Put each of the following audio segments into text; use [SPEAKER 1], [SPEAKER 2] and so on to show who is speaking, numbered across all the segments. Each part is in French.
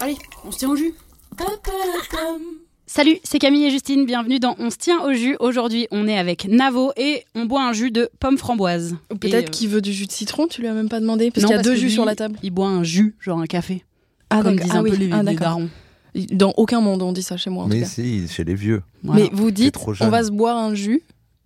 [SPEAKER 1] Allez, on se tient au jus. Salut, c'est Camille et Justine, bienvenue dans On se tient au jus. Aujourd'hui, on est avec Navo et on boit un jus de pomme framboise.
[SPEAKER 2] Ou
[SPEAKER 1] Et,
[SPEAKER 2] peut-être
[SPEAKER 1] euh,
[SPEAKER 2] qu'il veut du jus de citron, tu lui as même pas demandé, parce
[SPEAKER 1] non,
[SPEAKER 2] qu'il y a deux
[SPEAKER 1] que
[SPEAKER 2] jus
[SPEAKER 1] lui,
[SPEAKER 2] sur la table.
[SPEAKER 1] Il boit un jus, genre un café,
[SPEAKER 2] Ah,
[SPEAKER 1] comme
[SPEAKER 2] d'accord.
[SPEAKER 1] disent un
[SPEAKER 2] Ah oui,
[SPEAKER 1] peu les,
[SPEAKER 2] ah,
[SPEAKER 1] les
[SPEAKER 2] d'accord.
[SPEAKER 1] darons.
[SPEAKER 2] Dans aucun monde on dit ça chez moi, en
[SPEAKER 3] Mais
[SPEAKER 2] tout cas.
[SPEAKER 3] si, chez les vieux.
[SPEAKER 1] Voilà.
[SPEAKER 2] Mais vous dites,
[SPEAKER 3] trop jeune.
[SPEAKER 2] on va se boire un jus,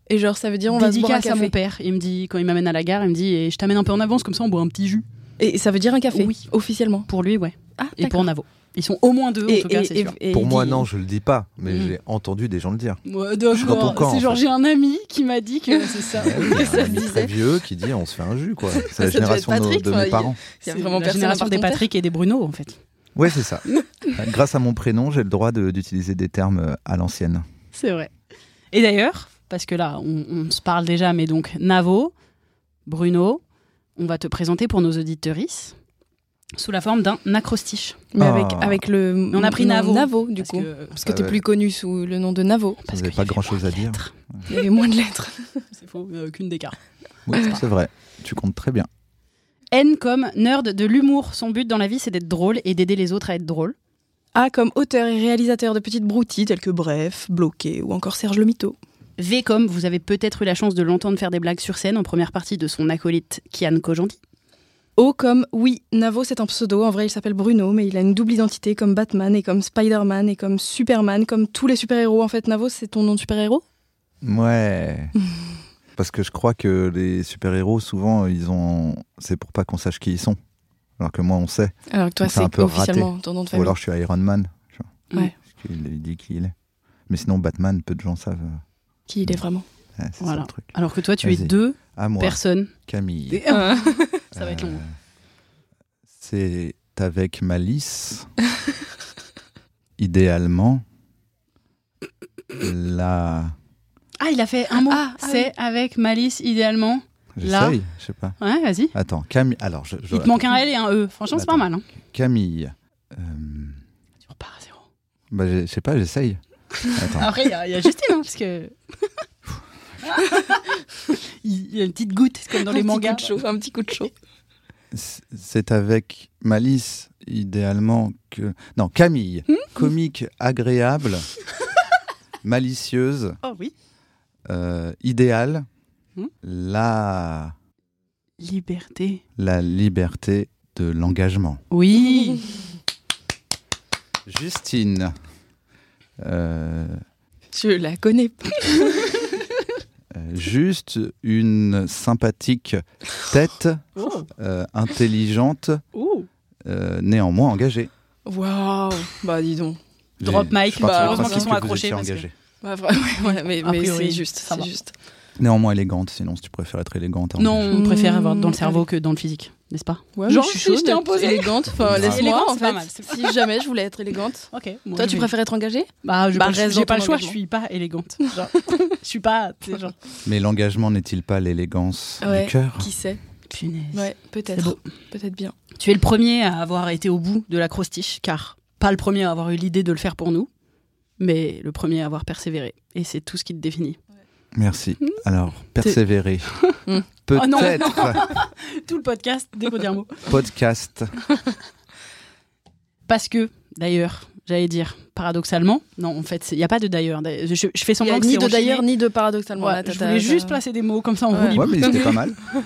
[SPEAKER 2] et genre ça veut dire on va se boire un
[SPEAKER 1] Dédicace à mon
[SPEAKER 2] café.
[SPEAKER 1] père. Il me dit quand il m'amène à la gare, il me dit eh, je t'amène un peu en avance comme ça on boit un petit jus.
[SPEAKER 2] Et ça veut dire un café,
[SPEAKER 1] Oui.
[SPEAKER 2] officiellement.
[SPEAKER 1] Pour lui, ouais.
[SPEAKER 2] Ah,
[SPEAKER 1] Et pour Navo. Ils sont au moins deux en tout cas, c'est sûr.
[SPEAKER 3] Pour moi, non, je le dis pas, mais
[SPEAKER 1] Mm.
[SPEAKER 3] j'ai entendu des gens le dire.
[SPEAKER 1] Ouais,
[SPEAKER 3] suis dans ton camp,
[SPEAKER 1] C'est
[SPEAKER 3] en
[SPEAKER 1] genre
[SPEAKER 3] fait.
[SPEAKER 1] j'ai un ami qui m'a dit que c'est ça.
[SPEAKER 3] Ouais, oui, il y a
[SPEAKER 1] Ça
[SPEAKER 3] un
[SPEAKER 1] se
[SPEAKER 3] ami
[SPEAKER 1] disait.
[SPEAKER 3] très vieux qui dit on se fait un jus, quoi. C'est
[SPEAKER 2] Ça
[SPEAKER 3] la
[SPEAKER 2] devait être
[SPEAKER 3] génération de-
[SPEAKER 2] Patrick,
[SPEAKER 3] de,
[SPEAKER 2] quoi,
[SPEAKER 3] mes
[SPEAKER 2] il- Il
[SPEAKER 3] parents.
[SPEAKER 2] y a
[SPEAKER 1] C'est
[SPEAKER 2] vraiment
[SPEAKER 1] la
[SPEAKER 2] personne à
[SPEAKER 1] génération
[SPEAKER 2] part
[SPEAKER 1] des
[SPEAKER 2] ton père.
[SPEAKER 1] Patrick et des Bruno en fait.
[SPEAKER 3] Ouais, c'est ça. Grâce à mon prénom, j'ai le droit de- d'utiliser des termes euh, à l'ancienne.
[SPEAKER 1] C'est vrai. Et d'ailleurs, parce que là, on, on se parle déjà, mais donc Navo, Bruno, on va te présenter pour nos auditrices sous la forme d'un acrostiche.
[SPEAKER 2] Mais
[SPEAKER 3] Ah.
[SPEAKER 2] avec, avec le
[SPEAKER 1] on a pris
[SPEAKER 2] nom
[SPEAKER 1] Navo.
[SPEAKER 2] du
[SPEAKER 1] Parce
[SPEAKER 2] coup.
[SPEAKER 1] que- euh,
[SPEAKER 2] Parce que
[SPEAKER 3] Ah
[SPEAKER 2] t'es
[SPEAKER 3] ouais.
[SPEAKER 2] plus connu sous le nom de Navo.
[SPEAKER 1] parce
[SPEAKER 3] avez
[SPEAKER 1] qu'il y
[SPEAKER 3] pas
[SPEAKER 1] avait
[SPEAKER 3] grand-chose
[SPEAKER 1] moins
[SPEAKER 3] à
[SPEAKER 1] de
[SPEAKER 3] dire.
[SPEAKER 1] lettres.
[SPEAKER 2] Il y avait moins de lettres.
[SPEAKER 1] C'est faux, euh, aucune des cartes.
[SPEAKER 3] Oui, c'est vrai. Tu comptes très bien.
[SPEAKER 1] N comme nerd de l'humour. Son but dans la vie, c'est d'être drôle et d'aider les autres à être drôles.
[SPEAKER 2] Ah, comme auteur et réalisateur de petites broutilles telles que Bref, Bloqué ou encore Serge Le Mito.
[SPEAKER 1] V comme vous avez peut-être eu la chance de l'entendre faire des blagues sur scène en première partie de son acolyte Kian Kojandi.
[SPEAKER 2] O comme oui, Navo c'est un pseudo, en vrai il s'appelle Bruno, mais il a une double identité comme Batman et comme Spider-Man et comme Superman, comme tous les super-héros. En fait, Navo c'est ton nom de super-héros
[SPEAKER 3] Ouais. Parce que je crois que les super-héros, souvent, ils ont. C'est pour pas qu'on sache qui ils sont. Alors que moi, on sait.
[SPEAKER 2] Alors que toi
[SPEAKER 3] Donc, c'est un
[SPEAKER 2] c'est
[SPEAKER 3] peu raté.
[SPEAKER 2] officiellement ton nom de
[SPEAKER 3] Ou
[SPEAKER 2] famille.
[SPEAKER 3] alors je suis Iron Man. tu vois.
[SPEAKER 1] Bah Ouais.
[SPEAKER 3] Parce qu'il dit qui il est. Mais sinon, Batman, peu de gens savent. euh,
[SPEAKER 2] Qui il est vraiment
[SPEAKER 3] ouais, c'est ça
[SPEAKER 1] Voilà.
[SPEAKER 3] le truc.
[SPEAKER 1] Alors que toi, tu es
[SPEAKER 3] Vas-y.
[SPEAKER 1] deux
[SPEAKER 3] À moi,
[SPEAKER 1] personnes.
[SPEAKER 3] Camille.
[SPEAKER 2] Ah,
[SPEAKER 1] Ça va être
[SPEAKER 3] Euh,
[SPEAKER 1] long.
[SPEAKER 3] C'est avec malice, idéalement, la.
[SPEAKER 1] Ah, il a fait un mot.
[SPEAKER 2] Ah, ah
[SPEAKER 1] c'est avec malice, idéalement. Là.
[SPEAKER 3] J'essaye, je sais pas.
[SPEAKER 1] Ouais, vas-y.
[SPEAKER 3] Attends, Camille. Alors, je, je-
[SPEAKER 1] Il te manque un L et un E. Franchement, c'est pas
[SPEAKER 3] Attends.
[SPEAKER 1] mal. Hein.
[SPEAKER 3] Camille. Euh,
[SPEAKER 1] Tu repars à zéro.
[SPEAKER 3] bah, je je sais pas, j'essaye. Attends.
[SPEAKER 1] Après, il y, a- il y a Justine, hein, parce que. il il y a une petite goutte, c'est comme dans les mangas.
[SPEAKER 2] un petit coup de chaud.
[SPEAKER 3] C- C'est avec malice, idéalement, que. Non, Camille.
[SPEAKER 1] Hmm?
[SPEAKER 3] Comique, agréable, malicieuse,
[SPEAKER 1] Oh oui.
[SPEAKER 3] euh, idéale,
[SPEAKER 1] Hmm.
[SPEAKER 3] la.
[SPEAKER 1] Liberté.
[SPEAKER 3] La liberté de l'engagement.
[SPEAKER 1] Oui.
[SPEAKER 3] Justine. Euh,
[SPEAKER 2] Je la connais pas.
[SPEAKER 3] euh, juste une sympathique tête
[SPEAKER 1] Oh.
[SPEAKER 3] euh, intelligente, euh, néanmoins engagée.
[SPEAKER 2] Waouh Bah dis donc.
[SPEAKER 1] Drop
[SPEAKER 3] J'ai-
[SPEAKER 1] mic,
[SPEAKER 3] je pars
[SPEAKER 2] bah,
[SPEAKER 3] sur le
[SPEAKER 2] heureusement
[SPEAKER 3] principe
[SPEAKER 1] qu'ils sont
[SPEAKER 3] que vous
[SPEAKER 1] accrochés
[SPEAKER 3] étiez
[SPEAKER 1] parce que-
[SPEAKER 3] engagée.
[SPEAKER 2] Bah, vra- ouais, voilà, mais,
[SPEAKER 1] A
[SPEAKER 2] mais
[SPEAKER 1] priori,
[SPEAKER 2] c'est juste,
[SPEAKER 1] ça
[SPEAKER 2] c'est
[SPEAKER 1] va.
[SPEAKER 2] juste.
[SPEAKER 3] Néanmoins élégante, sinon si tu préfères être élégante. hein. à
[SPEAKER 1] Non,
[SPEAKER 3] engager.
[SPEAKER 1] on préfère avoir dans le
[SPEAKER 2] Mmh,
[SPEAKER 1] cerveau que dans le physique, n'est-ce pas
[SPEAKER 2] Ouais,
[SPEAKER 1] Genre,
[SPEAKER 2] mais je Bah,
[SPEAKER 1] si je t'ai
[SPEAKER 2] d'être
[SPEAKER 1] imposé.
[SPEAKER 2] élégante, enfin
[SPEAKER 3] Grave.
[SPEAKER 2] laisse-moi
[SPEAKER 1] Élégante,
[SPEAKER 2] en
[SPEAKER 1] c'est pas
[SPEAKER 2] fait.
[SPEAKER 1] mal, c'est
[SPEAKER 2] Si jamais je voulais être élégante.
[SPEAKER 1] Ok.
[SPEAKER 2] Toi tu préfères être engagée
[SPEAKER 1] Bah, je
[SPEAKER 2] Bah,
[SPEAKER 1] j'ai
[SPEAKER 2] reste dans
[SPEAKER 1] pas
[SPEAKER 2] ton
[SPEAKER 1] le choix. Je
[SPEAKER 2] engagement.
[SPEAKER 1] suis pas élégante. Genre, je suis pas. tu sais, Genre.
[SPEAKER 3] Mais l'engagement n'est-il pas l'élégance
[SPEAKER 2] Ouais.
[SPEAKER 3] du cœur
[SPEAKER 2] Qui sait
[SPEAKER 1] Punaise.
[SPEAKER 2] Ouais,
[SPEAKER 1] C'est
[SPEAKER 2] peut-être.
[SPEAKER 1] beau.
[SPEAKER 2] Peut-être bien.
[SPEAKER 1] Tu es le premier à avoir été au bout de l'acrostiche, car pas le premier à avoir eu l'idée de le faire pour nous, mais le premier à avoir persévéré. Et c'est tout ce qui te définit.
[SPEAKER 3] Merci. Alors, persévérer.
[SPEAKER 2] Hmm.
[SPEAKER 1] Mmh. Oh non,
[SPEAKER 3] Peut-être
[SPEAKER 1] Tout le podcast, dès qu'on dit un mot.
[SPEAKER 3] podcast.
[SPEAKER 1] Parce que, d'ailleurs, j'allais dire, paradoxalement. Non, en fait, il n'y a pas de d'ailleurs. Je, je fais
[SPEAKER 2] Il y a
[SPEAKER 1] semblant que
[SPEAKER 2] ni
[SPEAKER 1] c'est
[SPEAKER 2] de d'ailleurs,
[SPEAKER 1] enchaîné.
[SPEAKER 2] ni de paradoxalement.
[SPEAKER 1] Voilà,
[SPEAKER 2] là, t'as-
[SPEAKER 1] je
[SPEAKER 2] t'as-
[SPEAKER 1] voulais
[SPEAKER 2] t'as-
[SPEAKER 1] juste placer des mots comme ça en
[SPEAKER 2] Ouais.
[SPEAKER 1] roue libre.
[SPEAKER 3] Ouais, mais c'était pas mal. Moi,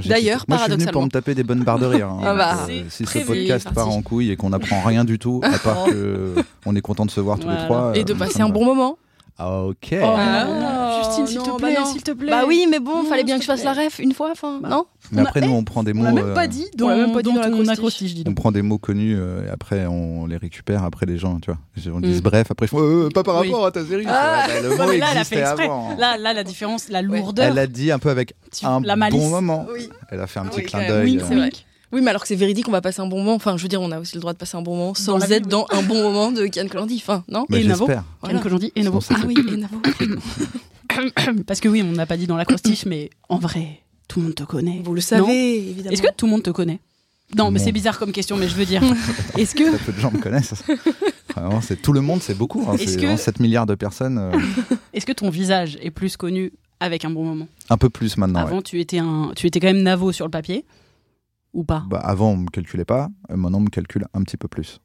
[SPEAKER 2] D'ailleurs,
[SPEAKER 3] j'ai kiffé. Moi, je suis venu pour
[SPEAKER 2] paradoxalement.
[SPEAKER 3] me taper des bonnes barres de rire. hein.
[SPEAKER 2] Ah bah,
[SPEAKER 3] Donc, euh, si ce
[SPEAKER 1] prévu,
[SPEAKER 3] podcast
[SPEAKER 1] parti.
[SPEAKER 3] part en couille et qu'on n'apprend rien du tout, à part que on est content de se voir tous
[SPEAKER 1] Oh. Voilà.
[SPEAKER 3] les trois.
[SPEAKER 2] Et de
[SPEAKER 3] euh,
[SPEAKER 2] passer
[SPEAKER 3] ça
[SPEAKER 2] un
[SPEAKER 3] me va.
[SPEAKER 2] bon moment.
[SPEAKER 3] Ah, ok.
[SPEAKER 1] Oh,
[SPEAKER 2] Ah,
[SPEAKER 1] non,
[SPEAKER 2] non,
[SPEAKER 1] Justine, s'il
[SPEAKER 2] non,
[SPEAKER 1] te
[SPEAKER 2] bah
[SPEAKER 1] plaît,
[SPEAKER 2] non.
[SPEAKER 1] s'il te plaît.
[SPEAKER 2] Bah oui, mais bon,
[SPEAKER 1] Non,
[SPEAKER 2] fallait bien
[SPEAKER 1] s'il
[SPEAKER 2] que je fasse
[SPEAKER 1] te
[SPEAKER 2] la ref une fois, enfin,
[SPEAKER 1] Bah,
[SPEAKER 2] non
[SPEAKER 3] Mais
[SPEAKER 1] on a- eh,
[SPEAKER 3] après, nous, on prend des
[SPEAKER 1] On
[SPEAKER 3] mots.
[SPEAKER 1] l'a même
[SPEAKER 3] euh,
[SPEAKER 1] pas dit
[SPEAKER 2] on
[SPEAKER 1] dans,
[SPEAKER 2] l'a même pas dit
[SPEAKER 1] dans
[SPEAKER 2] dans
[SPEAKER 1] ton
[SPEAKER 2] l'acrostiche.
[SPEAKER 1] acrostiche, dis
[SPEAKER 3] On
[SPEAKER 1] donc.
[SPEAKER 3] prend des mots connus euh, et après on les récupère après les gens, tu vois. Ils- On
[SPEAKER 1] Mm.
[SPEAKER 3] dit bref, après ils font euh, euh, pas par
[SPEAKER 1] Oui.
[SPEAKER 3] rapport à ta série.
[SPEAKER 2] Ah.
[SPEAKER 3] Ouais, bah, le
[SPEAKER 1] Ouais,
[SPEAKER 3] mot
[SPEAKER 1] mais là, elle a fait
[SPEAKER 3] existait
[SPEAKER 1] exprès.
[SPEAKER 3] avant. hein.
[SPEAKER 1] Là, là, la différence, la
[SPEAKER 2] Ouais.
[SPEAKER 1] lourdeur,
[SPEAKER 3] Elle a dit un peu avec
[SPEAKER 1] tu-
[SPEAKER 3] un
[SPEAKER 1] la Ah malice.
[SPEAKER 3] bon moment.
[SPEAKER 2] Oui.
[SPEAKER 3] Elle a fait un petit
[SPEAKER 2] oui,
[SPEAKER 3] clin
[SPEAKER 2] quand même.
[SPEAKER 3] d'œil.
[SPEAKER 2] Wink,
[SPEAKER 3] euh,
[SPEAKER 2] wink. Oui, mais alors que c'est véridique, on va passer un bon moment. Enfin, je veux dire, on a aussi le droit de passer un bon moment sans
[SPEAKER 1] la vie,
[SPEAKER 2] être
[SPEAKER 1] oui.
[SPEAKER 2] dans un bon moment de Kian Colandi. Enfin, non
[SPEAKER 3] mais
[SPEAKER 1] Et Navo.
[SPEAKER 3] j'espère.
[SPEAKER 1] Ken
[SPEAKER 2] Voilà.
[SPEAKER 1] Kojandi et
[SPEAKER 3] Sinon,
[SPEAKER 1] Novo.
[SPEAKER 3] c'est
[SPEAKER 2] Ah
[SPEAKER 3] fait.
[SPEAKER 2] oui, et Navo.
[SPEAKER 1] Parce que oui, on n'a pas dit dans l'acrostiche, mais en vrai, tout le monde te connaît.
[SPEAKER 2] Vous le
[SPEAKER 1] savez,
[SPEAKER 2] savez, évidemment.
[SPEAKER 1] Est-ce que tout le monde te connaît Non, mais
[SPEAKER 3] Non.
[SPEAKER 1] c'est bizarre comme question, mais je veux dire. Est-ce que.
[SPEAKER 3] Très peu de gens me connaissent. Vraiment, c'est tout le monde, c'est beaucoup. hein.
[SPEAKER 1] Est-ce
[SPEAKER 3] C'est
[SPEAKER 1] que-
[SPEAKER 3] vraiment 7 milliards de personnes. euh,
[SPEAKER 1] Est-ce que ton visage est plus connu avec un bon moment
[SPEAKER 3] un peu plus maintenant. ouais.
[SPEAKER 1] Avant, tu étais un, tu étais quand même Navo sur le papier, ou pas
[SPEAKER 3] Bah, avant, on me calculait pas. euh, Maintenant, on me calcule un petit peu plus.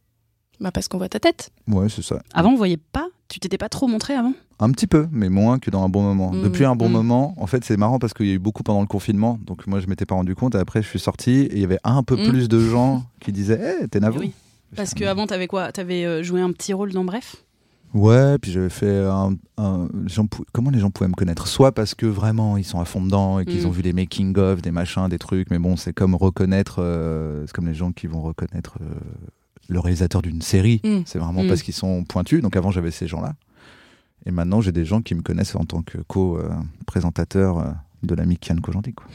[SPEAKER 2] Bah, parce qu'on voit ta tête.
[SPEAKER 3] Ouais, c'est ça.
[SPEAKER 1] Avant, on voyait pas. Tu t'étais pas trop montré avant.
[SPEAKER 3] Un petit peu, mais moins que dans un bon moment.
[SPEAKER 2] Mm,
[SPEAKER 3] Depuis un bon
[SPEAKER 1] mm.
[SPEAKER 3] moment, en fait, c'est marrant parce qu'il y a eu beaucoup pendant le confinement. Donc, moi, je m'étais pas rendu compte. Et après, je suis sorti et il y avait un peu
[SPEAKER 2] Mm.
[SPEAKER 3] plus de gens qui disaient Eh, t'es Navo
[SPEAKER 1] Oui, Parce
[SPEAKER 3] Putain,
[SPEAKER 1] qu'avant, t'avais quoi T'avais euh, joué un petit rôle dans Bref
[SPEAKER 3] Ouais, puis j'avais fait un. un- les gens pou- Comment les gens pouvaient me connaître Soit parce que vraiment ils sont à fond dedans et qu'ils
[SPEAKER 1] Mm.
[SPEAKER 3] ont vu les making-of, des machins, des trucs, mais bon, c'est comme reconnaître. euh, c'est comme les gens qui vont reconnaître euh, le réalisateur d'une série.
[SPEAKER 2] Mm.
[SPEAKER 3] C'est vraiment
[SPEAKER 1] Mm.
[SPEAKER 3] parce qu'ils sont pointus. Donc avant, j'avais ces gens-là. Et maintenant, j'ai des gens qui me connaissent en tant que co-présentateur euh, de l'ami Kian Kojandi. Quoi.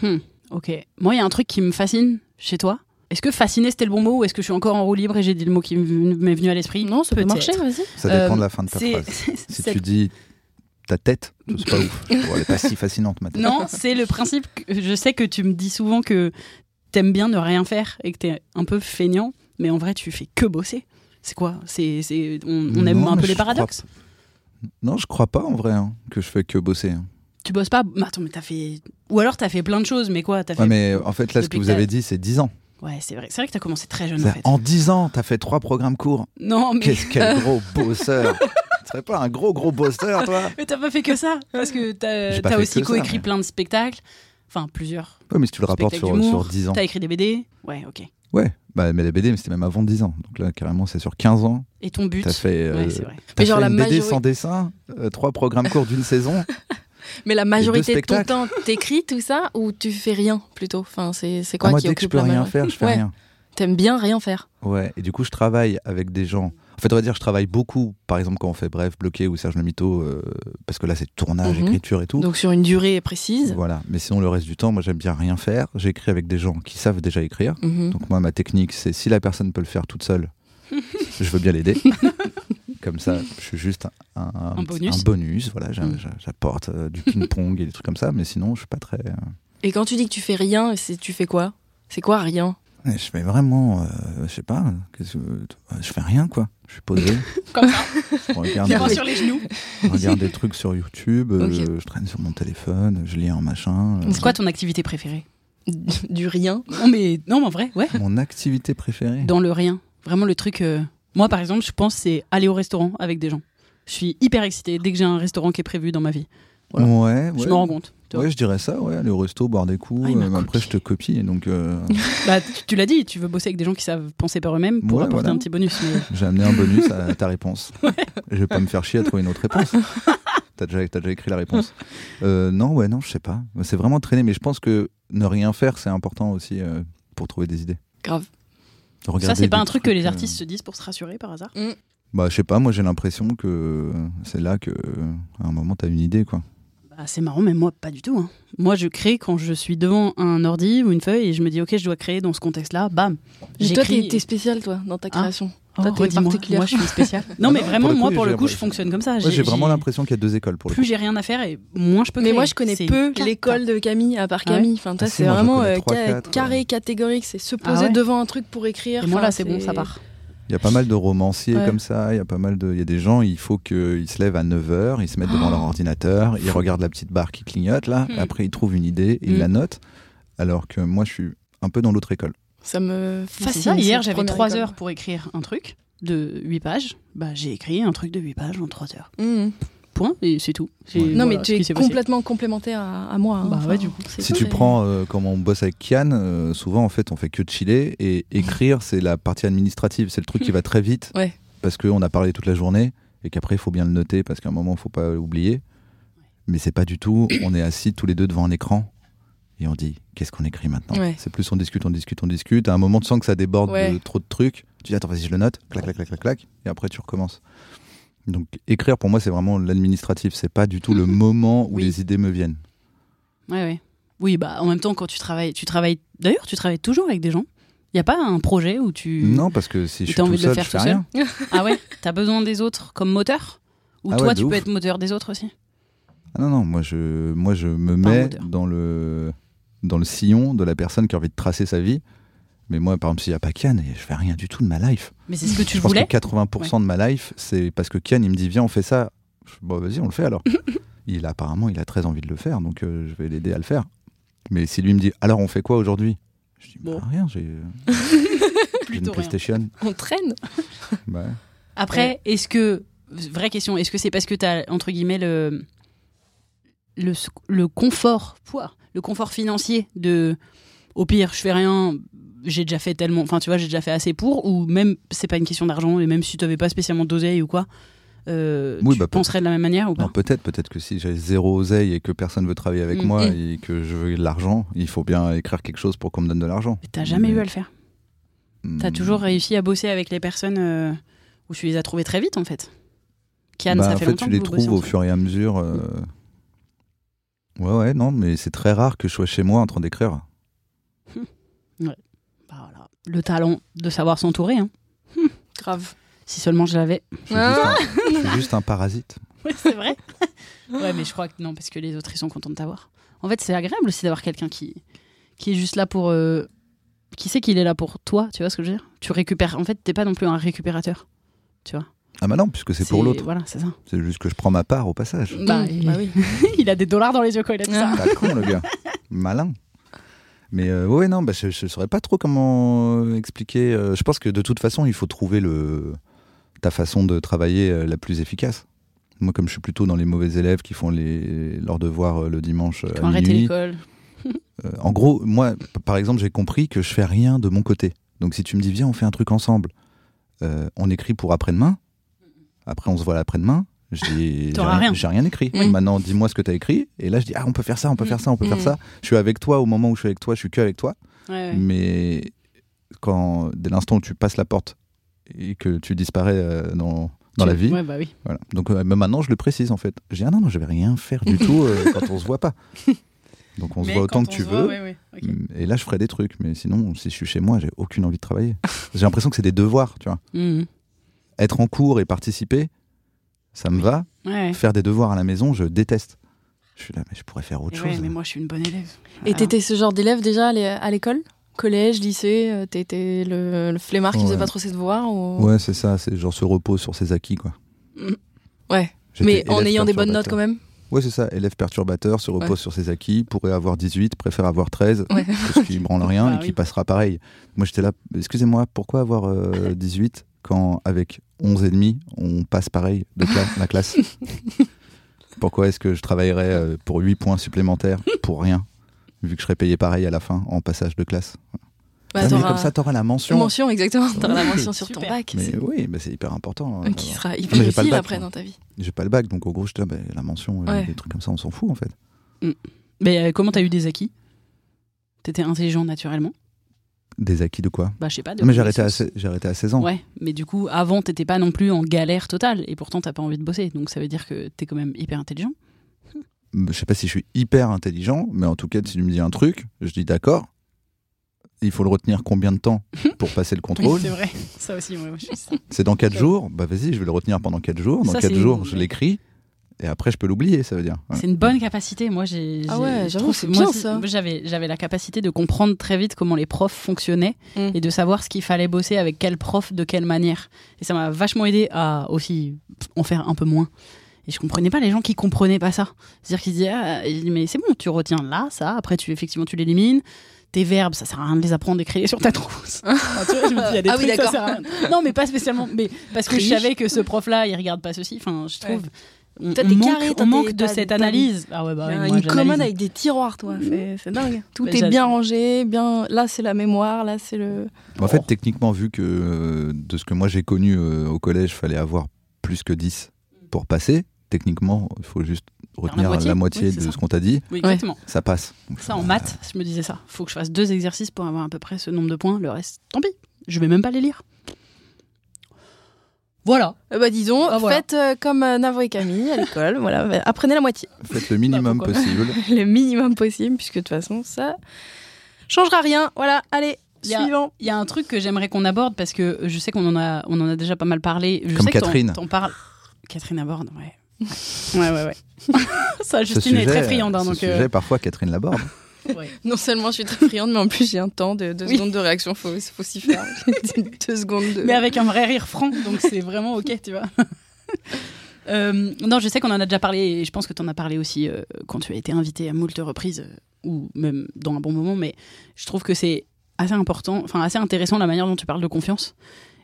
[SPEAKER 1] Ok. Moi, il y a un truc qui me fascine chez toi. Est-ce que fasciner c'était le bon mot ou est-ce que je suis encore en roue libre et j'ai dit le mot qui m- m'est venu à l'esprit
[SPEAKER 2] Non, ça peut
[SPEAKER 1] Peut-être.
[SPEAKER 2] marcher, vas-y.
[SPEAKER 3] Ça dépend
[SPEAKER 1] Euh,
[SPEAKER 3] de la fin de ta
[SPEAKER 1] C'est.
[SPEAKER 3] phrase. Si tu dis ta tête, je sais pas ouf. Je sais pas, elle est pas si fascinante, ma tête.
[SPEAKER 1] Non, c'est le principe. Que je sais que tu me dis souvent que t'aimes bien ne rien faire et que t'es un peu feignant, mais en vrai, tu fais que bosser. C'est quoi C'est c'est- on, on aime
[SPEAKER 3] Non,
[SPEAKER 1] un
[SPEAKER 3] mais
[SPEAKER 1] peu les
[SPEAKER 3] je crois
[SPEAKER 1] paradoxes.
[SPEAKER 3] Non, je crois pas en vrai hein, que je fais que bosser. hein.
[SPEAKER 1] Tu bosses pas Bah, Attends, mais t'as fait ou alors t'as fait plein de choses, mais quoi T'as fait
[SPEAKER 3] Ouais, mais en fait, là, ce
[SPEAKER 1] Depuis
[SPEAKER 3] que
[SPEAKER 1] que
[SPEAKER 3] vous
[SPEAKER 1] t'as-
[SPEAKER 3] avez dit, c'est 10 ans.
[SPEAKER 1] Ouais, c'est vrai. C'est vrai que t'as commencé très jeune en
[SPEAKER 3] C'est-à-dire,
[SPEAKER 1] fait.
[SPEAKER 3] En 10 ans, t'as fait trois programmes courts.
[SPEAKER 1] Non, mais,
[SPEAKER 3] Qu'est-ce quel gros bosseur Tu serais pas un gros, gros bosseur, toi
[SPEAKER 1] mais t'as pas fait que ça parce que t'as
[SPEAKER 3] J'ai pas
[SPEAKER 1] t'as
[SPEAKER 3] fait
[SPEAKER 1] aussi
[SPEAKER 3] que ça,
[SPEAKER 1] coécrit
[SPEAKER 3] mais-
[SPEAKER 1] plein de spectacles, enfin plusieurs.
[SPEAKER 3] Ouais, mais si tu le rapportes sur,
[SPEAKER 1] Spectacle d'humour,
[SPEAKER 3] sur 10 ans.
[SPEAKER 1] T'as écrit des BD. Ouais, ok.
[SPEAKER 3] Ouais, bah, mais les BD, mais c'était même avant 10 ans. Donc là, carrément, c'est sur 15 ans.
[SPEAKER 1] Et ton but
[SPEAKER 3] T'as fait, euh,
[SPEAKER 1] Ouais, c'est vrai.
[SPEAKER 3] t'as
[SPEAKER 2] Mais genre,
[SPEAKER 3] fait
[SPEAKER 2] la
[SPEAKER 3] une BD
[SPEAKER 2] majorité-
[SPEAKER 3] sans dessin, euh, trois programmes courts d'une saison.
[SPEAKER 2] Mais la majorité de ton
[SPEAKER 3] spectacles.
[SPEAKER 2] temps, t'écris tout ça ou tu fais rien plutôt Enfin, c'est c'est
[SPEAKER 3] Ah,
[SPEAKER 2] quoi
[SPEAKER 3] moi,
[SPEAKER 2] qui
[SPEAKER 3] dès que je
[SPEAKER 2] occupe
[SPEAKER 3] peux
[SPEAKER 2] la
[SPEAKER 3] rien
[SPEAKER 2] majorité
[SPEAKER 3] faire, je fais
[SPEAKER 2] Ouais.
[SPEAKER 3] rien.
[SPEAKER 2] T'aimes bien rien faire.
[SPEAKER 3] Ouais, et du coup, je travaille avec des gens. En fait, on va dire, je travaille beaucoup, par exemple, quand on fait Bref, Bloqué ou Serge Le Mito, euh, parce que là, c'est tournage,
[SPEAKER 2] Mhm.
[SPEAKER 3] écriture et tout.
[SPEAKER 2] Donc sur une durée précise.
[SPEAKER 3] Voilà, mais sinon, le reste du temps, moi, j'aime bien rien faire. J'écris avec des gens qui savent déjà écrire.
[SPEAKER 2] Mhm.
[SPEAKER 3] Donc, moi, ma technique, c'est si la personne peut le faire toute seule, je veux bien l'aider. Comme ça, je suis juste un, un-
[SPEAKER 1] Un bonus.
[SPEAKER 3] un bonus, Voilà, j'a-
[SPEAKER 1] Mhm.
[SPEAKER 3] j'a- j'apporte euh, du ping-pong et des trucs comme ça, mais sinon, je suis pas très. euh,
[SPEAKER 2] Et quand tu dis que tu fais rien, c'est- tu fais quoi C'est quoi rien
[SPEAKER 3] Je fais vraiment, euh, je sais pas, qu'est-ce que- euh, je fais rien, quoi. Je suis posé.
[SPEAKER 1] Comme ça,
[SPEAKER 3] je regarde
[SPEAKER 1] les mains
[SPEAKER 3] des-
[SPEAKER 1] sur les genoux.
[SPEAKER 3] Je regarde des trucs sur YouTube, euh,
[SPEAKER 2] Ok.
[SPEAKER 3] je traîne sur mon téléphone, je lis un machin. euh.
[SPEAKER 1] C'est quoi ton activité préférée
[SPEAKER 2] Du rien
[SPEAKER 1] Non mais non mais en vrai, ouais.
[SPEAKER 3] Mon activité préférée
[SPEAKER 1] Dans le rien, vraiment le truc. euh, Moi par exemple, je pense c'est aller au restaurant avec des gens. Je suis hyper excitée dès que j'ai un restaurant qui est prévu dans ma vie. voilà.
[SPEAKER 3] Ouais, ouais.
[SPEAKER 1] Je me rends compte. tu vois.
[SPEAKER 3] Ouais, je dirais ça, ouais, aller au resto, boire des coups,
[SPEAKER 1] Ah, il m'a
[SPEAKER 3] euh, mais après je te copie, donc euh,
[SPEAKER 1] Bah, tu tu l'as dit, tu veux bosser avec des gens qui savent penser par eux-mêmes pour
[SPEAKER 3] Ouais,
[SPEAKER 1] apporter
[SPEAKER 3] voilà.
[SPEAKER 1] un petit bonus. mais-
[SPEAKER 3] j'ai amené un bonus à ta réponse. Je vais pas me faire chier à trouver une autre réponse. T'as déjà, t'as déjà écrit la réponse. Euh, non, ouais, non, je sais pas. C'est vraiment traîner, mais je pense que ne rien faire, c'est important aussi euh, pour trouver des idées.
[SPEAKER 2] Grave.
[SPEAKER 1] Ça,
[SPEAKER 3] Regarder
[SPEAKER 1] c'est pas
[SPEAKER 3] des
[SPEAKER 1] un truc que les
[SPEAKER 3] euh,
[SPEAKER 1] artistes se disent pour se rassurer par hasard.
[SPEAKER 3] Bah, je sais pas, moi j'ai l'impression que c'est là que, euh, à un moment, t'as une idée, quoi.
[SPEAKER 1] Bah, c'est marrant, mais moi, pas du tout. hein. Moi, je crée quand je suis devant un ordi ou une feuille et je me dis, OK, je dois créer dans ce contexte-là. Bam.
[SPEAKER 2] Et toi, t'es
[SPEAKER 1] J'écris.
[SPEAKER 2] t'es spécial, toi, dans ta création.
[SPEAKER 1] Oh,
[SPEAKER 2] Toi, t'es
[SPEAKER 1] redis-moi.
[SPEAKER 2] particulière.
[SPEAKER 1] Moi, je suis spéciale. non,
[SPEAKER 3] Ah
[SPEAKER 1] mais
[SPEAKER 3] non,
[SPEAKER 1] vraiment,
[SPEAKER 3] pour le
[SPEAKER 1] moi,
[SPEAKER 3] coup,
[SPEAKER 1] pour le
[SPEAKER 3] j'ai-
[SPEAKER 1] coup, je fonctionne comme ça.
[SPEAKER 3] Ouais, j'ai vraiment l'impression qu'il y a deux écoles pour le
[SPEAKER 1] Plus
[SPEAKER 3] coup.
[SPEAKER 1] j'ai rien à faire et moins je peux créer.
[SPEAKER 2] Mais moi, je connais
[SPEAKER 1] C'est
[SPEAKER 2] peu
[SPEAKER 1] cata.
[SPEAKER 2] l'école de Camille, à part Camille. Enfin, toi,
[SPEAKER 3] Ah si,
[SPEAKER 2] c'est
[SPEAKER 3] moi, je
[SPEAKER 2] vraiment
[SPEAKER 3] connais
[SPEAKER 2] euh,
[SPEAKER 3] trois,
[SPEAKER 2] ca-
[SPEAKER 3] quatre,
[SPEAKER 2] carré,
[SPEAKER 3] euh.
[SPEAKER 2] catégorique. C'est se
[SPEAKER 1] Ah
[SPEAKER 2] poser
[SPEAKER 1] ouais
[SPEAKER 2] devant un truc pour écrire.
[SPEAKER 1] Et moi,
[SPEAKER 2] Enfin,
[SPEAKER 1] là, c'est bon, ça part.
[SPEAKER 3] Il y a pas mal de romanciers
[SPEAKER 2] Ouais.
[SPEAKER 3] comme ça, il y a pas mal de il y a des gens, il faut qu'ils se lèvent à 9h, ils se mettent devant leur ordinateur, ils regardent la petite barre qui clignote là,
[SPEAKER 1] Ah. Hmm.
[SPEAKER 3] après ils trouvent une idée, ils
[SPEAKER 1] Hmm.
[SPEAKER 3] la notent alors que moi je suis un peu dans l'autre école.
[SPEAKER 2] Ça me
[SPEAKER 1] Facile.
[SPEAKER 2] fascine,
[SPEAKER 1] Hier,
[SPEAKER 2] cette
[SPEAKER 1] j'avais
[SPEAKER 2] première
[SPEAKER 1] trois
[SPEAKER 2] école.
[SPEAKER 1] heures pour écrire un truc. de 8 pages, bah, j'ai écrit un truc de 8 pages en 3 heures.
[SPEAKER 2] Mhm.
[SPEAKER 1] Point, et c'est tout. C'est-
[SPEAKER 3] Ouais.
[SPEAKER 2] Non, mais
[SPEAKER 1] voilà
[SPEAKER 2] tu
[SPEAKER 1] ce qui
[SPEAKER 2] es
[SPEAKER 1] s'est passé.
[SPEAKER 2] complètement complémentaire à, à moi. hein,
[SPEAKER 1] Bah
[SPEAKER 2] enfin.
[SPEAKER 1] ouais, du coup.
[SPEAKER 2] c'est
[SPEAKER 3] Si
[SPEAKER 2] ça,
[SPEAKER 3] tu
[SPEAKER 2] mais-
[SPEAKER 3] prends, euh, comme on bosse avec Kian, euh, souvent en fait on fait que de chiller et écrire c'est la partie administrative, c'est le truc qui va très vite
[SPEAKER 2] Mhm. Ouais.
[SPEAKER 3] parce qu'on a parlé toute la journée et qu'après il faut bien le noter parce qu'à un moment il faut pas oublier. Mais c'est pas du tout, on est assis tous les deux devant un écran et on dit qu'est-ce qu'on écrit maintenant
[SPEAKER 2] Ouais.
[SPEAKER 3] C'est plus on discute, on discute, on discute. À un moment tu sens que ça déborde de
[SPEAKER 2] Ouais.
[SPEAKER 3] trop de trucs, tu dis attends vas-y je le note, clac clac clac clac clac et après tu recommences. Donc écrire pour moi c'est vraiment l'administratif, c'est pas du tout le moment où
[SPEAKER 2] Oui.
[SPEAKER 3] les idées me viennent.
[SPEAKER 1] Ouais, ouais. Oui, bah, en même temps, quand tu travailles, tu travailles. D'ailleurs, tu travailles toujours avec des gens. Il n'y a pas un projet où tu.
[SPEAKER 3] Non, parce que si je
[SPEAKER 1] Et
[SPEAKER 3] suis
[SPEAKER 1] t'as envie
[SPEAKER 3] tout
[SPEAKER 1] de le faire
[SPEAKER 3] seul, je fais
[SPEAKER 1] tout seul
[SPEAKER 3] rien.
[SPEAKER 1] Ah ouais T'as besoin des autres comme moteur Ou
[SPEAKER 3] Ah
[SPEAKER 1] toi,
[SPEAKER 3] ouais, de
[SPEAKER 1] tu
[SPEAKER 3] ouf.
[SPEAKER 1] peux être moteur des autres aussi
[SPEAKER 3] Ah non, non, moi je, moi je me
[SPEAKER 1] Pas un
[SPEAKER 3] mets
[SPEAKER 1] moteur.
[SPEAKER 3] dans le, dans le sillon de la personne qui a envie de tracer sa vie. Mais moi, par exemple, s'il n'y a pas Kian, je fais rien du tout de ma life.
[SPEAKER 1] Mais c'est ce que tu
[SPEAKER 3] je pense que
[SPEAKER 1] voulais
[SPEAKER 3] 80% de ma life, c'est parce que Kian, il me dit, viens, on fait ça. Je fais, bon, vas-y, on le fait alors. il a, apparemment, il a très envie de le faire, donc euh, je vais l'aider à le faire. Mais si lui me dit, alors on fait quoi aujourd'hui Je dis, bah,
[SPEAKER 1] Bon.
[SPEAKER 3] rien, j'ai j'ai une
[SPEAKER 1] Plutôt rien.
[SPEAKER 3] PlayStation.
[SPEAKER 2] On traîne.
[SPEAKER 3] Bah,
[SPEAKER 1] Après, est-ce que. Vraie question, est-ce que c'est parce que t'as, entre guillemets, le. Le, s- le confort, pouah, le confort financier de. Au pire, je fais rien, j'ai déjà fait tellement. Enfin, tu vois, j'ai déjà fait assez pour, ou même, c'est pas une question d'argent, et même si t'avais pas spécialement d'oseille ou quoi, euh,
[SPEAKER 3] Oui,
[SPEAKER 1] tu
[SPEAKER 3] bah, peut-
[SPEAKER 1] penserais de la même manière ou pas
[SPEAKER 3] Non, peut-être, peut-être que si j'ai zéro oseille et que personne veut travailler avec
[SPEAKER 1] Mm.
[SPEAKER 3] moi
[SPEAKER 2] Mm.
[SPEAKER 3] et que je veux de l'argent, il faut bien écrire quelque chose pour qu'on me donne de l'argent.
[SPEAKER 1] Mais t'as jamais
[SPEAKER 3] Mais-
[SPEAKER 1] eu à le faire. T'as
[SPEAKER 3] Mm.
[SPEAKER 1] toujours réussi à bosser avec les personnes euh, où tu les as trouvées très vite, en fait. Kian,
[SPEAKER 3] Bah,
[SPEAKER 1] ça
[SPEAKER 3] en
[SPEAKER 1] fait,
[SPEAKER 3] fait,
[SPEAKER 1] longtemps
[SPEAKER 3] tu
[SPEAKER 1] que
[SPEAKER 3] les
[SPEAKER 1] vous bossez
[SPEAKER 3] trouves au
[SPEAKER 1] ensemble.
[SPEAKER 3] fur et à mesure. euh, Ouais, ouais, non, mais c'est très rare que je sois chez moi en train d'écrire.
[SPEAKER 1] Bah, voilà. Le talent de savoir s'entourer. hein.
[SPEAKER 2] Grave.
[SPEAKER 1] Si seulement je l'avais.
[SPEAKER 3] Je suis,
[SPEAKER 2] Ah.
[SPEAKER 3] juste, un, je suis juste un parasite.
[SPEAKER 1] Oui, c'est vrai. ouais, mais je crois que non, parce que les autres, ils sont contents de t'avoir. En fait, c'est agréable aussi d'avoir quelqu'un qui, qui est juste là pour. euh, Qui sait qu'il est là pour toi, tu vois ce que je veux dire Tu récupères. En fait, t'es pas non plus un récupérateur. Tu vois
[SPEAKER 3] Ah bah non, puisque c'est pour l'autre.
[SPEAKER 1] Voilà, c'est ça.
[SPEAKER 3] C'est juste que je prends ma part au passage.
[SPEAKER 1] Bah,
[SPEAKER 2] Mmh,
[SPEAKER 1] il-
[SPEAKER 2] bah oui.
[SPEAKER 1] il a des dollars dans les yeux quand il a dit ça.
[SPEAKER 3] Pas con, le gars. Malin. Mais euh, ouais, non, bah, je ne saurais pas trop comment euh, expliquer. Euh, je pense que de toute façon, il faut trouver le, ta façon de travailler euh, la plus efficace. Moi, comme je suis plutôt dans les mauvais élèves qui font les, leurs devoirs euh, le dimanche euh,
[SPEAKER 1] Quand
[SPEAKER 3] à
[SPEAKER 1] arrêter
[SPEAKER 3] minuit,
[SPEAKER 1] l'école.
[SPEAKER 3] euh, en gros, moi, p- par exemple, j'ai compris que je fais rien de mon côté. Donc, si tu me dis, viens, on fait un truc ensemble, euh, on écrit pour après-demain, après, on se voit l'après-demain, je dis, j'ai
[SPEAKER 1] T'auras
[SPEAKER 3] rien,
[SPEAKER 1] rien.
[SPEAKER 3] j'ai rien écrit.
[SPEAKER 2] Oui.
[SPEAKER 3] Maintenant, dis-moi ce que t'as écrit. Et là, je dis, ah, on peut faire ça, on peut faire ça, on peut faire
[SPEAKER 2] Mm.
[SPEAKER 3] ça. Je suis avec toi au moment où je suis avec toi, je suis que avec toi.
[SPEAKER 1] Ouais, ouais.
[SPEAKER 3] Mais quand, dès l'instant où tu passes la porte et que tu disparais euh, dans, dans
[SPEAKER 1] Tu-
[SPEAKER 3] la vie,
[SPEAKER 1] Ouais, bah oui.
[SPEAKER 3] voilà. Donc, euh, même maintenant, je le précise, en fait. Je dis, ah non, non, je vais rien faire du tout euh, quand on se voit pas. Donc, on se voit autant que tu veux. Mm, Et là, je ferai des trucs, mais sinon, si je suis chez moi, j'ai aucune envie de travailler. j'ai l'impression que c'est des devoirs, tu vois.
[SPEAKER 1] Mhm.
[SPEAKER 3] Être en cours et participer, ça me va.
[SPEAKER 1] Ouais.
[SPEAKER 3] Faire des devoirs à la maison, je déteste. Je suis là, mais je pourrais faire autre
[SPEAKER 1] Et
[SPEAKER 3] chose.
[SPEAKER 1] ouais, mais moi, je suis une bonne élève.
[SPEAKER 2] Et
[SPEAKER 1] Alors,
[SPEAKER 2] t'étais ce genre d'élève déjà à l'é- à l'école Collège, lycée euh, T'étais le, le flemmard qui
[SPEAKER 3] Ouais.
[SPEAKER 2] faisait pas trop ses devoirs ou...
[SPEAKER 3] Ouais, c'est ça, c'est genre se repose sur ses acquis, quoi.
[SPEAKER 2] Ouais.
[SPEAKER 3] J'étais
[SPEAKER 2] Mais en
[SPEAKER 3] élève
[SPEAKER 2] ayant des bonnes notes quand
[SPEAKER 3] perturbateur.
[SPEAKER 2] même
[SPEAKER 3] Ouais, c'est ça, élève perturbateur, se repose
[SPEAKER 2] Ouais.
[SPEAKER 3] sur ses acquis, pourrait avoir 18, préfère avoir 13,
[SPEAKER 2] Ouais.
[SPEAKER 3] parce qu'il branle rien
[SPEAKER 1] Bah
[SPEAKER 3] et
[SPEAKER 1] oui.
[SPEAKER 3] qui passera pareil. Moi, j'étais là, excusez-moi, pourquoi avoir euh, 18 quand avec 11 et demi, on passe pareil de cla- la classe Pourquoi est-ce que je travaillerais euh, pour 8 points supplémentaires pour rien Vu que je serais payé pareil à la fin en passage de classe.
[SPEAKER 2] Bah,
[SPEAKER 3] Ah, mais
[SPEAKER 2] t'auras
[SPEAKER 3] comme ça, t'auras la mention.
[SPEAKER 2] mention, exactement. T'auras la
[SPEAKER 3] Oui.
[SPEAKER 2] mention sur ton
[SPEAKER 1] Super.
[SPEAKER 2] bac.
[SPEAKER 3] Mais
[SPEAKER 2] c'est-
[SPEAKER 3] oui, bah, c'est hyper important. euh,
[SPEAKER 2] euh, Qui
[SPEAKER 3] d'avoir-
[SPEAKER 2] sera
[SPEAKER 3] Mais
[SPEAKER 2] hyper
[SPEAKER 3] j'ai pas le
[SPEAKER 2] utile
[SPEAKER 3] bac,
[SPEAKER 2] après
[SPEAKER 3] moi.
[SPEAKER 2] dans ta vie.
[SPEAKER 3] J'ai pas le bac, donc en gros, j'étais là, bah, la mention, euh,
[SPEAKER 2] Ouais.
[SPEAKER 3] des trucs comme ça, on s'en fout en fait.
[SPEAKER 1] Mais euh, comment t'as eu des acquis T'étais intelligent naturellement
[SPEAKER 3] Des acquis de quoi
[SPEAKER 1] Bah, je sais pas. de
[SPEAKER 3] Mais j'ai arrêté, à
[SPEAKER 1] connaissances.
[SPEAKER 3] se- j'ai arrêté à 16 ans.
[SPEAKER 1] Ouais, mais du coup, avant, t'étais pas non plus en galère totale, et pourtant, t'as pas envie de bosser, donc ça veut dire que t'es quand même hyper intelligent.
[SPEAKER 3] je sais pas si je suis hyper intelligent, mais en tout cas, si tu me dis un truc, je dis d'accord. Il faut le retenir combien de temps pour passer le contrôle
[SPEAKER 1] vrai, ça aussi, moi, je ça.
[SPEAKER 3] C'est dans 4 jours Bah vas-y, je vais le retenir pendant 4 jours. Dans
[SPEAKER 1] Ça,
[SPEAKER 3] 4
[SPEAKER 1] c'est-
[SPEAKER 3] jours, je l'écris. Et après, je peux l'oublier, ça veut dire. Ouais.
[SPEAKER 1] C'est une bonne capacité, moi, j'ai.
[SPEAKER 2] Ah
[SPEAKER 1] j'ai-
[SPEAKER 2] ouais,
[SPEAKER 1] je
[SPEAKER 2] j'avoue,
[SPEAKER 1] trouve
[SPEAKER 2] c'est
[SPEAKER 1] que moi,
[SPEAKER 2] bien,
[SPEAKER 1] c'est-
[SPEAKER 2] ça.
[SPEAKER 1] moi, J'avais, j'avais la capacité de comprendre très vite comment les profs fonctionnaient
[SPEAKER 2] Mm.
[SPEAKER 1] et de savoir ce qu'il fallait bosser avec quel prof, de quelle manière. Et ça m'a vachement aidé à aussi en faire un peu moins. Et je comprenais pas les gens qui comprenaient pas ça. C'est-à-dire qu'ils disaient, ah, mais c'est bon, tu retiens là, ça, après tu effectivement tu l'élimines, tes verbes, ça sert à rien de les apprendre, d'écrire sur ta trousse. Enfin, tu vois, je me dis, il y a des
[SPEAKER 4] Ah oui,
[SPEAKER 1] trucs, ça
[SPEAKER 4] d'accord.
[SPEAKER 1] sert à rien. Non, mais pas spécialement. Mais parce que je
[SPEAKER 4] Triche.
[SPEAKER 1] savais que ce prof-là, il regarde pas ceci. Enfin, je trouve. On,
[SPEAKER 4] Toi,
[SPEAKER 1] on
[SPEAKER 4] t'es
[SPEAKER 1] manque,
[SPEAKER 4] carré, toi,
[SPEAKER 1] on manque
[SPEAKER 4] t'es-
[SPEAKER 1] de
[SPEAKER 4] t'as-
[SPEAKER 1] cette
[SPEAKER 4] t'as une-
[SPEAKER 1] analyse. Ah ouais, bah oui,
[SPEAKER 4] une
[SPEAKER 1] moi,
[SPEAKER 2] une
[SPEAKER 1] j'analyse.
[SPEAKER 2] commode avec des tiroirs, toi. C'est c'est dingue. Tout
[SPEAKER 1] Bah,
[SPEAKER 2] est
[SPEAKER 1] j'ad-
[SPEAKER 2] bien rangé, bien. Là, c'est la mémoire, là, c'est le.
[SPEAKER 3] En fait, techniquement, vu que euh, de ce que moi j'ai connu euh, au collège, fallait avoir plus que 10 pour passer, techniquement, il faut juste retenir la moitié,
[SPEAKER 1] Mm. moitié. Oui, c'est
[SPEAKER 3] de
[SPEAKER 1] ça.
[SPEAKER 3] ce qu'on t'a dit,
[SPEAKER 1] Oui, exactement.
[SPEAKER 3] ça passe. Donc,
[SPEAKER 1] Ça, en
[SPEAKER 3] euh,
[SPEAKER 1] maths, je me disais ça. Faut que je fasse deux exercices pour avoir à peu près ce nombre de points. Le reste, tant pis. Je vais même pas les lire. Voilà.
[SPEAKER 2] Euh, bah, disons,
[SPEAKER 1] Ah, voilà.
[SPEAKER 2] faites euh, comme euh, Navo et Camille à l'école. voilà, bah, apprenez la moitié,
[SPEAKER 3] Faites le minimum
[SPEAKER 1] Bah, pourquoi
[SPEAKER 3] possible.
[SPEAKER 2] le minimum possible, puisque de toute façon, ça changera rien. Voilà, allez,
[SPEAKER 1] Y a-
[SPEAKER 2] suivant.
[SPEAKER 1] Il y a un truc que j'aimerais qu'on aborde parce que je sais qu'on en a, on en a déjà pas mal parlé. Je
[SPEAKER 3] Comme
[SPEAKER 1] sais que t'en-
[SPEAKER 3] Catherine.
[SPEAKER 1] T'en parles. Catherine aborde, ouais. Ouais, ouais, ouais. ça,
[SPEAKER 3] Ce
[SPEAKER 1] Justine
[SPEAKER 3] sujet,
[SPEAKER 1] est très friande. hein,
[SPEAKER 3] ce
[SPEAKER 1] donc, euh,
[SPEAKER 3] sujet, parfois, Catherine Laborde.
[SPEAKER 1] ouais.
[SPEAKER 2] Non seulement je suis très friande, mais en plus j'ai un temps de deux
[SPEAKER 1] Oui.
[SPEAKER 2] secondes de réaction, faut, faut s'y faire. deux secondes de.
[SPEAKER 1] Mais avec un vrai rire franc, donc c'est vraiment ok, tu vois. Euh, non, je sais qu'on en a déjà parlé et je pense que tu en as parlé aussi euh, quand tu as été invité à moult reprises euh, ou même dans un bon moment, mais je trouve que c'est assez important, enfin assez intéressant la manière dont tu parles de confiance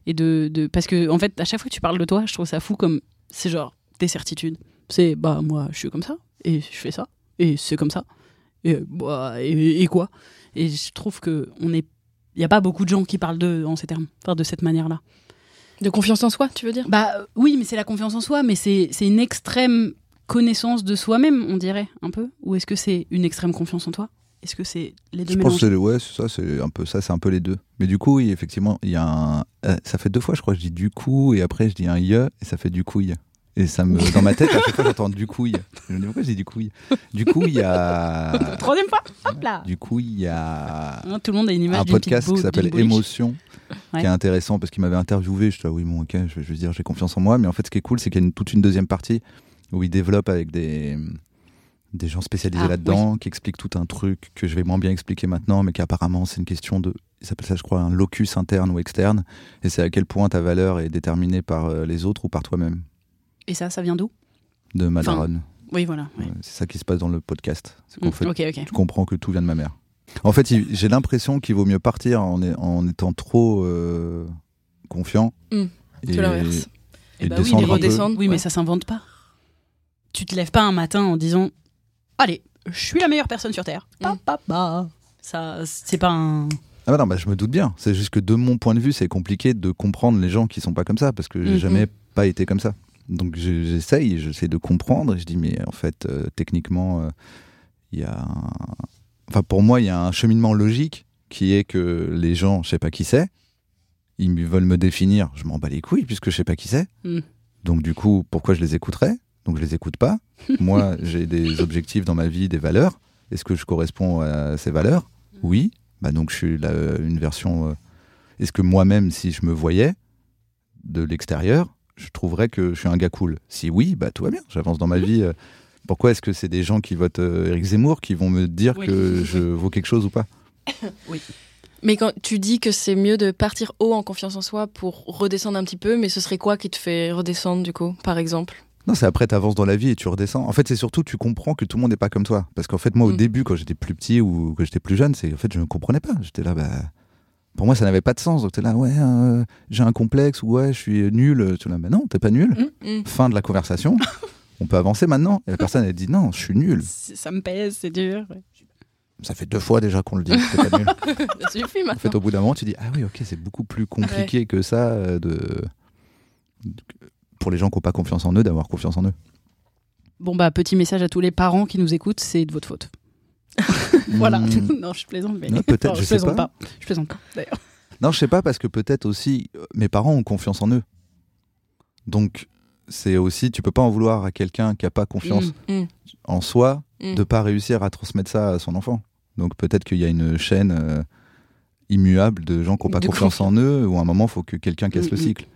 [SPEAKER 1] et de, de- parce que en fait à chaque fois que tu parles de toi, je trouve ça fou comme c'est genre tes certitudes, c'est bah moi je suis comme ça et je fais ça et c'est comme ça et euh, bah, et, et quoi et je trouve que on est il n'y a pas beaucoup de gens qui parlent de en ces termes, enfin, de cette manière-là.
[SPEAKER 2] De confiance en soi, tu veux dire
[SPEAKER 1] Bah euh, oui, mais c'est la confiance en soi, mais c'est c'est une extrême connaissance de soi-même, on dirait, un peu. Ou est-ce que c'est une extrême confiance en toi Est-ce que c'est les deux
[SPEAKER 3] Je pense que
[SPEAKER 1] mélangés
[SPEAKER 3] c'est ouais, c'est ça, c'est un peu ça, c'est un peu les deux. Mais du coup, oui, effectivement, il y a un. euh, Ça fait deux fois, je crois, que je dis du coup, et après, je dis un ye, et ça fait du couille. Et ça me. Dans ma tête, à chaque fois, j'entends du couille. Je me dis pourquoi je dis du couille Du coup, il y a.
[SPEAKER 1] Troisième fois Hop là
[SPEAKER 3] Du coup, il y a.
[SPEAKER 1] Hein, Tout le monde a une image
[SPEAKER 3] un
[SPEAKER 1] d'une petite
[SPEAKER 3] podcast
[SPEAKER 1] bou-
[SPEAKER 3] qui s'appelle
[SPEAKER 1] d'une bouliche.
[SPEAKER 3] Émotion,
[SPEAKER 1] Ouais.
[SPEAKER 3] qui est intéressant parce qu'il m'avait interviewé. Je dis, ah oui, bon, ok, je, vais- je vais dire, j'ai confiance en moi. Mais en fait, ce qui est cool, c'est qu'il y a une- toute une deuxième partie où il développe avec des, des gens spécialisés
[SPEAKER 1] Ah,
[SPEAKER 3] là-dedans, qui expliquent tout un truc que je vais moins bien expliquer maintenant, mais qui apparemment, c'est une question de. Il s'appelle ça, je crois, un locus interne ou externe. Et c'est à quel point ta valeur est déterminée par euh, les autres ou par toi-même,
[SPEAKER 1] Et ça, ça vient d'où
[SPEAKER 3] de ma
[SPEAKER 1] Enfin,
[SPEAKER 3] daronne.
[SPEAKER 1] Oui, voilà. ouais.
[SPEAKER 3] Ouais, C'est ça qui se passe dans le podcast. C'est qu'on
[SPEAKER 1] Mm,
[SPEAKER 3] fait
[SPEAKER 1] Ok, ok.
[SPEAKER 3] tu comprends que tout vient de ma mère. En fait, il- j'ai l'impression qu'il vaut mieux partir en, est- en étant trop euh, confiant.
[SPEAKER 2] Mm,
[SPEAKER 3] et,
[SPEAKER 2] tout l'inverse.
[SPEAKER 3] et
[SPEAKER 1] Eh bah oui,
[SPEAKER 3] descendre
[SPEAKER 1] mais-
[SPEAKER 3] un peu.
[SPEAKER 2] redescendre.
[SPEAKER 1] Oui, mais
[SPEAKER 2] ouais.
[SPEAKER 1] ça s'invente pas. Tu te lèves pas un matin en disant Allez, je suis la meilleure personne sur Terre.
[SPEAKER 3] Mm.
[SPEAKER 1] Pa, pa, pa. Ça, c'est pas un.
[SPEAKER 3] Ah bah non, bah je me doute bien. C'est juste que de mon point de vue, c'est compliqué de comprendre les gens qui sont pas comme ça parce que j'ai
[SPEAKER 1] Mhm.
[SPEAKER 3] jamais pas été comme ça. Donc je- j'essaye, j'essaie de comprendre. Et je dis mais en fait, euh, techniquement, euh, il y a, un... enfin pour moi, il y a un cheminement logique qui est que les gens, je sais pas qui c'est, ils me- veulent me définir. Je m'en bats les couilles puisque je sais pas qui c'est.
[SPEAKER 1] Mhm.
[SPEAKER 3] Donc du coup, pourquoi je les écouterais Donc je les écoute pas. moi, j'ai des objectifs dans ma vie, des valeurs. Est-ce que je corresponds à ces valeurs Oui. Bah donc je suis la- une version. euh, Est-ce que moi-même, si je me voyais de l'extérieur, je trouverais que je suis un gars cool Si oui, bah tout va bien, j'avance dans ma vie. euh, Pourquoi est-ce que c'est des gens qui votent euh, Éric Zemmour qui vont me dire
[SPEAKER 1] Oui.
[SPEAKER 3] que je vaux quelque chose ou pas
[SPEAKER 2] Mais quand tu dis que c'est mieux de partir haut en confiance en soi pour redescendre un petit peu, mais ce serait quoi qui te fait redescendre du coup, par exemple
[SPEAKER 3] Non, c'est après, tu avances dans la vie et tu redescends. En fait, c'est surtout, tu comprends que tout le monde n'est pas comme toi. Parce qu'en fait, moi, au
[SPEAKER 2] Mm.
[SPEAKER 3] début, quand j'étais plus petit ou que j'étais plus jeune, c'est en fait, je ne comprenais pas. J'étais là, bah. Pour moi, ça n'avait pas de sens. Donc, t'es là, ouais, euh, j'ai un complexe, ou ouais, je suis nul. Tu là, bah non, t'es pas nul.
[SPEAKER 1] Hmm,
[SPEAKER 3] Fin de la conversation. On peut avancer maintenant. Et la personne, elle dit, non, je suis nul.
[SPEAKER 1] c'est- Ça me pèse, c'est dur.
[SPEAKER 3] Ça fait deux fois déjà qu'on le dit. T'es pas nul.
[SPEAKER 2] Ça suffit
[SPEAKER 3] En fait, au bout d'un moment, tu dis, ah oui, ok, c'est beaucoup plus compliqué que ça euh, de. Pour les gens qui n'ont pas confiance en eux, d'avoir confiance en eux.
[SPEAKER 1] Bon bah petit message à tous les parents qui nous écoutent, c'est de votre faute. Voilà.
[SPEAKER 3] Hmm.
[SPEAKER 1] non, je plaisante. Mais...
[SPEAKER 3] Ouais, peut-être, je sais
[SPEAKER 1] plaisante
[SPEAKER 3] pas.
[SPEAKER 1] Je plaisante pas. D'ailleurs.
[SPEAKER 3] Non, je sais pas, parce que peut-être aussi, euh, mes parents ont confiance en eux. Donc, c'est aussi, tu peux pas en vouloir à quelqu'un qui a pas
[SPEAKER 1] Hmm.
[SPEAKER 3] confiance
[SPEAKER 2] Mm, mm.
[SPEAKER 3] en soi
[SPEAKER 2] Mm.
[SPEAKER 3] de pas réussir à transmettre ça à son enfant. Donc, peut-être qu'il y a une chaîne euh, immuable de gens qui n'ont pas
[SPEAKER 2] De
[SPEAKER 3] confiance en eux, ou à un moment, faut que quelqu'un casse le
[SPEAKER 1] Mm, mm.
[SPEAKER 3] cycle.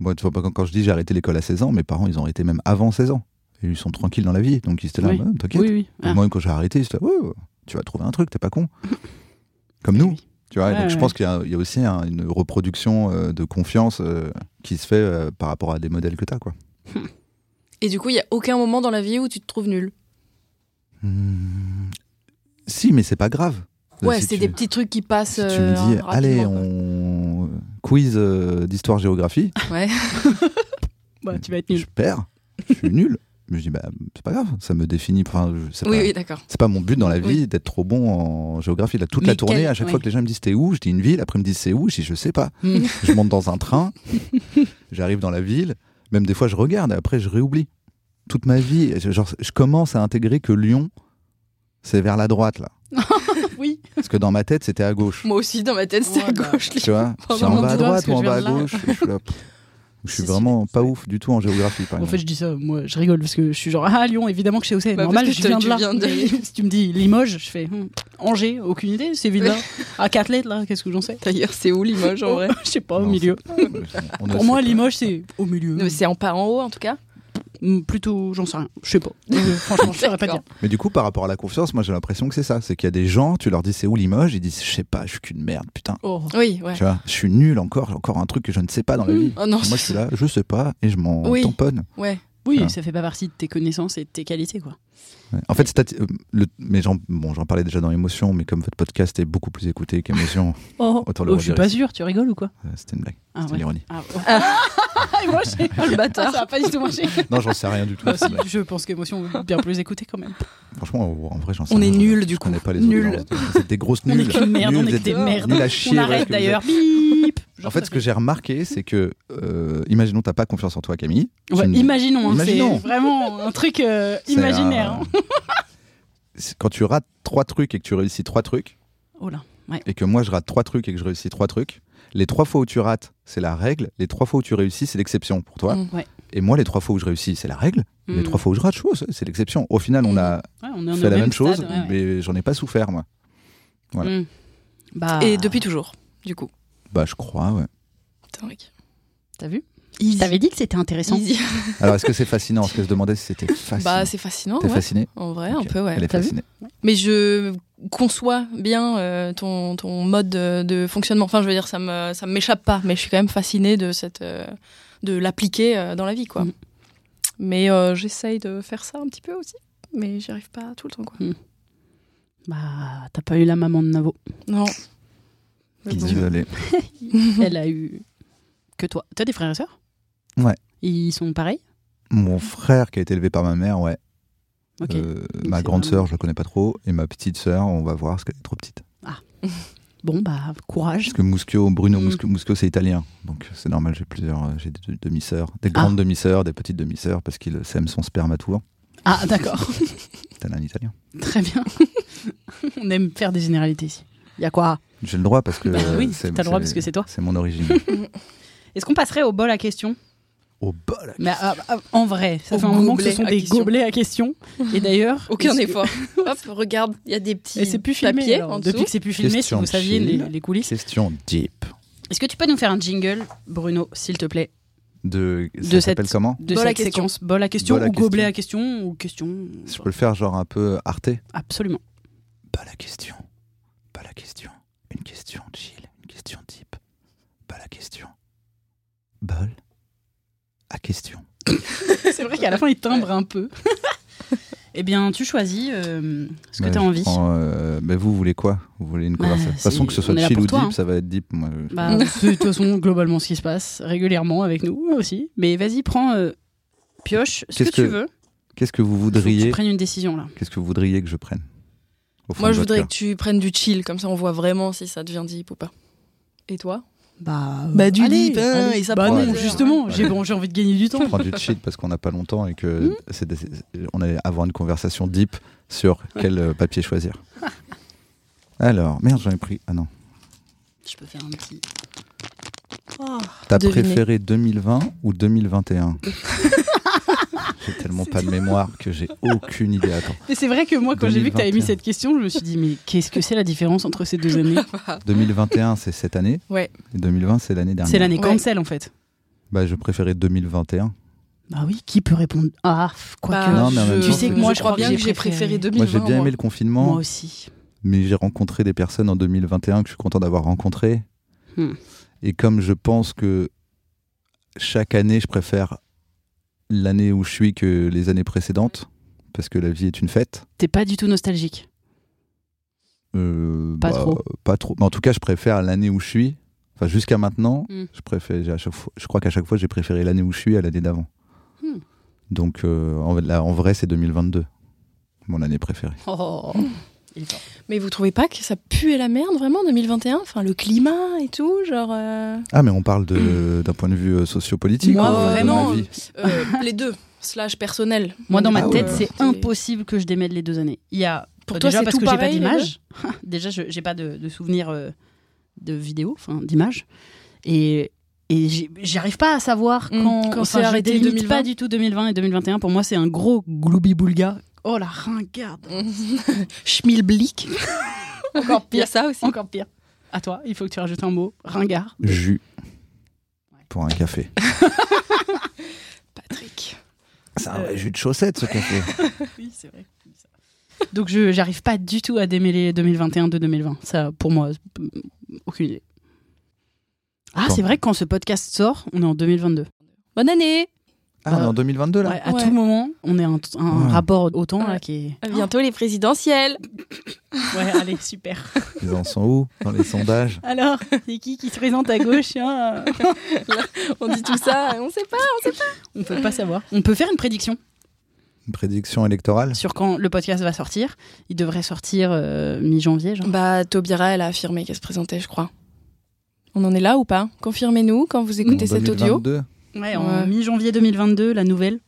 [SPEAKER 3] Moi, tu vois, pas quand, quand je dis j'ai arrêté l'école à 16 ans, mes parents, ils ont arrêté même avant 16 ans. Et ils sont tranquilles dans la vie, donc ils étaient là,
[SPEAKER 1] Oui.
[SPEAKER 3] bah, t'inquiète.
[SPEAKER 1] Oui oui.
[SPEAKER 3] Et
[SPEAKER 1] Ah,
[SPEAKER 3] Moi, quand j'ai arrêté, j'étais là, Oh, tu vas trouver un truc, t'es pas con. Comme nous.
[SPEAKER 1] Eh oui.
[SPEAKER 3] Tu vois,
[SPEAKER 1] Ouais,
[SPEAKER 3] donc je
[SPEAKER 1] ouais.
[SPEAKER 3] pense qu'il y a- il y, a aussi un- une reproduction euh, de confiance euh, qui se fait euh, par rapport à des modèles que tu as. Quoi.
[SPEAKER 2] Et du coup, il y a aucun moment dans la vie où tu te trouves nul.
[SPEAKER 3] Hmm. Si, mais c'est pas grave.
[SPEAKER 2] Ouais,
[SPEAKER 3] si
[SPEAKER 2] c'est
[SPEAKER 3] tu-
[SPEAKER 2] des petits trucs qui passent.
[SPEAKER 3] Si tu
[SPEAKER 2] euh,
[SPEAKER 3] me dis,
[SPEAKER 2] rapidement,
[SPEAKER 3] allez,
[SPEAKER 2] quoi.
[SPEAKER 3] on quiz euh, d'histoire-géographie,
[SPEAKER 2] Ouais.
[SPEAKER 1] Bah, tu vas être Ah,
[SPEAKER 3] je
[SPEAKER 1] nul.
[SPEAKER 3] perds, je suis nul. Mais je dis, bah, c'est pas grave, ça me définit. Enfin, je- c'est
[SPEAKER 2] Oui,
[SPEAKER 3] pas,
[SPEAKER 2] oui, d'accord.
[SPEAKER 3] c'est pas mon but dans la vie
[SPEAKER 2] Oui.
[SPEAKER 3] d'être trop bon en géographie. Là, toute
[SPEAKER 1] Mais
[SPEAKER 3] la tournée,
[SPEAKER 1] quel-
[SPEAKER 3] à chaque
[SPEAKER 1] ouais.
[SPEAKER 3] fois que les gens me disent, t'es où Je dis une ville, après ils me disent, c'est où Je dis, je sais pas.
[SPEAKER 2] Hmm.
[SPEAKER 1] Mm.
[SPEAKER 3] je monte dans un train, j'arrive dans la ville, même des fois je regarde, et après je réoublie. Toute ma vie, je- genre, je commence à intégrer que Lyon, c'est vers la droite, là.
[SPEAKER 1] Oui.
[SPEAKER 3] Parce que dans ma tête, c'était à gauche.
[SPEAKER 2] Moi aussi, dans ma tête, c'était
[SPEAKER 1] Ouais,
[SPEAKER 2] à
[SPEAKER 1] bah.
[SPEAKER 2] gauche.
[SPEAKER 3] Tu vois,
[SPEAKER 2] Pendant
[SPEAKER 3] c'est en
[SPEAKER 2] mon
[SPEAKER 3] bas à
[SPEAKER 2] doigt, parce
[SPEAKER 3] droite
[SPEAKER 2] que
[SPEAKER 3] ou en
[SPEAKER 2] je
[SPEAKER 3] bas à
[SPEAKER 2] viens de là.
[SPEAKER 3] gauche. Je suis, là, pff, je suis
[SPEAKER 2] Si, si.
[SPEAKER 3] vraiment pas ouf du tout en géographie. Par
[SPEAKER 1] En fait,
[SPEAKER 3] exemple.
[SPEAKER 1] je dis ça, moi, je rigole parce que je suis genre ah Lyon, évidemment que je sais où c'est.
[SPEAKER 2] Bah,
[SPEAKER 1] Normal,
[SPEAKER 2] parce que
[SPEAKER 1] je viens
[SPEAKER 2] toi,
[SPEAKER 1] de
[SPEAKER 2] tu
[SPEAKER 1] là.
[SPEAKER 2] viens de-
[SPEAKER 1] Mais si tu me dis Limoges, je fais hmm, Angers, aucune idée, c'est ville là. À quatre lettres là, qu'est-ce que j'en sais
[SPEAKER 2] D'ailleurs, c'est où Limoges
[SPEAKER 1] Oh.
[SPEAKER 2] en vrai
[SPEAKER 1] Je sais pas, au
[SPEAKER 3] Non,
[SPEAKER 1] milieu.
[SPEAKER 3] c'est- on ne
[SPEAKER 1] Pour
[SPEAKER 3] sait
[SPEAKER 1] moi,
[SPEAKER 3] pas.
[SPEAKER 1] Limoges, c'est au milieu.
[SPEAKER 3] Mmh.
[SPEAKER 2] Non, mais C'est en pas en haut en tout cas.
[SPEAKER 1] Hmm, Plutôt, j'en sais rien. Je sais pas. Euh, Franchement, je saurais pas dire.
[SPEAKER 2] D'accord.
[SPEAKER 3] Mais du coup, par rapport à la confiance, moi j'ai l'impression que c'est ça. C'est qu'il y a des gens, tu leur dis c'est où Limoges, ils disent je sais pas, je suis qu'une merde, putain.
[SPEAKER 1] Oh.
[SPEAKER 2] Oui, ouais.
[SPEAKER 3] Tu vois, je suis nul encore, j'ai encore un truc que je ne sais pas dans
[SPEAKER 1] Mmh.
[SPEAKER 3] la vie.
[SPEAKER 2] Oh non,
[SPEAKER 3] Moi je suis là, je sais pas, et je m'en
[SPEAKER 2] Oui.
[SPEAKER 3] tamponne.
[SPEAKER 2] Ouais.
[SPEAKER 1] Oui,
[SPEAKER 3] Voilà.
[SPEAKER 1] ça fait pas partie de tes connaissances et de tes qualités quoi.
[SPEAKER 3] Ouais. En fait, stati- euh, le- mais j'en bon, j'en parlais déjà dans émotion, mais comme votre podcast est beaucoup plus écouté qu'émotion,
[SPEAKER 1] Oh,
[SPEAKER 3] Autant le
[SPEAKER 1] je suis
[SPEAKER 3] redire
[SPEAKER 1] pas
[SPEAKER 3] ici.
[SPEAKER 1] sûr. Tu rigoles ou quoi
[SPEAKER 3] euh, c'était une blague,
[SPEAKER 1] Ah,
[SPEAKER 3] c'était
[SPEAKER 1] ouais.
[SPEAKER 3] une ironie.
[SPEAKER 1] Ah, oh. Et moi, j'ai-
[SPEAKER 2] Oh, le bâtard.
[SPEAKER 1] ça a pas du tout marché.
[SPEAKER 3] Non, j'en sais rien du tout.
[SPEAKER 1] Bah, si,
[SPEAKER 3] c'est une blague.
[SPEAKER 1] je pense qu'émotion est bien plus écoutée quand même.
[SPEAKER 3] Franchement, en- en vrai, j'en sais
[SPEAKER 2] On
[SPEAKER 3] rien,
[SPEAKER 2] est
[SPEAKER 3] je-
[SPEAKER 2] nuls, du
[SPEAKER 3] je
[SPEAKER 2] coup.
[SPEAKER 3] connais pas les
[SPEAKER 1] Nuls.
[SPEAKER 3] autres, genre, Vous êtes des grosses
[SPEAKER 1] On
[SPEAKER 3] nulles.
[SPEAKER 1] est qu'une merde,
[SPEAKER 3] Nulles,
[SPEAKER 1] on
[SPEAKER 3] vous
[SPEAKER 1] est que
[SPEAKER 3] êtes
[SPEAKER 1] des merdes.
[SPEAKER 3] nuls à chier,
[SPEAKER 1] on
[SPEAKER 3] voilà ce
[SPEAKER 1] arrête
[SPEAKER 3] que vous
[SPEAKER 1] d'ailleurs. Bip.
[SPEAKER 3] En fait, ce que j'ai remarqué, c'est que, euh, imaginons, t'as pas confiance en toi, Camille.
[SPEAKER 1] Ouais,
[SPEAKER 3] Tu ne-
[SPEAKER 1] imaginons, hein,
[SPEAKER 3] Imaginons.
[SPEAKER 1] c'est vraiment un truc euh,
[SPEAKER 3] c'est
[SPEAKER 1] imaginaire.
[SPEAKER 3] un-
[SPEAKER 1] hein.
[SPEAKER 3] C'est- Quand tu rates trois trucs et que tu réussis trois trucs,
[SPEAKER 1] Oh là, ouais.
[SPEAKER 3] et que moi je rate trois trucs et que je réussis trois trucs, les trois fois où tu rates, c'est la règle. Les trois fois où tu réussis, c'est l'exception pour toi.
[SPEAKER 2] Mm.
[SPEAKER 1] Ouais.
[SPEAKER 3] Et moi, les trois fois où je réussis, c'est la règle. Les
[SPEAKER 1] Mm.
[SPEAKER 3] trois fois où je rate, chose, c'est l'exception. Au final, on a
[SPEAKER 1] Ouais, on est au
[SPEAKER 3] fait la
[SPEAKER 1] même
[SPEAKER 3] même chose,
[SPEAKER 1] stade, ouais, ouais.
[SPEAKER 3] mais j'en ai pas souffert, moi. voilà.
[SPEAKER 1] Mm. Bah,
[SPEAKER 2] Et depuis toujours, du coup.
[SPEAKER 3] Bah, je crois, ouais.
[SPEAKER 2] Putain, mec.
[SPEAKER 1] t'as vu
[SPEAKER 2] Easy.
[SPEAKER 1] Je t'avais dit que c'était intéressant.
[SPEAKER 2] Easy.
[SPEAKER 3] Alors, est-ce que c'est fascinant Est-ce que se demandait si c'était fascinant
[SPEAKER 2] Bah, c'est fascinant,
[SPEAKER 3] T'es
[SPEAKER 2] ouais.
[SPEAKER 3] fasciné
[SPEAKER 2] En vrai,
[SPEAKER 3] Ok.
[SPEAKER 2] un peu, ouais.
[SPEAKER 3] Elle est
[SPEAKER 1] T'as vu
[SPEAKER 3] fascinée.
[SPEAKER 2] Mais je conçois bien euh, ton, ton mode de, de fonctionnement. Enfin, je veux dire, ça me ça m'échappe pas, mais je suis quand même fascinée de cette euh, de l'appliquer euh, dans la vie, quoi.
[SPEAKER 1] Mm.
[SPEAKER 2] Mais euh, j'essaye de faire ça un petit peu aussi, mais j'y arrive pas tout le temps, quoi.
[SPEAKER 1] Bah, t'as pas eu la maman de Navo.
[SPEAKER 2] Non. Mais bon.
[SPEAKER 3] Désolé.
[SPEAKER 1] Elle a eu que toi. T'as des frères et sœurs
[SPEAKER 3] Ouais.
[SPEAKER 1] Ils sont pareils
[SPEAKER 3] Mon frère qui a été élevé par ma mère, ouais.
[SPEAKER 1] Ok.
[SPEAKER 3] Euh, ma
[SPEAKER 1] c'est
[SPEAKER 3] grande
[SPEAKER 1] vraiment-
[SPEAKER 3] sœur, je la connais pas trop. Et ma petite sœur, on va voir, parce qu'elle est trop petite.
[SPEAKER 1] Bon, bah, courage.
[SPEAKER 3] Parce que Muschio, Bruno
[SPEAKER 1] Mm.
[SPEAKER 3] Muschio, Muschio, c'est italien. Donc c'est normal, j'ai plusieurs. euh, J'ai des demi-sœurs. Des
[SPEAKER 1] Ah.
[SPEAKER 3] grandes demi-sœurs, des petites demi-sœurs, parce qu'il sème son sperme à tour.
[SPEAKER 1] Ah, d'accord.
[SPEAKER 3] T'as un italien.
[SPEAKER 1] Très bien. on aime faire des généralités ici. Y a quoi
[SPEAKER 3] J'ai le droit parce que.
[SPEAKER 1] Bah
[SPEAKER 3] euh,
[SPEAKER 1] oui,
[SPEAKER 3] c'est-
[SPEAKER 1] t'as le droit parce que c'est toi.
[SPEAKER 3] C'est mon origine.
[SPEAKER 1] Est-ce qu'on passerait au bol à questions
[SPEAKER 3] Au bol
[SPEAKER 1] Mais ah, ah, en vrai, ça
[SPEAKER 2] Au
[SPEAKER 1] fait un moment que ce
[SPEAKER 2] gobelet
[SPEAKER 1] sont
[SPEAKER 2] à
[SPEAKER 1] des
[SPEAKER 2] questions.
[SPEAKER 1] gobelets à questions. Et d'ailleurs,
[SPEAKER 2] Aucun
[SPEAKER 1] est-ce que-
[SPEAKER 2] effort. Hop, regarde, il y a des petits
[SPEAKER 1] Et c'est plus filmé.
[SPEAKER 2] papiers
[SPEAKER 1] alors.
[SPEAKER 2] en dessous.
[SPEAKER 1] Depuis que c'est plus filmé, si
[SPEAKER 3] Question
[SPEAKER 1] vous saviez les,
[SPEAKER 3] chill.
[SPEAKER 1] les coulisses.
[SPEAKER 3] Question deep.
[SPEAKER 1] Est-ce que tu peux nous faire un jingle, Bruno, s'il te plaît,
[SPEAKER 3] De. Ça
[SPEAKER 1] De
[SPEAKER 3] s'appelle
[SPEAKER 1] cette-
[SPEAKER 3] comment
[SPEAKER 1] de
[SPEAKER 2] Bol à
[SPEAKER 1] cette
[SPEAKER 2] question.
[SPEAKER 1] séquence Bol à question
[SPEAKER 3] Bol à
[SPEAKER 1] ou
[SPEAKER 3] question.
[SPEAKER 1] gobelet à question ou question
[SPEAKER 3] Je peux le faire genre un peu arté
[SPEAKER 1] Absolument.
[SPEAKER 3] Pas la question. Pas la question. Une question chill. Une question type. Pas la question. Bol. À question.
[SPEAKER 1] C'est vrai qu'à la fin, il timbre un peu. eh bien, tu choisis euh, ce que
[SPEAKER 3] Ouais,
[SPEAKER 1] tu as
[SPEAKER 3] Bah, je
[SPEAKER 1] envie.
[SPEAKER 3] prends, euh, bah, vous voulez quoi Vous voulez une
[SPEAKER 1] Bah,
[SPEAKER 3] conversation De toute façon,
[SPEAKER 1] si,
[SPEAKER 3] que ce
[SPEAKER 1] on
[SPEAKER 3] soit
[SPEAKER 1] est là
[SPEAKER 3] chill
[SPEAKER 1] pour
[SPEAKER 3] ou
[SPEAKER 1] toi,
[SPEAKER 3] deep,
[SPEAKER 1] hein.
[SPEAKER 3] ça va être deep. Moi, je-
[SPEAKER 1] Bah, c'est de toute façon globalement ce qui se passe régulièrement avec nous aussi. Mais vas-y, prends, euh, pioche ce que,
[SPEAKER 3] Qu'est-ce
[SPEAKER 1] tu
[SPEAKER 3] que
[SPEAKER 1] veux.
[SPEAKER 3] Qu'est-ce que vous
[SPEAKER 1] Faut que tu
[SPEAKER 3] voudriez
[SPEAKER 1] prennes une décision là.
[SPEAKER 3] Qu'est-ce que vous voudriez que je prenne Au fond
[SPEAKER 2] Moi,
[SPEAKER 3] de
[SPEAKER 2] je
[SPEAKER 3] votre
[SPEAKER 2] voudrais
[SPEAKER 3] cœur.
[SPEAKER 2] que tu prennes du chill, comme ça on voit vraiment si ça devient deep ou pas. Et toi
[SPEAKER 1] Bah, euh,
[SPEAKER 2] Bah, du
[SPEAKER 1] allez,
[SPEAKER 2] deep, hein,
[SPEAKER 1] allez.
[SPEAKER 2] et ça
[SPEAKER 1] Bah
[SPEAKER 2] prend
[SPEAKER 1] non,
[SPEAKER 3] des heures.
[SPEAKER 1] justement,
[SPEAKER 3] Ouais.
[SPEAKER 1] j'ai bon, j'ai envie de gagner du temps.
[SPEAKER 3] Je prends du chill parce qu'on n'a pas longtemps et que
[SPEAKER 1] Hmm?
[SPEAKER 3] c'est des- on allait avoir une conversation deep sur quel euh, papier choisir. Alors, merde, j'en ai pris. Ah non.
[SPEAKER 1] Je peux faire un petit.
[SPEAKER 2] Oh,
[SPEAKER 3] T'as
[SPEAKER 2] Devinez.
[SPEAKER 3] préféré 2020 ou 2021 J'ai tellement pas de mémoire que j'ai aucune idée. Attends,
[SPEAKER 1] Mais c'est vrai que moi, quand j'ai vu que tu avais mis
[SPEAKER 3] 2021.
[SPEAKER 1] cette question, je me suis dit, mais qu'est-ce que c'est la différence entre ces deux années
[SPEAKER 3] 2021 c'est cette année.
[SPEAKER 2] Ouais.
[SPEAKER 3] Et 2020 c'est l'année dernière.
[SPEAKER 1] C'est l'année
[SPEAKER 2] Ouais.
[SPEAKER 1] cancel, en fait.
[SPEAKER 3] Bah je préférais 2021.
[SPEAKER 1] Bah oui, qui peut répondre Ah, f- quoi
[SPEAKER 2] Bah,
[SPEAKER 1] que.
[SPEAKER 3] Non, mais en même
[SPEAKER 2] je- Tu
[SPEAKER 3] temps,
[SPEAKER 2] sais que moi, je crois bien que j'ai préféré 2020.
[SPEAKER 3] Moi j'ai bien aimé
[SPEAKER 1] Moi
[SPEAKER 3] le confinement,
[SPEAKER 1] aussi.
[SPEAKER 3] mais j'ai rencontré des personnes en 2021 que je suis content d'avoir rencontrées.
[SPEAKER 1] Hmm.
[SPEAKER 3] Et comme je pense que chaque année je préfère l'année où je suis que les années précédentes, parce que la vie est une fête.
[SPEAKER 1] T'es pas du tout nostalgique.
[SPEAKER 3] Euh,
[SPEAKER 1] Pas trop.
[SPEAKER 3] Pas trop. Mais en tout cas, je préfère l'année où je suis. Enfin, jusqu'à maintenant,
[SPEAKER 1] Mm.
[SPEAKER 3] je préfère. j'ai à chaque fois- je crois qu'à chaque fois, j'ai préféré l'année où je suis à l'année d'avant.
[SPEAKER 1] Hmm.
[SPEAKER 3] Donc, euh, en, là, en vrai, c'est 2022, mon année préférée.
[SPEAKER 1] Oh, il est fort.
[SPEAKER 2] Mais vous trouvez pas que ça pue la merde vraiment 2021 Enfin, le climat et tout, genre. euh,
[SPEAKER 3] Ah, mais on parle
[SPEAKER 1] Hmm.
[SPEAKER 3] de- d'un point de vue euh, sociopolitique.
[SPEAKER 2] Moi,
[SPEAKER 3] euh, de
[SPEAKER 2] vraiment,
[SPEAKER 3] ma vie.
[SPEAKER 2] euh, les deux, slash personnel.
[SPEAKER 1] Moi, dans ma
[SPEAKER 3] Ah ouais.
[SPEAKER 1] tête, c'est impossible que je démêle les deux années. Il y a
[SPEAKER 2] Pour
[SPEAKER 1] euh,
[SPEAKER 2] toi,
[SPEAKER 1] déjà
[SPEAKER 2] c'est
[SPEAKER 1] parce
[SPEAKER 2] tout
[SPEAKER 1] que j'ai pas
[SPEAKER 2] pareil, les
[SPEAKER 1] d'image. déjà, je- j'ai pas de, de souvenir euh, de vidéo, enfin d'image. Et et j'ai- j'arrive pas à savoir
[SPEAKER 2] Mm.
[SPEAKER 1] Mmh, quand,
[SPEAKER 2] Quand
[SPEAKER 1] enfin,
[SPEAKER 2] c'est
[SPEAKER 1] je
[SPEAKER 2] arrêté
[SPEAKER 1] délimite
[SPEAKER 2] 2020.
[SPEAKER 1] pas du tout 2020 et 2021. Pour moi, c'est un gros gloubi-boulga. Oh la ringarde.
[SPEAKER 2] Schmilblick.
[SPEAKER 1] Encore
[SPEAKER 2] Il y
[SPEAKER 1] pire.
[SPEAKER 2] a ça aussi.
[SPEAKER 1] Encore pire. À toi, il faut que tu rajoutes un mot. Ringard.
[SPEAKER 3] Jus. Pour un café.
[SPEAKER 2] Patrick.
[SPEAKER 3] C'est
[SPEAKER 1] Euh.
[SPEAKER 3] un vrai jus de chaussette, ce café.
[SPEAKER 1] Oui, c'est vrai. Donc, je j'arrive pas du tout à démêler 2021 de 2020. Ça, pour moi, euh, aucune idée. Ah,
[SPEAKER 3] Bon.
[SPEAKER 1] c'est vrai que quand ce podcast sort, on est en 2022.
[SPEAKER 2] Bonne année
[SPEAKER 3] Ah, on est en 2022 là
[SPEAKER 1] Euh, Ouais, à
[SPEAKER 2] Ouais.
[SPEAKER 1] tout moment, on est un, un
[SPEAKER 3] Ouais.
[SPEAKER 1] rapport au temps là
[SPEAKER 2] Ouais.
[SPEAKER 1] qui est.
[SPEAKER 2] À bientôt les présidentielles
[SPEAKER 1] Ouais, allez, super.
[SPEAKER 3] Ils en sont où Dans les sondages
[SPEAKER 1] Alors, c'est qui qui se présente à gauche hein
[SPEAKER 2] On dit tout ça, on sait pas
[SPEAKER 1] On peut pas savoir. On peut faire une prédiction
[SPEAKER 3] Une prédiction électorale
[SPEAKER 1] sur quand le podcast va sortir. Il devrait sortir euh, mi-janvier, genre.
[SPEAKER 2] Bah, Taubira, elle a affirmé qu'elle se présentait, je crois. On en est là ou pas Confirmez-nous quand vous écoutez
[SPEAKER 3] En
[SPEAKER 2] cet audio.
[SPEAKER 3] 2022,
[SPEAKER 1] Ouais,
[SPEAKER 2] Ouais.
[SPEAKER 1] en mi-janvier 2022, la nouvelle.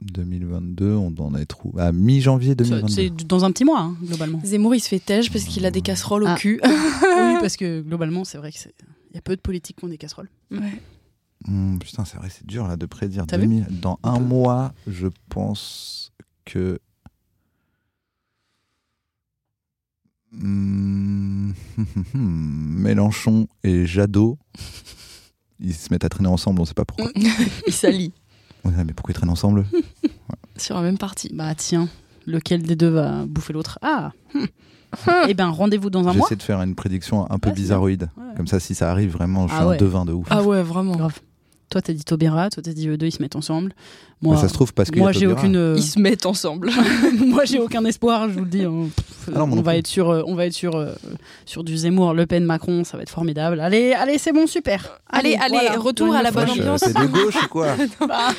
[SPEAKER 3] 2022, on en est trop. À mi-janvier
[SPEAKER 1] Ça,
[SPEAKER 3] 2022.
[SPEAKER 1] C'est dans un petit mois, hein, globalement.
[SPEAKER 2] Zemmour, il se fait têche parce qu'il a des casseroles
[SPEAKER 1] Ah.
[SPEAKER 2] au cul.
[SPEAKER 1] oui, parce que globalement, c'est vrai qu'il y a peu de politiques qui ont des casseroles.
[SPEAKER 3] Hmm, putain, c'est vrai, c'est dur là de prédire.
[SPEAKER 1] T'as vu
[SPEAKER 3] 2000 Dans un mois, je pense que. Hmm, Mélenchon et Jadot, ils se mettent à traîner ensemble, on sait pas pourquoi.
[SPEAKER 2] il
[SPEAKER 1] Mm.
[SPEAKER 2] s'allie
[SPEAKER 3] On est là, mais pourquoi ils traînent ensemble
[SPEAKER 2] sur la même partie.
[SPEAKER 1] Bah tiens, lequel des deux va bouffer l'autre Ah hum.
[SPEAKER 2] Ah.
[SPEAKER 1] Eh ben, rendez-vous dans un mois.
[SPEAKER 3] J'essaie de faire une prédiction un
[SPEAKER 1] Ouais, Ah,
[SPEAKER 3] peu
[SPEAKER 1] c'est
[SPEAKER 3] bizarroïde.
[SPEAKER 1] Ouais.
[SPEAKER 3] Comme ça, si ça arrive vraiment, je
[SPEAKER 1] Ah
[SPEAKER 3] suis
[SPEAKER 1] ouais.
[SPEAKER 3] un devin de ouf.
[SPEAKER 2] Ah ouais, vraiment.
[SPEAKER 1] Grave. Toi, t'as dit Taubira, toi, t'as dit eux deux, ils se mettent ensemble. Moi,
[SPEAKER 3] Mais Bah, ça se trouve parce que.
[SPEAKER 1] moi j'ai aucune. euh,
[SPEAKER 2] Ils se mettent ensemble.
[SPEAKER 1] moi, j'ai aucun espoir, je vous le dis. hein. Pff,
[SPEAKER 3] Ah non, moi
[SPEAKER 1] on,
[SPEAKER 3] non
[SPEAKER 1] va
[SPEAKER 3] plus.
[SPEAKER 1] être sur, euh, on va être sur, euh, sur du Zemmour, Le Pen, Macron, ça va être formidable. Allez, allez, c'est bon, super.
[SPEAKER 2] Allez, allez, retour à la bonne
[SPEAKER 3] Wesh, euh,
[SPEAKER 2] ambiance.
[SPEAKER 3] T'es de gauche ou quoi
[SPEAKER 1] Bah,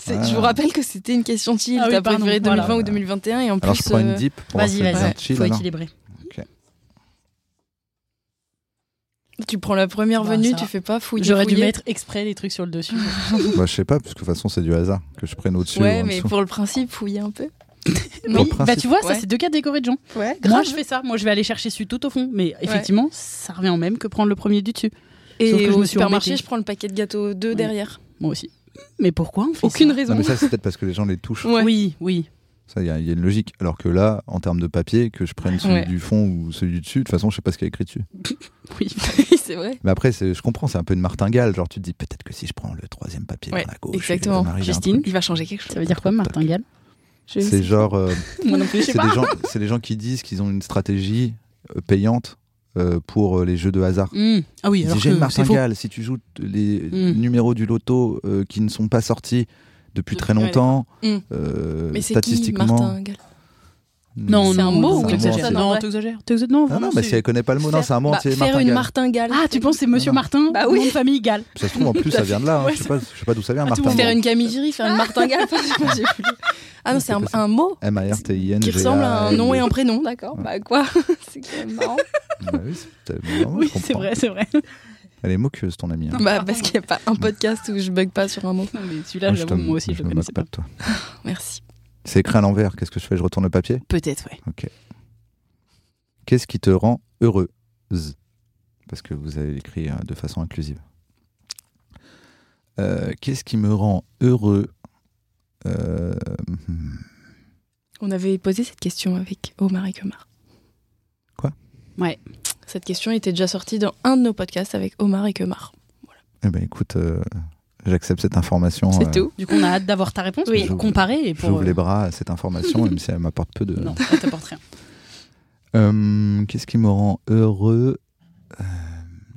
[SPEAKER 2] C'est-
[SPEAKER 3] Ah.
[SPEAKER 2] Je vous rappelle que c'était une question chill.
[SPEAKER 1] Ah oui,
[SPEAKER 2] T'as
[SPEAKER 1] pardon,
[SPEAKER 2] préféré 2020
[SPEAKER 1] voilà.
[SPEAKER 2] ou 2021 et en
[SPEAKER 3] Alors je
[SPEAKER 2] plus.
[SPEAKER 3] prends une
[SPEAKER 2] euh,
[SPEAKER 3] dip pour
[SPEAKER 1] Vas-y,
[SPEAKER 3] lancer le
[SPEAKER 1] vas-y.
[SPEAKER 3] bien chill, hein.
[SPEAKER 1] faut
[SPEAKER 3] alors.
[SPEAKER 1] équilibrer.
[SPEAKER 2] Tu prends la première
[SPEAKER 1] Bah,
[SPEAKER 2] venue,
[SPEAKER 1] ça
[SPEAKER 2] tu
[SPEAKER 1] va.
[SPEAKER 2] fais pas fouiller.
[SPEAKER 1] J'aurais dû
[SPEAKER 2] fouiller.
[SPEAKER 1] mettre exprès les trucs sur le dessus.
[SPEAKER 3] Bah, je sais pas, parce que de toute façon, c'est du hasard que je prenne au-dessus ou
[SPEAKER 2] Ouais,
[SPEAKER 3] en
[SPEAKER 2] mais
[SPEAKER 3] dessous.
[SPEAKER 2] pour le principe, fouiller un peu.
[SPEAKER 3] Pour
[SPEAKER 1] oui,
[SPEAKER 3] le
[SPEAKER 1] bah
[SPEAKER 3] principe.
[SPEAKER 1] tu vois, ça
[SPEAKER 2] Ouais.
[SPEAKER 1] c'est deux cas décorés de gens.
[SPEAKER 2] Ouais,
[SPEAKER 1] Moi je fais ça, moi je vais aller chercher celui tout au fond, mais effectivement ça revient au même que prendre le premier du dessus.
[SPEAKER 2] Et
[SPEAKER 1] Sauf que je
[SPEAKER 2] au
[SPEAKER 1] me suis
[SPEAKER 2] supermarché,
[SPEAKER 1] embêtée.
[SPEAKER 2] je prends le paquet de gâteaux 2
[SPEAKER 1] Ouais.
[SPEAKER 2] derrière.
[SPEAKER 1] Moi aussi. Mais pourquoi on fait
[SPEAKER 2] Aucune
[SPEAKER 1] ça
[SPEAKER 2] raison.
[SPEAKER 3] Non, mais ça, c'est peut-être parce que les gens les touchent.
[SPEAKER 2] Ouais.
[SPEAKER 1] Oui, oui.
[SPEAKER 3] Ça, il y, a- il y a une logique. Alors que là, en termes de papier, que je prenne celui
[SPEAKER 2] Ouais.
[SPEAKER 3] du fond ou celui du dessus, de toute façon, je sais pas ce qu'il y a écrit dessus.
[SPEAKER 1] Oui.
[SPEAKER 2] c'est vrai.
[SPEAKER 3] Mais après, c'est- je comprends, c'est un peu une martingale. Genre, tu te dis peut-être que si je prends le troisième papier
[SPEAKER 2] Ouais,
[SPEAKER 3] vers la
[SPEAKER 1] Oh,
[SPEAKER 3] gauche,
[SPEAKER 2] exactement.
[SPEAKER 3] il va m'arriver un
[SPEAKER 1] Justine,
[SPEAKER 3] truc.
[SPEAKER 2] Il va changer quelque chose.
[SPEAKER 1] Ça veut dire quoi, martingale
[SPEAKER 2] Je
[SPEAKER 3] C'est
[SPEAKER 2] sais.
[SPEAKER 3] genre. euh,
[SPEAKER 1] Moi non plus, je sais
[SPEAKER 3] c'est
[SPEAKER 1] pas.
[SPEAKER 3] des, gens- c'est des gens qui disent qu'ils ont une stratégie euh, payante euh, pour euh, les jeux de hasard.
[SPEAKER 1] Mmh. Ah oui,
[SPEAKER 3] Ils
[SPEAKER 1] alors
[SPEAKER 3] disent, j'ai une
[SPEAKER 1] que c'est faux.
[SPEAKER 3] martingale, si tu joues t- les
[SPEAKER 1] Mm.
[SPEAKER 3] numéros du loto euh, qui ne sont pas sortis
[SPEAKER 1] Depuis-
[SPEAKER 3] depuis très longtemps,
[SPEAKER 2] ouais. Mm.
[SPEAKER 3] euh,
[SPEAKER 2] Mais c'est qui,
[SPEAKER 3] statistiquement.
[SPEAKER 2] Martin
[SPEAKER 1] Non,
[SPEAKER 2] C'est un
[SPEAKER 1] Oh non,
[SPEAKER 2] mot
[SPEAKER 1] non,
[SPEAKER 2] ou
[SPEAKER 1] non,
[SPEAKER 2] quelque chose
[SPEAKER 1] t'exagères.
[SPEAKER 2] comme ça, non,
[SPEAKER 1] Non,
[SPEAKER 2] ouais.
[SPEAKER 1] t'exagères. T'exagères- Non,
[SPEAKER 3] Ah Non, non,
[SPEAKER 1] vraiment,
[SPEAKER 3] mais
[SPEAKER 1] c'est-
[SPEAKER 3] si elle connaît pas le mot, non, c'est un mot
[SPEAKER 2] Bah,
[SPEAKER 3] entier.
[SPEAKER 2] faire une martingale.
[SPEAKER 3] martingale.
[SPEAKER 1] Ah, tu penses que c'est Monsieur
[SPEAKER 3] Non, non.
[SPEAKER 1] Martin
[SPEAKER 2] Bah
[SPEAKER 1] nom
[SPEAKER 2] oui.
[SPEAKER 1] de famille Gall.
[SPEAKER 3] Ça se trouve, en plus, ça vient de là. hein.
[SPEAKER 1] Ouais,
[SPEAKER 3] je, sais pas, je sais pas d'où ça vient,
[SPEAKER 1] tout
[SPEAKER 3] Martin.
[SPEAKER 1] le monde
[SPEAKER 2] Faire
[SPEAKER 3] mais-
[SPEAKER 2] une camigiri, faire une martingale. enfin, je sais pas, j'ai plus. Ah non, c'est un,
[SPEAKER 3] C'est
[SPEAKER 2] un mot
[SPEAKER 3] M-A-R-T-I-N.
[SPEAKER 2] qui
[SPEAKER 3] G-A-L.
[SPEAKER 2] ressemble à un nom et un prénom, d'accord
[SPEAKER 3] Ouais.
[SPEAKER 2] Bah quoi C'est quand même marrant.
[SPEAKER 3] Bah oui, c'est peut-être- non,
[SPEAKER 1] Oui,
[SPEAKER 3] je
[SPEAKER 1] c'est
[SPEAKER 3] comprends.
[SPEAKER 1] vrai, c'est vrai.
[SPEAKER 3] Elle est moqueuse, ton amie. hein.
[SPEAKER 2] Bah parce qu'il n'y a pas un podcast où je bug pas sur un mot.
[SPEAKER 1] Non, mais celui-là,
[SPEAKER 3] Moi, te-
[SPEAKER 1] j'avoue, moi aussi, je
[SPEAKER 3] me
[SPEAKER 1] le
[SPEAKER 3] moque
[SPEAKER 1] connaissais
[SPEAKER 3] pas
[SPEAKER 1] pas.
[SPEAKER 3] de toi.
[SPEAKER 2] Merci.
[SPEAKER 3] C'est écrit à l'envers. Qu'est-ce que je fais Je retourne le papier
[SPEAKER 1] Peut-être, ouais.
[SPEAKER 3] Qu'est-ce qui te rend heureuse Parce que vous avez écrit euh, de façon inclusive. Euh, Qu'est-ce qui me rend heureux Euh, hmm,
[SPEAKER 2] On avait posé cette question avec Omar et Kemar.
[SPEAKER 3] Quoi
[SPEAKER 1] Ouais.
[SPEAKER 2] Cette question était déjà sortie dans un de nos podcasts avec Omar et Kemar.
[SPEAKER 3] Eh ben écoute, euh, j'accepte cette information.
[SPEAKER 2] C'est
[SPEAKER 3] euh,
[SPEAKER 2] tout.
[SPEAKER 1] Du coup, on a hâte d'avoir ta réponse,
[SPEAKER 3] Oui.
[SPEAKER 1] pour comparer et pour. euh,
[SPEAKER 3] J'ouvre les bras à cette information, même si elle m'apporte peu de.
[SPEAKER 1] Non, ça t'apporte rien.
[SPEAKER 3] Euh, Qu'est-ce qui me rend heureux Euh,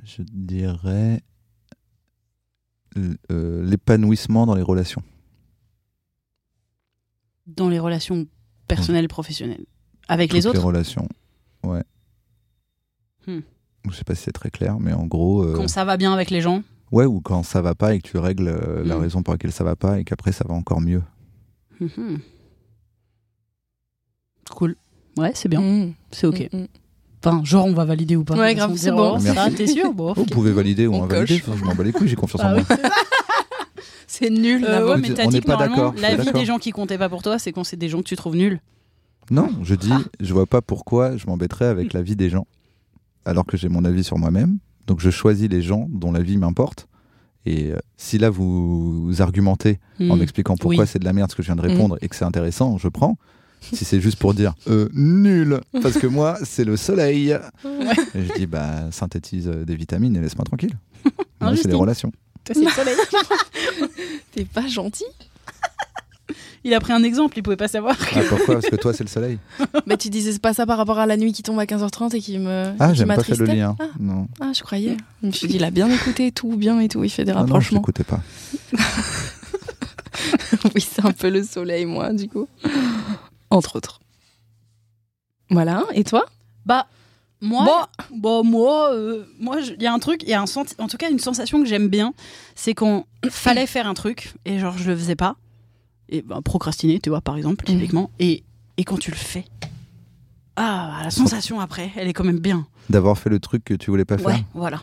[SPEAKER 3] Je dirais l- euh, l'épanouissement dans les relations.
[SPEAKER 1] Dans les relations personnelles et professionnelles. Avec les
[SPEAKER 3] Hmm. Toutes
[SPEAKER 1] autres
[SPEAKER 3] relations. Ouais.
[SPEAKER 1] Hmm.
[SPEAKER 3] Je sais pas si c'est très clair, mais en gros. euh,
[SPEAKER 1] Quand ça va bien avec les gens.
[SPEAKER 3] Ouais, ou quand ça va pas et que tu règles euh, la
[SPEAKER 1] Mm.
[SPEAKER 3] raison pour laquelle ça va pas et qu'après ça va encore mieux.
[SPEAKER 1] Mhm. Cool. Ouais, c'est bien. C'est ok.
[SPEAKER 2] Mm, mm.
[SPEAKER 1] Hmm. Enfin, genre, on va valider ou pas.
[SPEAKER 2] Ouais,
[SPEAKER 1] De toute façon, on
[SPEAKER 2] grave, c'est
[SPEAKER 1] dira,
[SPEAKER 2] bon.
[SPEAKER 1] oh, ça,
[SPEAKER 3] Merci.
[SPEAKER 1] t'es sûr Bon,
[SPEAKER 3] Vous pouvez valider ou
[SPEAKER 2] On
[SPEAKER 3] invalider,
[SPEAKER 2] coche.
[SPEAKER 3] enfin, je m'en bats les couilles, j'ai confiance
[SPEAKER 1] Bah
[SPEAKER 3] en
[SPEAKER 1] oui,
[SPEAKER 3] moi.
[SPEAKER 1] c'est ça.
[SPEAKER 2] C'est nul.
[SPEAKER 1] Euh,
[SPEAKER 2] là-bas.
[SPEAKER 1] ouais,
[SPEAKER 3] On
[SPEAKER 1] mais
[SPEAKER 3] est-
[SPEAKER 1] t'as
[SPEAKER 3] on
[SPEAKER 1] dit
[SPEAKER 3] est
[SPEAKER 1] que
[SPEAKER 3] pas
[SPEAKER 1] normalement,
[SPEAKER 3] d'accord, je suis
[SPEAKER 1] la vie
[SPEAKER 3] d'accord.
[SPEAKER 1] des gens qui comptaient pas pour toi, c'est quand c'est des gens que tu trouves nuls.
[SPEAKER 3] Non, je dis, je vois pas pourquoi je m'embêterais avec la vie des gens, alors que j'ai mon avis sur moi-même. Donc je choisis les gens dont la vie m'importe. Et euh, si là vous, vous argumentez en
[SPEAKER 1] Hmm.
[SPEAKER 3] m'expliquant
[SPEAKER 1] Oui.
[SPEAKER 3] pourquoi
[SPEAKER 1] Mm.
[SPEAKER 3] c'est de la merde ce que je viens de répondre et que c'est intéressant, je prends. Si c'est juste pour dire euh, nul, parce que moi c'est le soleil, Et je dis bah synthétise euh, des vitamines et laisse-moi tranquille. Moi c'est
[SPEAKER 1] Injustice.
[SPEAKER 3] les relations.
[SPEAKER 1] Toi, c'est le soleil.
[SPEAKER 2] T'es pas gentil.
[SPEAKER 1] Il a pris un exemple, il pouvait pas savoir.
[SPEAKER 3] Ah, pourquoi Parce que toi c'est le soleil.
[SPEAKER 2] Mais tu disais pas ça par rapport à la nuit qui tombe à 15h30 et qui me.
[SPEAKER 3] Ah
[SPEAKER 2] qui
[SPEAKER 3] j'aime pas fait le
[SPEAKER 2] m'attristait.
[SPEAKER 3] lien.
[SPEAKER 2] Ah,
[SPEAKER 3] Non,
[SPEAKER 2] ah, je croyais. Je me suis dit, il a bien écouté, tout bien et tout. Il fait des
[SPEAKER 3] Ah non je
[SPEAKER 2] rapprochements.
[SPEAKER 3] t'écoutais pas.
[SPEAKER 2] oui, c'est un peu le soleil, moi, du coup. Entre autres. Voilà. Et toi
[SPEAKER 1] Bah, moi, bah, moi, euh, moi, je- il y a un truc, il y a un senti- en tout cas une sensation que j'aime bien, c'est quand fallait faire un truc et genre je le faisais pas, et ben procrastiner, tu vois par exemple
[SPEAKER 2] Mhm.
[SPEAKER 1] typiquement, et et quand tu le fais, ah la sensation après, elle est quand même bien.
[SPEAKER 3] D'avoir fait le truc que tu voulais pas faire.
[SPEAKER 1] Ouais, voilà.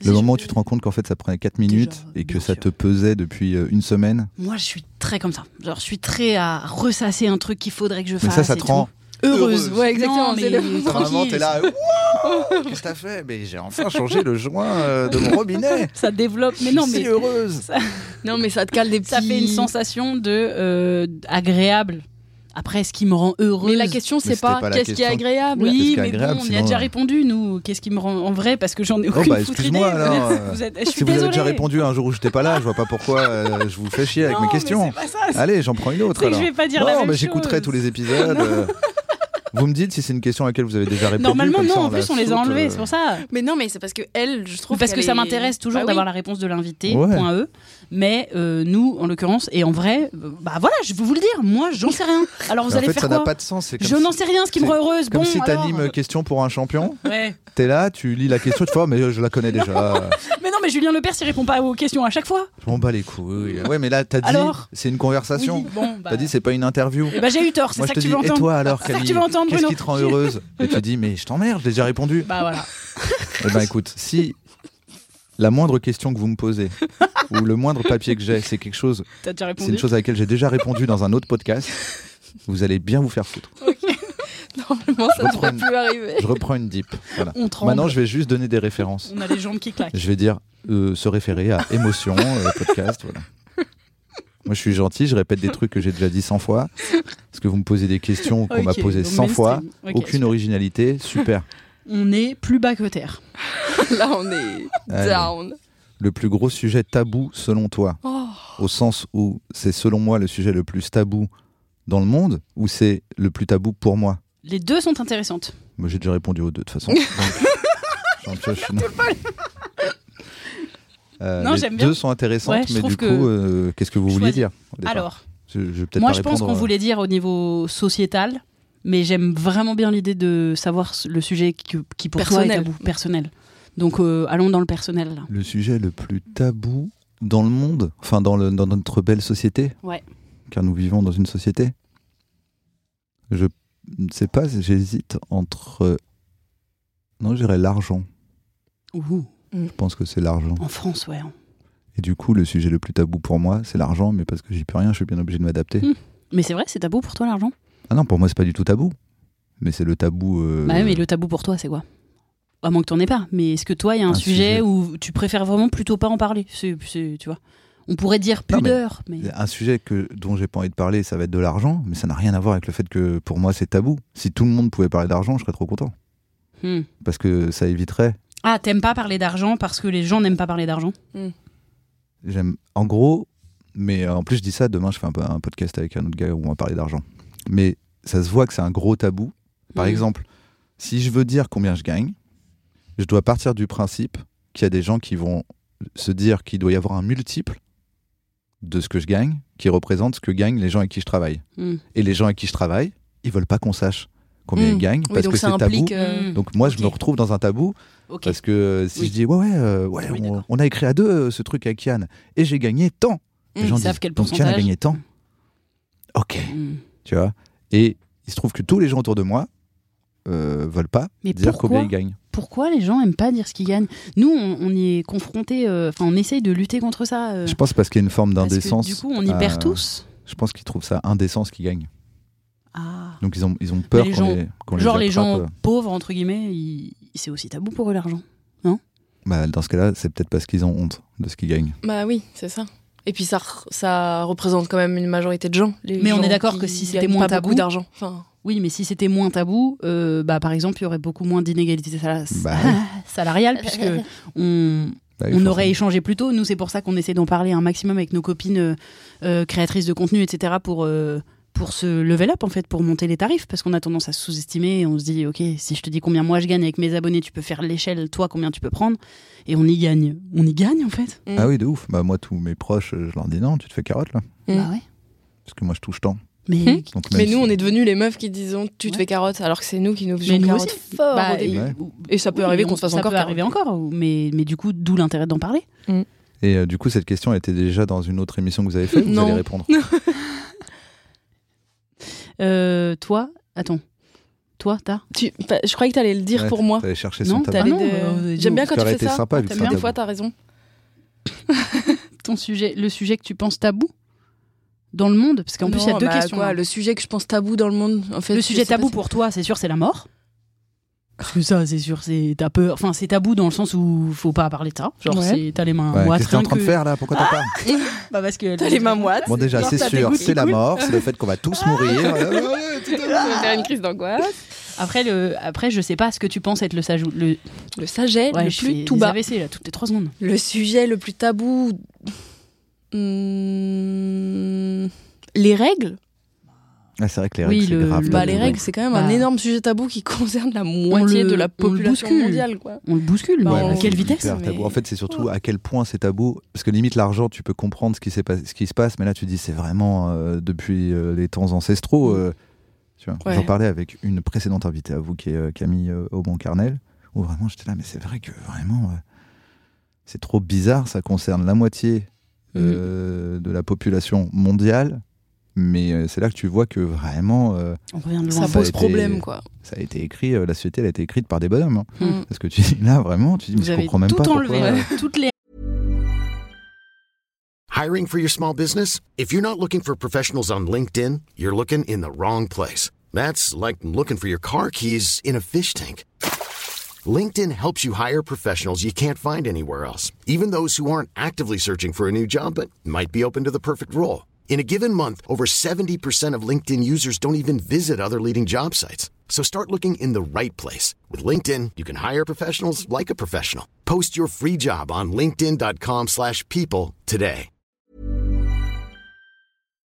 [SPEAKER 1] Si
[SPEAKER 3] Le
[SPEAKER 1] je-
[SPEAKER 3] moment où tu te rends compte qu'en fait ça prenait 4
[SPEAKER 1] Déjà,
[SPEAKER 3] minutes et
[SPEAKER 1] bien
[SPEAKER 3] que ça
[SPEAKER 1] sûr.
[SPEAKER 3] te pesait depuis euh, une semaine.
[SPEAKER 1] Moi, je suis très comme ça. Genre, je suis très à ressasser un truc qu'il faudrait que je
[SPEAKER 3] Mais
[SPEAKER 1] fasse.
[SPEAKER 3] ça, ça
[SPEAKER 1] et
[SPEAKER 3] te rend. Heureuse.
[SPEAKER 2] Ouais, exactement.
[SPEAKER 1] Non, mais-
[SPEAKER 2] c'est le-
[SPEAKER 1] Tranquille. Normalement, t'es là,
[SPEAKER 3] Qu'est-ce que t'as fait Mais j'ai enfin changé le joint euh, de mon robinet.
[SPEAKER 1] tout. Ça développe. Mais non, mais
[SPEAKER 3] heureuse.
[SPEAKER 2] Non, mais ça te cale des petits.
[SPEAKER 1] ça fait une sensation de euh, agréable. Après, ce qui me rend heureuse.
[SPEAKER 2] Mais la question,
[SPEAKER 3] Mais
[SPEAKER 2] c'est
[SPEAKER 3] c'était
[SPEAKER 2] pas,
[SPEAKER 3] pas la
[SPEAKER 2] qu'est-ce qui est
[SPEAKER 3] question.
[SPEAKER 2] agréable
[SPEAKER 3] Parce
[SPEAKER 1] Oui,
[SPEAKER 3] qu'est-ce
[SPEAKER 1] mais
[SPEAKER 3] qui est agréable,
[SPEAKER 1] bon, on y a
[SPEAKER 3] sinon,
[SPEAKER 1] déjà
[SPEAKER 3] euh,
[SPEAKER 1] répondu, nous. Qu'est-ce qui me rend en vrai Parce que j'en ai
[SPEAKER 3] Oh,
[SPEAKER 1] aucune
[SPEAKER 3] bah,
[SPEAKER 1] foutre idée.
[SPEAKER 3] excuse-moi, alors, euh,
[SPEAKER 1] Vous êtes- je suis
[SPEAKER 3] Si vous avez
[SPEAKER 1] désolée.
[SPEAKER 3] déjà répondu un jour où j'étais pas là, je vois pas pourquoi euh, je vous fais chier avec
[SPEAKER 1] Non,
[SPEAKER 3] mes
[SPEAKER 1] mais
[SPEAKER 3] questions.
[SPEAKER 1] c'est pas Bah, ça, c'est-
[SPEAKER 3] Allez, j'en prends une autre.
[SPEAKER 1] C'est que
[SPEAKER 3] Ah, alors.
[SPEAKER 1] je vais pas dire
[SPEAKER 3] non,
[SPEAKER 1] la même
[SPEAKER 3] mais
[SPEAKER 1] chose.
[SPEAKER 3] j'écouterai tous les épisodes. euh, vous me dites si c'est une question à laquelle vous avez déjà répondu.
[SPEAKER 1] Normalement,
[SPEAKER 3] comme
[SPEAKER 1] non,
[SPEAKER 3] ça,
[SPEAKER 1] en plus,
[SPEAKER 3] la
[SPEAKER 1] on les
[SPEAKER 3] saute,
[SPEAKER 1] a enlevés,
[SPEAKER 3] euh,
[SPEAKER 1] c'est pour ça.
[SPEAKER 2] Mais non, mais c'est parce que elle, je trouve.
[SPEAKER 1] Parce que
[SPEAKER 2] qu'elle
[SPEAKER 1] ça
[SPEAKER 2] est-
[SPEAKER 1] m'intéresse toujours
[SPEAKER 2] Bah oui.
[SPEAKER 1] d'avoir la réponse de l'invité,
[SPEAKER 3] Ouais.
[SPEAKER 1] point E. Mais euh, nous, en l'occurrence, et en vrai, euh, bah voilà, je vais vous le dire, moi, j'en sais rien. Alors vous
[SPEAKER 3] mais En
[SPEAKER 1] allez
[SPEAKER 3] fait,
[SPEAKER 1] faire
[SPEAKER 3] ça n'a
[SPEAKER 1] quoi
[SPEAKER 3] pas de sens. C'est comme
[SPEAKER 1] Je
[SPEAKER 3] si-
[SPEAKER 1] n'en sais rien, ce qui me
[SPEAKER 3] c'est
[SPEAKER 1] rend heureuse.
[SPEAKER 3] Comme
[SPEAKER 1] bon,
[SPEAKER 3] si
[SPEAKER 1] alors... euh,
[SPEAKER 3] t'animes euh, question pour un champion,
[SPEAKER 1] Ouais.
[SPEAKER 3] t'es là, tu lis la question, tu fais, Ah, mais je la connais déjà.
[SPEAKER 1] Mais non, mais Julien Lepers, il répond pas aux questions à chaque fois.
[SPEAKER 3] Je m'en bats les couilles. Ouais, mais là, t'as dit,
[SPEAKER 1] Alors
[SPEAKER 3] c'est une conversation.
[SPEAKER 1] Oui, bon, bah...
[SPEAKER 3] T'as dit, c'est pas une interview.
[SPEAKER 1] Eh bah, j'ai eu tort, c'est
[SPEAKER 3] Moi,
[SPEAKER 1] ça que
[SPEAKER 3] je te
[SPEAKER 1] tu
[SPEAKER 3] dis,
[SPEAKER 1] veux
[SPEAKER 3] et
[SPEAKER 1] entendre.
[SPEAKER 3] toi alors,
[SPEAKER 1] C'est ça que
[SPEAKER 3] Camille
[SPEAKER 1] tu veux entendre,
[SPEAKER 3] Qu'est-ce
[SPEAKER 1] Bruno
[SPEAKER 3] qui te rend heureuse Et tu dis, mais je t'emmerde, j'ai déjà répondu.
[SPEAKER 1] Bah voilà.
[SPEAKER 3] Eh ben écoute, si la moindre question que vous me posez, ou le moindre papier que j'ai, c'est quelque chose,
[SPEAKER 1] T'as déjà
[SPEAKER 3] c'est
[SPEAKER 1] répondu.
[SPEAKER 3] une chose à laquelle j'ai déjà répondu dans un autre podcast, vous allez bien vous faire foutre.
[SPEAKER 2] Normalement, ça
[SPEAKER 3] Je
[SPEAKER 2] devrait
[SPEAKER 3] reprends-
[SPEAKER 2] plus arriver.
[SPEAKER 3] Je reprends une dip. Voilà.
[SPEAKER 1] On tremble.
[SPEAKER 3] Maintenant, je vais juste donner des références.
[SPEAKER 1] On a les jambes qui claquent.
[SPEAKER 3] Je vais dire euh, se référer à émotion, euh, podcast, voilà. Moi, je suis gentil, je répète des trucs que j'ai déjà dit 100 fois. Parce que vous me posez des questions qu'on m'a
[SPEAKER 1] Ok,
[SPEAKER 3] posées
[SPEAKER 1] donc
[SPEAKER 3] 100 fois.
[SPEAKER 1] mainstream. Ok,
[SPEAKER 3] Aucune originalité, super.
[SPEAKER 1] On est plus bas que terre.
[SPEAKER 2] Là, on est
[SPEAKER 3] Allez.
[SPEAKER 2] down.
[SPEAKER 3] Le plus gros sujet tabou selon toi,
[SPEAKER 2] Oh.
[SPEAKER 3] au sens où c'est selon moi le sujet le plus tabou dans le monde, ou c'est le plus tabou pour moi
[SPEAKER 1] Les deux sont intéressantes.
[SPEAKER 3] Moi, j'ai déjà répondu aux deux de toute façon. Donc, donc, je suis- Euh,
[SPEAKER 1] Non,
[SPEAKER 3] les
[SPEAKER 1] j'aime bien.
[SPEAKER 3] deux sont intéressantes,
[SPEAKER 1] Ouais, je
[SPEAKER 3] mais
[SPEAKER 1] trouve
[SPEAKER 3] du coup,
[SPEAKER 1] que-
[SPEAKER 3] euh, qu'est-ce que vous vouliez
[SPEAKER 1] Choisis.
[SPEAKER 3] dire au départ
[SPEAKER 1] Alors,
[SPEAKER 3] je, je vais peut-être
[SPEAKER 1] moi
[SPEAKER 3] pas
[SPEAKER 1] je pense
[SPEAKER 3] répondre,
[SPEAKER 1] qu'on
[SPEAKER 3] euh,
[SPEAKER 1] voulait dire au niveau sociétal, mais j'aime vraiment bien l'idée de savoir le sujet qui, qui pour toi est
[SPEAKER 2] Personnel.
[SPEAKER 1] tabou, personnel. Donc euh, allons dans le personnel. Là.
[SPEAKER 3] Le sujet le plus tabou dans le monde, enfin dans, le- dans notre belle société.
[SPEAKER 1] Ouais.
[SPEAKER 3] Car nous vivons dans une société. Je ne sais pas, j'hésite entre. euh, Non, je dirais l'argent.
[SPEAKER 1] Ouh,
[SPEAKER 3] Je pense que c'est l'argent.
[SPEAKER 1] en France, ouais. hein.
[SPEAKER 3] Et du coup, le sujet le plus tabou pour moi, c'est l'argent, mais parce que j'y peux rien, je suis bien obligé de m'adapter.
[SPEAKER 1] Mm. Mais c'est vrai, c'est tabou pour toi l'argent
[SPEAKER 3] Ah non, pour moi, c'est pas du tout tabou. Mais c'est le tabou. euh,
[SPEAKER 1] Bah ouais, mais le tabou pour toi c'est quoi À moins que t'en aies pas. Mais est-ce que toi il y a un,
[SPEAKER 3] Un
[SPEAKER 1] sujet,
[SPEAKER 3] sujet.
[SPEAKER 1] où tu préfères vraiment plutôt pas en parler C'est- c'est- Tu vois On pourrait dire
[SPEAKER 3] Non, mais-
[SPEAKER 1] pudeur, mais,
[SPEAKER 3] Un sujet que, dont j'ai pas envie de parler, ça va être de l'argent, mais ça n'a rien à voir avec le fait que pour moi, c'est tabou. Si tout le monde pouvait parler d'argent, je serais trop content.
[SPEAKER 1] Hmm.
[SPEAKER 3] Parce que ça éviterait
[SPEAKER 1] Ah, t'aimes pas parler d'argent parce que les gens n'aiment pas parler d'argent
[SPEAKER 3] J'aime. En gros, mais euh, en plus je dis ça, demain je fais un, po- un podcast avec un autre gars où on va parler d'argent. Mais ça se voit que c'est un gros tabou. Par
[SPEAKER 2] Mm.
[SPEAKER 1] Mhm.
[SPEAKER 3] exemple, si je veux dire combien je gagne, je dois partir du principe qu'il y a des gens qui vont se dire qu'il doit y avoir un multiple de ce que je gagne qui représente ce que gagnent les gens avec qui je travaille.
[SPEAKER 1] Hmm.
[SPEAKER 3] Et les gens avec qui je travaille, ils veulent pas qu'on sache combien
[SPEAKER 2] Mm.
[SPEAKER 3] il gagne,
[SPEAKER 2] Oui,
[SPEAKER 3] parce
[SPEAKER 2] donc
[SPEAKER 3] que
[SPEAKER 2] ça
[SPEAKER 3] c'est tabou.
[SPEAKER 2] implique. euh,
[SPEAKER 1] Mm.
[SPEAKER 3] Donc moi,
[SPEAKER 1] Ok.
[SPEAKER 3] je me retrouve dans un tabou
[SPEAKER 1] Ok.
[SPEAKER 3] parce que euh, si
[SPEAKER 1] Oui.
[SPEAKER 3] je dis ouais, ouais, euh, ouais,
[SPEAKER 1] Oui,
[SPEAKER 3] on,
[SPEAKER 1] d'accord.
[SPEAKER 3] on a écrit à deux euh, ce truc avec Yann et j'ai gagné tant.
[SPEAKER 2] Mm,
[SPEAKER 3] Les gens
[SPEAKER 1] Mmh, ils savent
[SPEAKER 3] disent,
[SPEAKER 1] quel
[SPEAKER 3] donc Yann a
[SPEAKER 1] pourcentage.
[SPEAKER 3] gagné tant. Ok,
[SPEAKER 1] Mm.
[SPEAKER 3] tu vois. Et il se trouve que tous les gens autour de moi euh, veulent pas
[SPEAKER 1] Mais
[SPEAKER 3] dire
[SPEAKER 1] pourquoi
[SPEAKER 3] combien ils gagnent.
[SPEAKER 1] Pourquoi les gens aiment pas dire ce qu'ils gagnent Nous, on, on y est confrontés, euh, enfin, on essaye de lutter contre ça. euh,
[SPEAKER 3] Je pense parce qu'il y a une forme
[SPEAKER 1] parce que,
[SPEAKER 3] d'indécence. Euh,
[SPEAKER 1] Du coup, on y
[SPEAKER 3] à-
[SPEAKER 1] perd tous.
[SPEAKER 3] Je pense qu'ils trouvent ça indécence qu'ils gagnent.
[SPEAKER 1] Ah.
[SPEAKER 3] Donc ils ont, ils ont peur
[SPEAKER 1] les
[SPEAKER 3] qu'on
[SPEAKER 1] gens-
[SPEAKER 3] les, qu'on les
[SPEAKER 1] Genre les
[SPEAKER 3] attrape,
[SPEAKER 1] gens
[SPEAKER 3] euh.
[SPEAKER 1] pauvres, entre guillemets, ils- c'est aussi tabou pour eux l'argent.
[SPEAKER 3] Bah, dans ce cas-là, c'est peut-être parce qu'ils ont honte de ce qu'ils gagnent.
[SPEAKER 2] Bah oui, c'est ça. Et puis ça, re- ça représente quand même une majorité de gens. les
[SPEAKER 1] Mais on
[SPEAKER 2] gens
[SPEAKER 1] est d'accord
[SPEAKER 2] qui
[SPEAKER 1] que si c'était
[SPEAKER 2] gagnent
[SPEAKER 1] moins
[SPEAKER 2] pas
[SPEAKER 1] tabou-
[SPEAKER 2] beaucoup d'argent. Enfin,
[SPEAKER 1] Oui, mais si c'était moins tabou, euh, bah, par exemple, il y aurait beaucoup moins d'inégalités sala-
[SPEAKER 3] Bah
[SPEAKER 1] salariales, puisque on,
[SPEAKER 3] Bah,
[SPEAKER 1] on
[SPEAKER 3] forcément.
[SPEAKER 1] aurait échangé plus tôt. Nous, c'est pour ça qu'on essaie d'en parler un maximum avec nos copines euh, euh, créatrices de contenu, etc., pour, euh, pour se level up, en fait, pour monter les tarifs, parce qu'on a tendance à se sous-estimer. et On se dit, OK, si je te dis combien moi je gagne avec mes abonnés, tu peux faire l'échelle, toi, combien tu peux prendre. Et on y gagne. On y gagne, en fait.
[SPEAKER 3] Ah oui, de ouf. Bah, moi, tous mes proches, euh, je leur dis non, tu te fais carotte là.
[SPEAKER 2] Mm.
[SPEAKER 1] Bah ouais.
[SPEAKER 3] Parce que moi, je touche tant.
[SPEAKER 1] Mais,
[SPEAKER 3] Donc,
[SPEAKER 2] Mais
[SPEAKER 3] même
[SPEAKER 2] nous,
[SPEAKER 3] si-
[SPEAKER 2] on est devenus les meufs qui disons tu te
[SPEAKER 1] Ouais.
[SPEAKER 2] fais carotte, alors que c'est nous qui nous faisions
[SPEAKER 1] mais nous
[SPEAKER 2] carotte.
[SPEAKER 1] aussi, fort
[SPEAKER 2] Bah,
[SPEAKER 1] au début.
[SPEAKER 3] Ouais.
[SPEAKER 2] Et ça peut
[SPEAKER 1] Oui,
[SPEAKER 2] arriver
[SPEAKER 1] on-
[SPEAKER 2] qu'on se fasse
[SPEAKER 1] Oh, ça
[SPEAKER 2] encore
[SPEAKER 1] peut
[SPEAKER 2] carotte.
[SPEAKER 1] arriver hein. encore, mais, mais du coup, d'où l'intérêt d'en parler.
[SPEAKER 3] Et euh, du coup, cette question était déjà dans une autre émission que vous avez faite. Vous
[SPEAKER 2] Non.
[SPEAKER 3] allez répondre.
[SPEAKER 1] Euh, toi, attends. Toi, t'as
[SPEAKER 2] Tu- bah, je croyais que t'allais le dire
[SPEAKER 3] Ouais,
[SPEAKER 2] pour moi.
[SPEAKER 3] T'allais chercher
[SPEAKER 1] Non,
[SPEAKER 3] son
[SPEAKER 1] t'as-
[SPEAKER 3] tabac.
[SPEAKER 1] non,
[SPEAKER 2] T'allais de-
[SPEAKER 1] euh,
[SPEAKER 2] J'aime
[SPEAKER 1] non.
[SPEAKER 2] bien quand tu
[SPEAKER 3] Ça aurait
[SPEAKER 2] fais
[SPEAKER 3] été
[SPEAKER 2] ça.
[SPEAKER 3] sympa, vu que
[SPEAKER 2] T'as
[SPEAKER 3] c'est
[SPEAKER 2] bien
[SPEAKER 3] un
[SPEAKER 2] des
[SPEAKER 3] tabou.
[SPEAKER 2] fois, t'as raison.
[SPEAKER 1] ton sujet, le sujet que tu penses tabou dans le monde Parce qu'en plus, il y a
[SPEAKER 2] Non,
[SPEAKER 1] deux
[SPEAKER 2] bah,
[SPEAKER 1] questions.
[SPEAKER 2] quoi,
[SPEAKER 1] hein.
[SPEAKER 2] le sujet que je pense tabou dans le monde, en fait.
[SPEAKER 1] Le
[SPEAKER 2] je
[SPEAKER 1] sujet
[SPEAKER 2] sais pas
[SPEAKER 1] tabou
[SPEAKER 2] si-
[SPEAKER 1] pour toi, c'est sûr, c'est la mort. Parce que ça, c'est sûr, c'est t'as peur. Enfin, c'est tabou dans le sens où faut pas parler de ça. Genre,
[SPEAKER 2] Ouais.
[SPEAKER 1] c'est- t'as les mains
[SPEAKER 3] Ouais,
[SPEAKER 1] moites.
[SPEAKER 3] Qu'est-ce que t'es en train de
[SPEAKER 1] que-
[SPEAKER 3] faire là
[SPEAKER 2] Ah,
[SPEAKER 3] Pourquoi t'en parles
[SPEAKER 1] Bah, parce que
[SPEAKER 2] T'as les mains moites.
[SPEAKER 3] Bon, déjà,
[SPEAKER 2] Genre,
[SPEAKER 3] c'est
[SPEAKER 2] t'as des
[SPEAKER 3] sûr,
[SPEAKER 2] gouttes qui
[SPEAKER 3] c'est la
[SPEAKER 2] coulent.
[SPEAKER 3] mort, c'est le fait qu'on va tous
[SPEAKER 2] Ah.
[SPEAKER 3] mourir. Ouais, ouais, tout à fait.
[SPEAKER 2] Ça va faire une crise d'angoisse.
[SPEAKER 1] Après, le... Après, je sais pas ce que tu penses être le sagou. Le...
[SPEAKER 2] Le saget
[SPEAKER 1] Ouais,
[SPEAKER 2] le
[SPEAKER 1] je
[SPEAKER 2] plus
[SPEAKER 1] fais
[SPEAKER 2] tout
[SPEAKER 1] des
[SPEAKER 2] bas.
[SPEAKER 1] AVC, là, toutes les trois secondes.
[SPEAKER 2] Le sujet le plus tabou. Hmm, Les règles
[SPEAKER 3] Ah, c'est vrai que les règles,
[SPEAKER 1] Oui,
[SPEAKER 3] c'est
[SPEAKER 1] le-
[SPEAKER 3] grave.
[SPEAKER 1] le-
[SPEAKER 3] tabou,
[SPEAKER 2] Bah, les
[SPEAKER 3] ouais.
[SPEAKER 2] règles, c'est quand même un
[SPEAKER 1] Bah.
[SPEAKER 2] énorme sujet tabou qui concerne la moitié
[SPEAKER 1] le-
[SPEAKER 2] de la
[SPEAKER 1] on le
[SPEAKER 2] population
[SPEAKER 1] bouscule.
[SPEAKER 2] mondiale. Quoi.
[SPEAKER 1] On le bouscule,
[SPEAKER 2] Bah,
[SPEAKER 1] mais
[SPEAKER 2] on-
[SPEAKER 1] à
[SPEAKER 3] Ouais,
[SPEAKER 1] quelle
[SPEAKER 3] c'est
[SPEAKER 1] vitesse
[SPEAKER 3] hyper
[SPEAKER 2] mais-
[SPEAKER 3] tabou. En fait, c'est surtout à quel point c'est tabou. Parce que limite, l'argent, tu peux comprendre ce qui, s'est pas- ce qui se passe, mais là, tu dis, c'est vraiment euh, depuis euh, les temps ancestraux.
[SPEAKER 1] Mm.
[SPEAKER 3] euh, tu vois.
[SPEAKER 2] Ouais.
[SPEAKER 3] J'en parlais avec une précédente invitée à vous, qui est euh, Camille euh, Aubon-Carnel, où vraiment, j'étais là, mais c'est vrai que vraiment, euh, c'est trop bizarre. Ça concerne la moitié
[SPEAKER 1] Mm.
[SPEAKER 3] euh, de la population mondiale. Mais euh, c'est là que tu vois que vraiment, euh,
[SPEAKER 1] On revient de
[SPEAKER 2] Ça
[SPEAKER 1] loin.
[SPEAKER 3] Ça a
[SPEAKER 2] pose
[SPEAKER 3] été-
[SPEAKER 2] problème, quoi.
[SPEAKER 3] ça a été écrit, euh, la société, elle a été écrite par des bonhommes. hein.
[SPEAKER 2] Hmm.
[SPEAKER 1] Mm.
[SPEAKER 3] Parce que tu dis, là, vraiment, tu dis, mais
[SPEAKER 1] Vous
[SPEAKER 3] je
[SPEAKER 1] avez
[SPEAKER 3] comprends même
[SPEAKER 1] tout
[SPEAKER 3] pas.
[SPEAKER 1] enlevé,
[SPEAKER 3] pourquoi, euh,
[SPEAKER 1] toutes les
[SPEAKER 5] Hiring for your small business? If you're not looking for professionals on LinkedIn, you're looking in the wrong place. That's like looking for your car keys in a fish tank. LinkedIn helps you hire professionals you can't find anywhere else, even those who aren't actively searching for a new job but might be open to the perfect role. In a given month, over 70% of LinkedIn users don't even visit other leading job sites. So start looking in the right place. With LinkedIn, you can hire professionals like a professional. Post your free job on linkedin.com/people slash people today.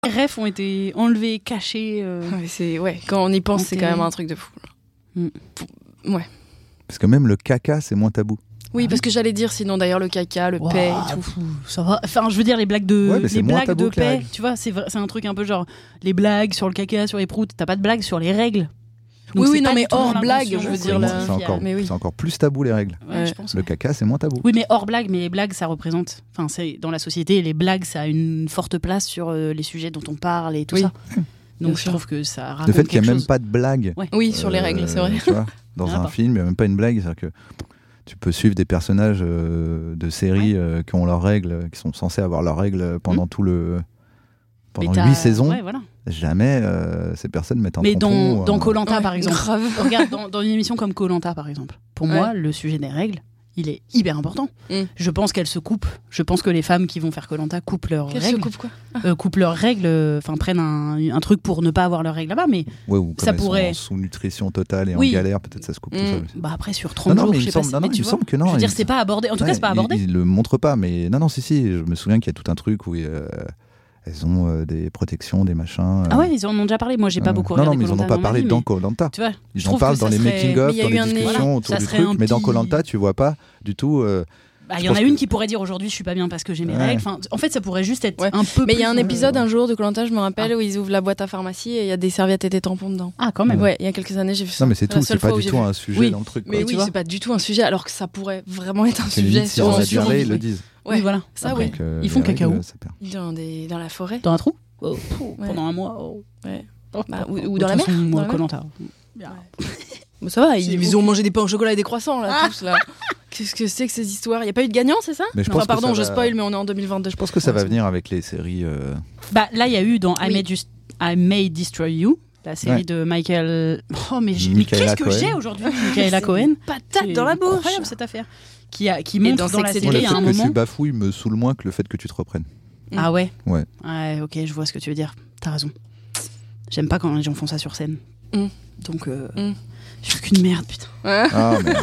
[SPEAKER 1] les refs ont été enlevés, cachés. euh,
[SPEAKER 2] Ouais, c'est- ouais, quand on y pense, c'est quand
[SPEAKER 1] Enterré.
[SPEAKER 2] même un truc de fou.
[SPEAKER 1] Mm.
[SPEAKER 2] Pou- Ouais.
[SPEAKER 3] Parce que même le caca, c'est moins tabou.
[SPEAKER 2] Oui, parce que j'allais dire, sinon d'ailleurs, le caca, le
[SPEAKER 1] Ouah,
[SPEAKER 2] paix et tout.
[SPEAKER 1] pff, Ça va. Enfin, je veux dire, les blagues de,
[SPEAKER 3] Ouais, mais c'est
[SPEAKER 1] les
[SPEAKER 3] moins
[SPEAKER 1] blagues
[SPEAKER 3] tabou
[SPEAKER 1] de
[SPEAKER 3] que les
[SPEAKER 1] paix,
[SPEAKER 3] règles.
[SPEAKER 1] tu vois, c'est vrai- c'est un truc un peu genre les blagues sur le caca, sur les proutes. T'as pas de blagues sur les règles.
[SPEAKER 2] Oui,
[SPEAKER 1] c'est
[SPEAKER 2] oui,
[SPEAKER 1] pas
[SPEAKER 2] non,
[SPEAKER 1] du
[SPEAKER 2] mais
[SPEAKER 1] tout dans
[SPEAKER 2] hors blague,
[SPEAKER 1] l'intention
[SPEAKER 2] je veux
[SPEAKER 1] de
[SPEAKER 2] dire,
[SPEAKER 3] C'est
[SPEAKER 2] la-
[SPEAKER 3] moins-
[SPEAKER 1] la-
[SPEAKER 3] c'est encore,
[SPEAKER 2] mais oui.
[SPEAKER 3] c'est encore plus tabou les règles.
[SPEAKER 1] Ouais, je pense,
[SPEAKER 3] Le
[SPEAKER 1] ouais.
[SPEAKER 3] caca, c'est moins tabou.
[SPEAKER 1] Oui, mais hors blague, mais les blagues, ça représente. Enfin, c'est dans la société, les blagues, ça a une forte place sur euh, les sujets dont on parle et tout
[SPEAKER 2] Oui.
[SPEAKER 1] ça. Donc,
[SPEAKER 2] Bien
[SPEAKER 1] je
[SPEAKER 2] sûr.
[SPEAKER 1] trouve que ça raconte
[SPEAKER 3] Le fait qu'il
[SPEAKER 1] quelque
[SPEAKER 3] n'y a même
[SPEAKER 1] chose.
[SPEAKER 3] pas de blague.
[SPEAKER 2] Oui, sur les
[SPEAKER 3] euh,
[SPEAKER 2] règles, c'est vrai.
[SPEAKER 3] tu vois, dans
[SPEAKER 1] Y en a
[SPEAKER 3] un
[SPEAKER 1] pas.
[SPEAKER 3] film, il n'y a même pas une blague. C'est-à-dire que tu peux suivre des personnages euh, de séries euh, qui ont leurs règles, euh, qui sont censés avoir leurs règles pendant tout le.
[SPEAKER 1] Mmh. Mais
[SPEAKER 3] Pendant
[SPEAKER 1] t'as-
[SPEAKER 3] huit saisons,
[SPEAKER 1] Ouais, voilà.
[SPEAKER 3] jamais euh, ces personnes mettent un euh,
[SPEAKER 1] Mais
[SPEAKER 3] tampon ou
[SPEAKER 1] dans
[SPEAKER 3] un-
[SPEAKER 1] dans Colanta, par
[SPEAKER 2] Ouais,
[SPEAKER 1] exemple.
[SPEAKER 2] Grave.
[SPEAKER 1] Regarde, dans, dans une émission comme Colanta, par exemple, pour
[SPEAKER 2] Ouais.
[SPEAKER 1] moi, le sujet des règles, il est hyper important.
[SPEAKER 2] Mm.
[SPEAKER 1] Je pense qu'elles se coupent. Je pense que les femmes qui vont faire Colanta coupent leurs
[SPEAKER 2] Qu'elle se
[SPEAKER 1] règles,
[SPEAKER 2] coupe, quoi.
[SPEAKER 1] euh, coupent leurs règles, euh, enfin prennent un, un truc pour ne pas avoir leurs règles là-bas. Mais
[SPEAKER 3] Ouais, ou comme
[SPEAKER 1] ça
[SPEAKER 3] elles sont
[SPEAKER 1] pourrait-
[SPEAKER 3] en sous-nutrition totale et
[SPEAKER 1] Oui.
[SPEAKER 3] en galère, peut-être ça se coupe
[SPEAKER 2] Mm.
[SPEAKER 3] tout seul. aussi.
[SPEAKER 1] bah après sur
[SPEAKER 3] Non,
[SPEAKER 1] 30
[SPEAKER 3] non,
[SPEAKER 1] jours,
[SPEAKER 3] mais
[SPEAKER 1] je
[SPEAKER 3] il
[SPEAKER 1] sais pas.
[SPEAKER 3] me semble,
[SPEAKER 1] si-
[SPEAKER 3] non,
[SPEAKER 1] mais
[SPEAKER 3] non,
[SPEAKER 1] tu
[SPEAKER 3] il me
[SPEAKER 1] vois,
[SPEAKER 3] semble que non.
[SPEAKER 1] je veux dire,
[SPEAKER 3] il-
[SPEAKER 1] c'est pas abordé. En tout cas, c'est pas
[SPEAKER 3] Ouais,
[SPEAKER 1] abordé.
[SPEAKER 3] Ils, ils le montrent pas, mais non, non, si, si. Je me souviens qu'il y a tout un truc où euh, elles ont euh, des protections, des machins. euh,
[SPEAKER 1] Ah ouais, ils en ont déjà parlé. Moi, j'ai pas
[SPEAKER 3] euh,
[SPEAKER 1] beaucoup
[SPEAKER 3] Non, non,
[SPEAKER 1] regardé
[SPEAKER 3] mais ils en
[SPEAKER 1] Koh-Lanta
[SPEAKER 3] ont pas
[SPEAKER 1] dans ma
[SPEAKER 3] parlé
[SPEAKER 1] vie,
[SPEAKER 3] dans
[SPEAKER 1] mais
[SPEAKER 3] Colanta.
[SPEAKER 1] Tu vois, je
[SPEAKER 3] Ils en
[SPEAKER 1] trouve
[SPEAKER 3] parlent
[SPEAKER 1] que
[SPEAKER 3] dans
[SPEAKER 1] ça
[SPEAKER 3] les
[SPEAKER 1] serait-
[SPEAKER 3] making of,
[SPEAKER 2] Mais il y a
[SPEAKER 3] dans
[SPEAKER 2] eu
[SPEAKER 3] les
[SPEAKER 2] un-
[SPEAKER 3] discussions
[SPEAKER 1] voilà,
[SPEAKER 3] autour
[SPEAKER 1] ça
[SPEAKER 3] du
[SPEAKER 1] serait
[SPEAKER 3] truc,
[SPEAKER 1] un
[SPEAKER 3] mais dans
[SPEAKER 1] petit-
[SPEAKER 3] Colanta, tu vois pas du tout. euh,
[SPEAKER 1] Bah, Il
[SPEAKER 3] Je
[SPEAKER 1] y en a
[SPEAKER 3] pense
[SPEAKER 1] une
[SPEAKER 3] que-
[SPEAKER 1] qui pourrait dire aujourd'hui je suis pas bien parce que j'ai mes
[SPEAKER 3] Ouais.
[SPEAKER 1] règles. Enfin, en fait, ça pourrait juste être
[SPEAKER 2] Ouais.
[SPEAKER 1] un peu.
[SPEAKER 2] Mais il y a un
[SPEAKER 1] plus-
[SPEAKER 2] épisode un jour de Colanta, je me rappelle, où ils ouvrent la boîte à pharmacie et il y a des serviettes et des tampons dedans.
[SPEAKER 1] Ah, quand même.
[SPEAKER 2] Ouais, il y a quelques années, j'ai vu ça.
[SPEAKER 3] Non, mais c'est
[SPEAKER 2] la
[SPEAKER 3] tout, c'est
[SPEAKER 2] seule
[SPEAKER 3] pas
[SPEAKER 2] fois où
[SPEAKER 3] du
[SPEAKER 2] j'ai
[SPEAKER 3] tout
[SPEAKER 2] vu.
[SPEAKER 3] un sujet
[SPEAKER 1] Oui,
[SPEAKER 3] dans le truc.
[SPEAKER 2] Mais
[SPEAKER 3] quoi.
[SPEAKER 1] tu
[SPEAKER 2] oui,
[SPEAKER 1] vois.
[SPEAKER 2] c'est pas du tout un sujet, alors que ça pourrait vraiment être un
[SPEAKER 3] C'est limite
[SPEAKER 2] sujet
[SPEAKER 3] si
[SPEAKER 2] sur
[SPEAKER 3] on a
[SPEAKER 2] un
[SPEAKER 3] du
[SPEAKER 2] sujet.
[SPEAKER 3] ils le disent.
[SPEAKER 1] Oui, voilà. Ah,
[SPEAKER 2] Ça,
[SPEAKER 1] Après,
[SPEAKER 2] oui.
[SPEAKER 3] Donc, euh,
[SPEAKER 1] Ils
[SPEAKER 3] les
[SPEAKER 1] font cacao.
[SPEAKER 3] règles, ça perd.
[SPEAKER 2] Dans, des, dans la forêt.
[SPEAKER 1] Dans un trou Oh, pff, Pendant un mois. oh.
[SPEAKER 2] Ouais.
[SPEAKER 1] Oh,
[SPEAKER 2] Bah,
[SPEAKER 1] oh,
[SPEAKER 2] ou-
[SPEAKER 1] oh.
[SPEAKER 2] ou
[SPEAKER 1] De
[SPEAKER 2] dans la
[SPEAKER 1] toute façon,
[SPEAKER 2] mer,
[SPEAKER 1] moi,
[SPEAKER 2] dans la mer.
[SPEAKER 1] Koh-Lanta.
[SPEAKER 2] Bon, ça va, ils,
[SPEAKER 1] C'est
[SPEAKER 2] ils ont Ah. mangé des pains au chocolat et des croissants, là, tous, là. Qu'est-ce que c'est que ces histoires Il n'y a pas eu de gagnant, c'est ça
[SPEAKER 3] Mais je
[SPEAKER 2] Enfin,
[SPEAKER 3] pense que
[SPEAKER 2] pardon,
[SPEAKER 3] ça
[SPEAKER 2] je
[SPEAKER 3] va-
[SPEAKER 2] spoil, mais on est en 2022.
[SPEAKER 3] Je pense que ça va venir avec les séries. euh,
[SPEAKER 1] Bah, là, il y a eu dans I,
[SPEAKER 2] Oui.
[SPEAKER 1] May Just- I May Destroy You, la série
[SPEAKER 3] Ouais.
[SPEAKER 1] de Michael. Oh, mais, j'ai- mais
[SPEAKER 3] Michaela
[SPEAKER 1] qu'est-ce que
[SPEAKER 3] Cohen.
[SPEAKER 1] j'ai aujourd'hui Michaela Cohen
[SPEAKER 2] Patate dans la
[SPEAKER 1] C'est
[SPEAKER 2] bouche
[SPEAKER 1] incroyable cette affaire. Qui, a, qui montre
[SPEAKER 2] dans
[SPEAKER 1] dans, la
[SPEAKER 2] Sex
[SPEAKER 1] série
[SPEAKER 2] Education.
[SPEAKER 1] il y a
[SPEAKER 3] le
[SPEAKER 1] un
[SPEAKER 3] fait que
[SPEAKER 1] moment.
[SPEAKER 3] tu bafouilles me saoule moins que le fait que tu te reprennes.
[SPEAKER 1] Ah ouais
[SPEAKER 3] Ouais.
[SPEAKER 1] Ouais, ok, je vois ce que tu veux dire. T'as raison. J'aime pas quand les gens font ça sur scène.
[SPEAKER 2] Mm.
[SPEAKER 1] Donc, euh,
[SPEAKER 2] Mm.
[SPEAKER 1] je suis qu'une merde, putain.
[SPEAKER 3] Ah, mais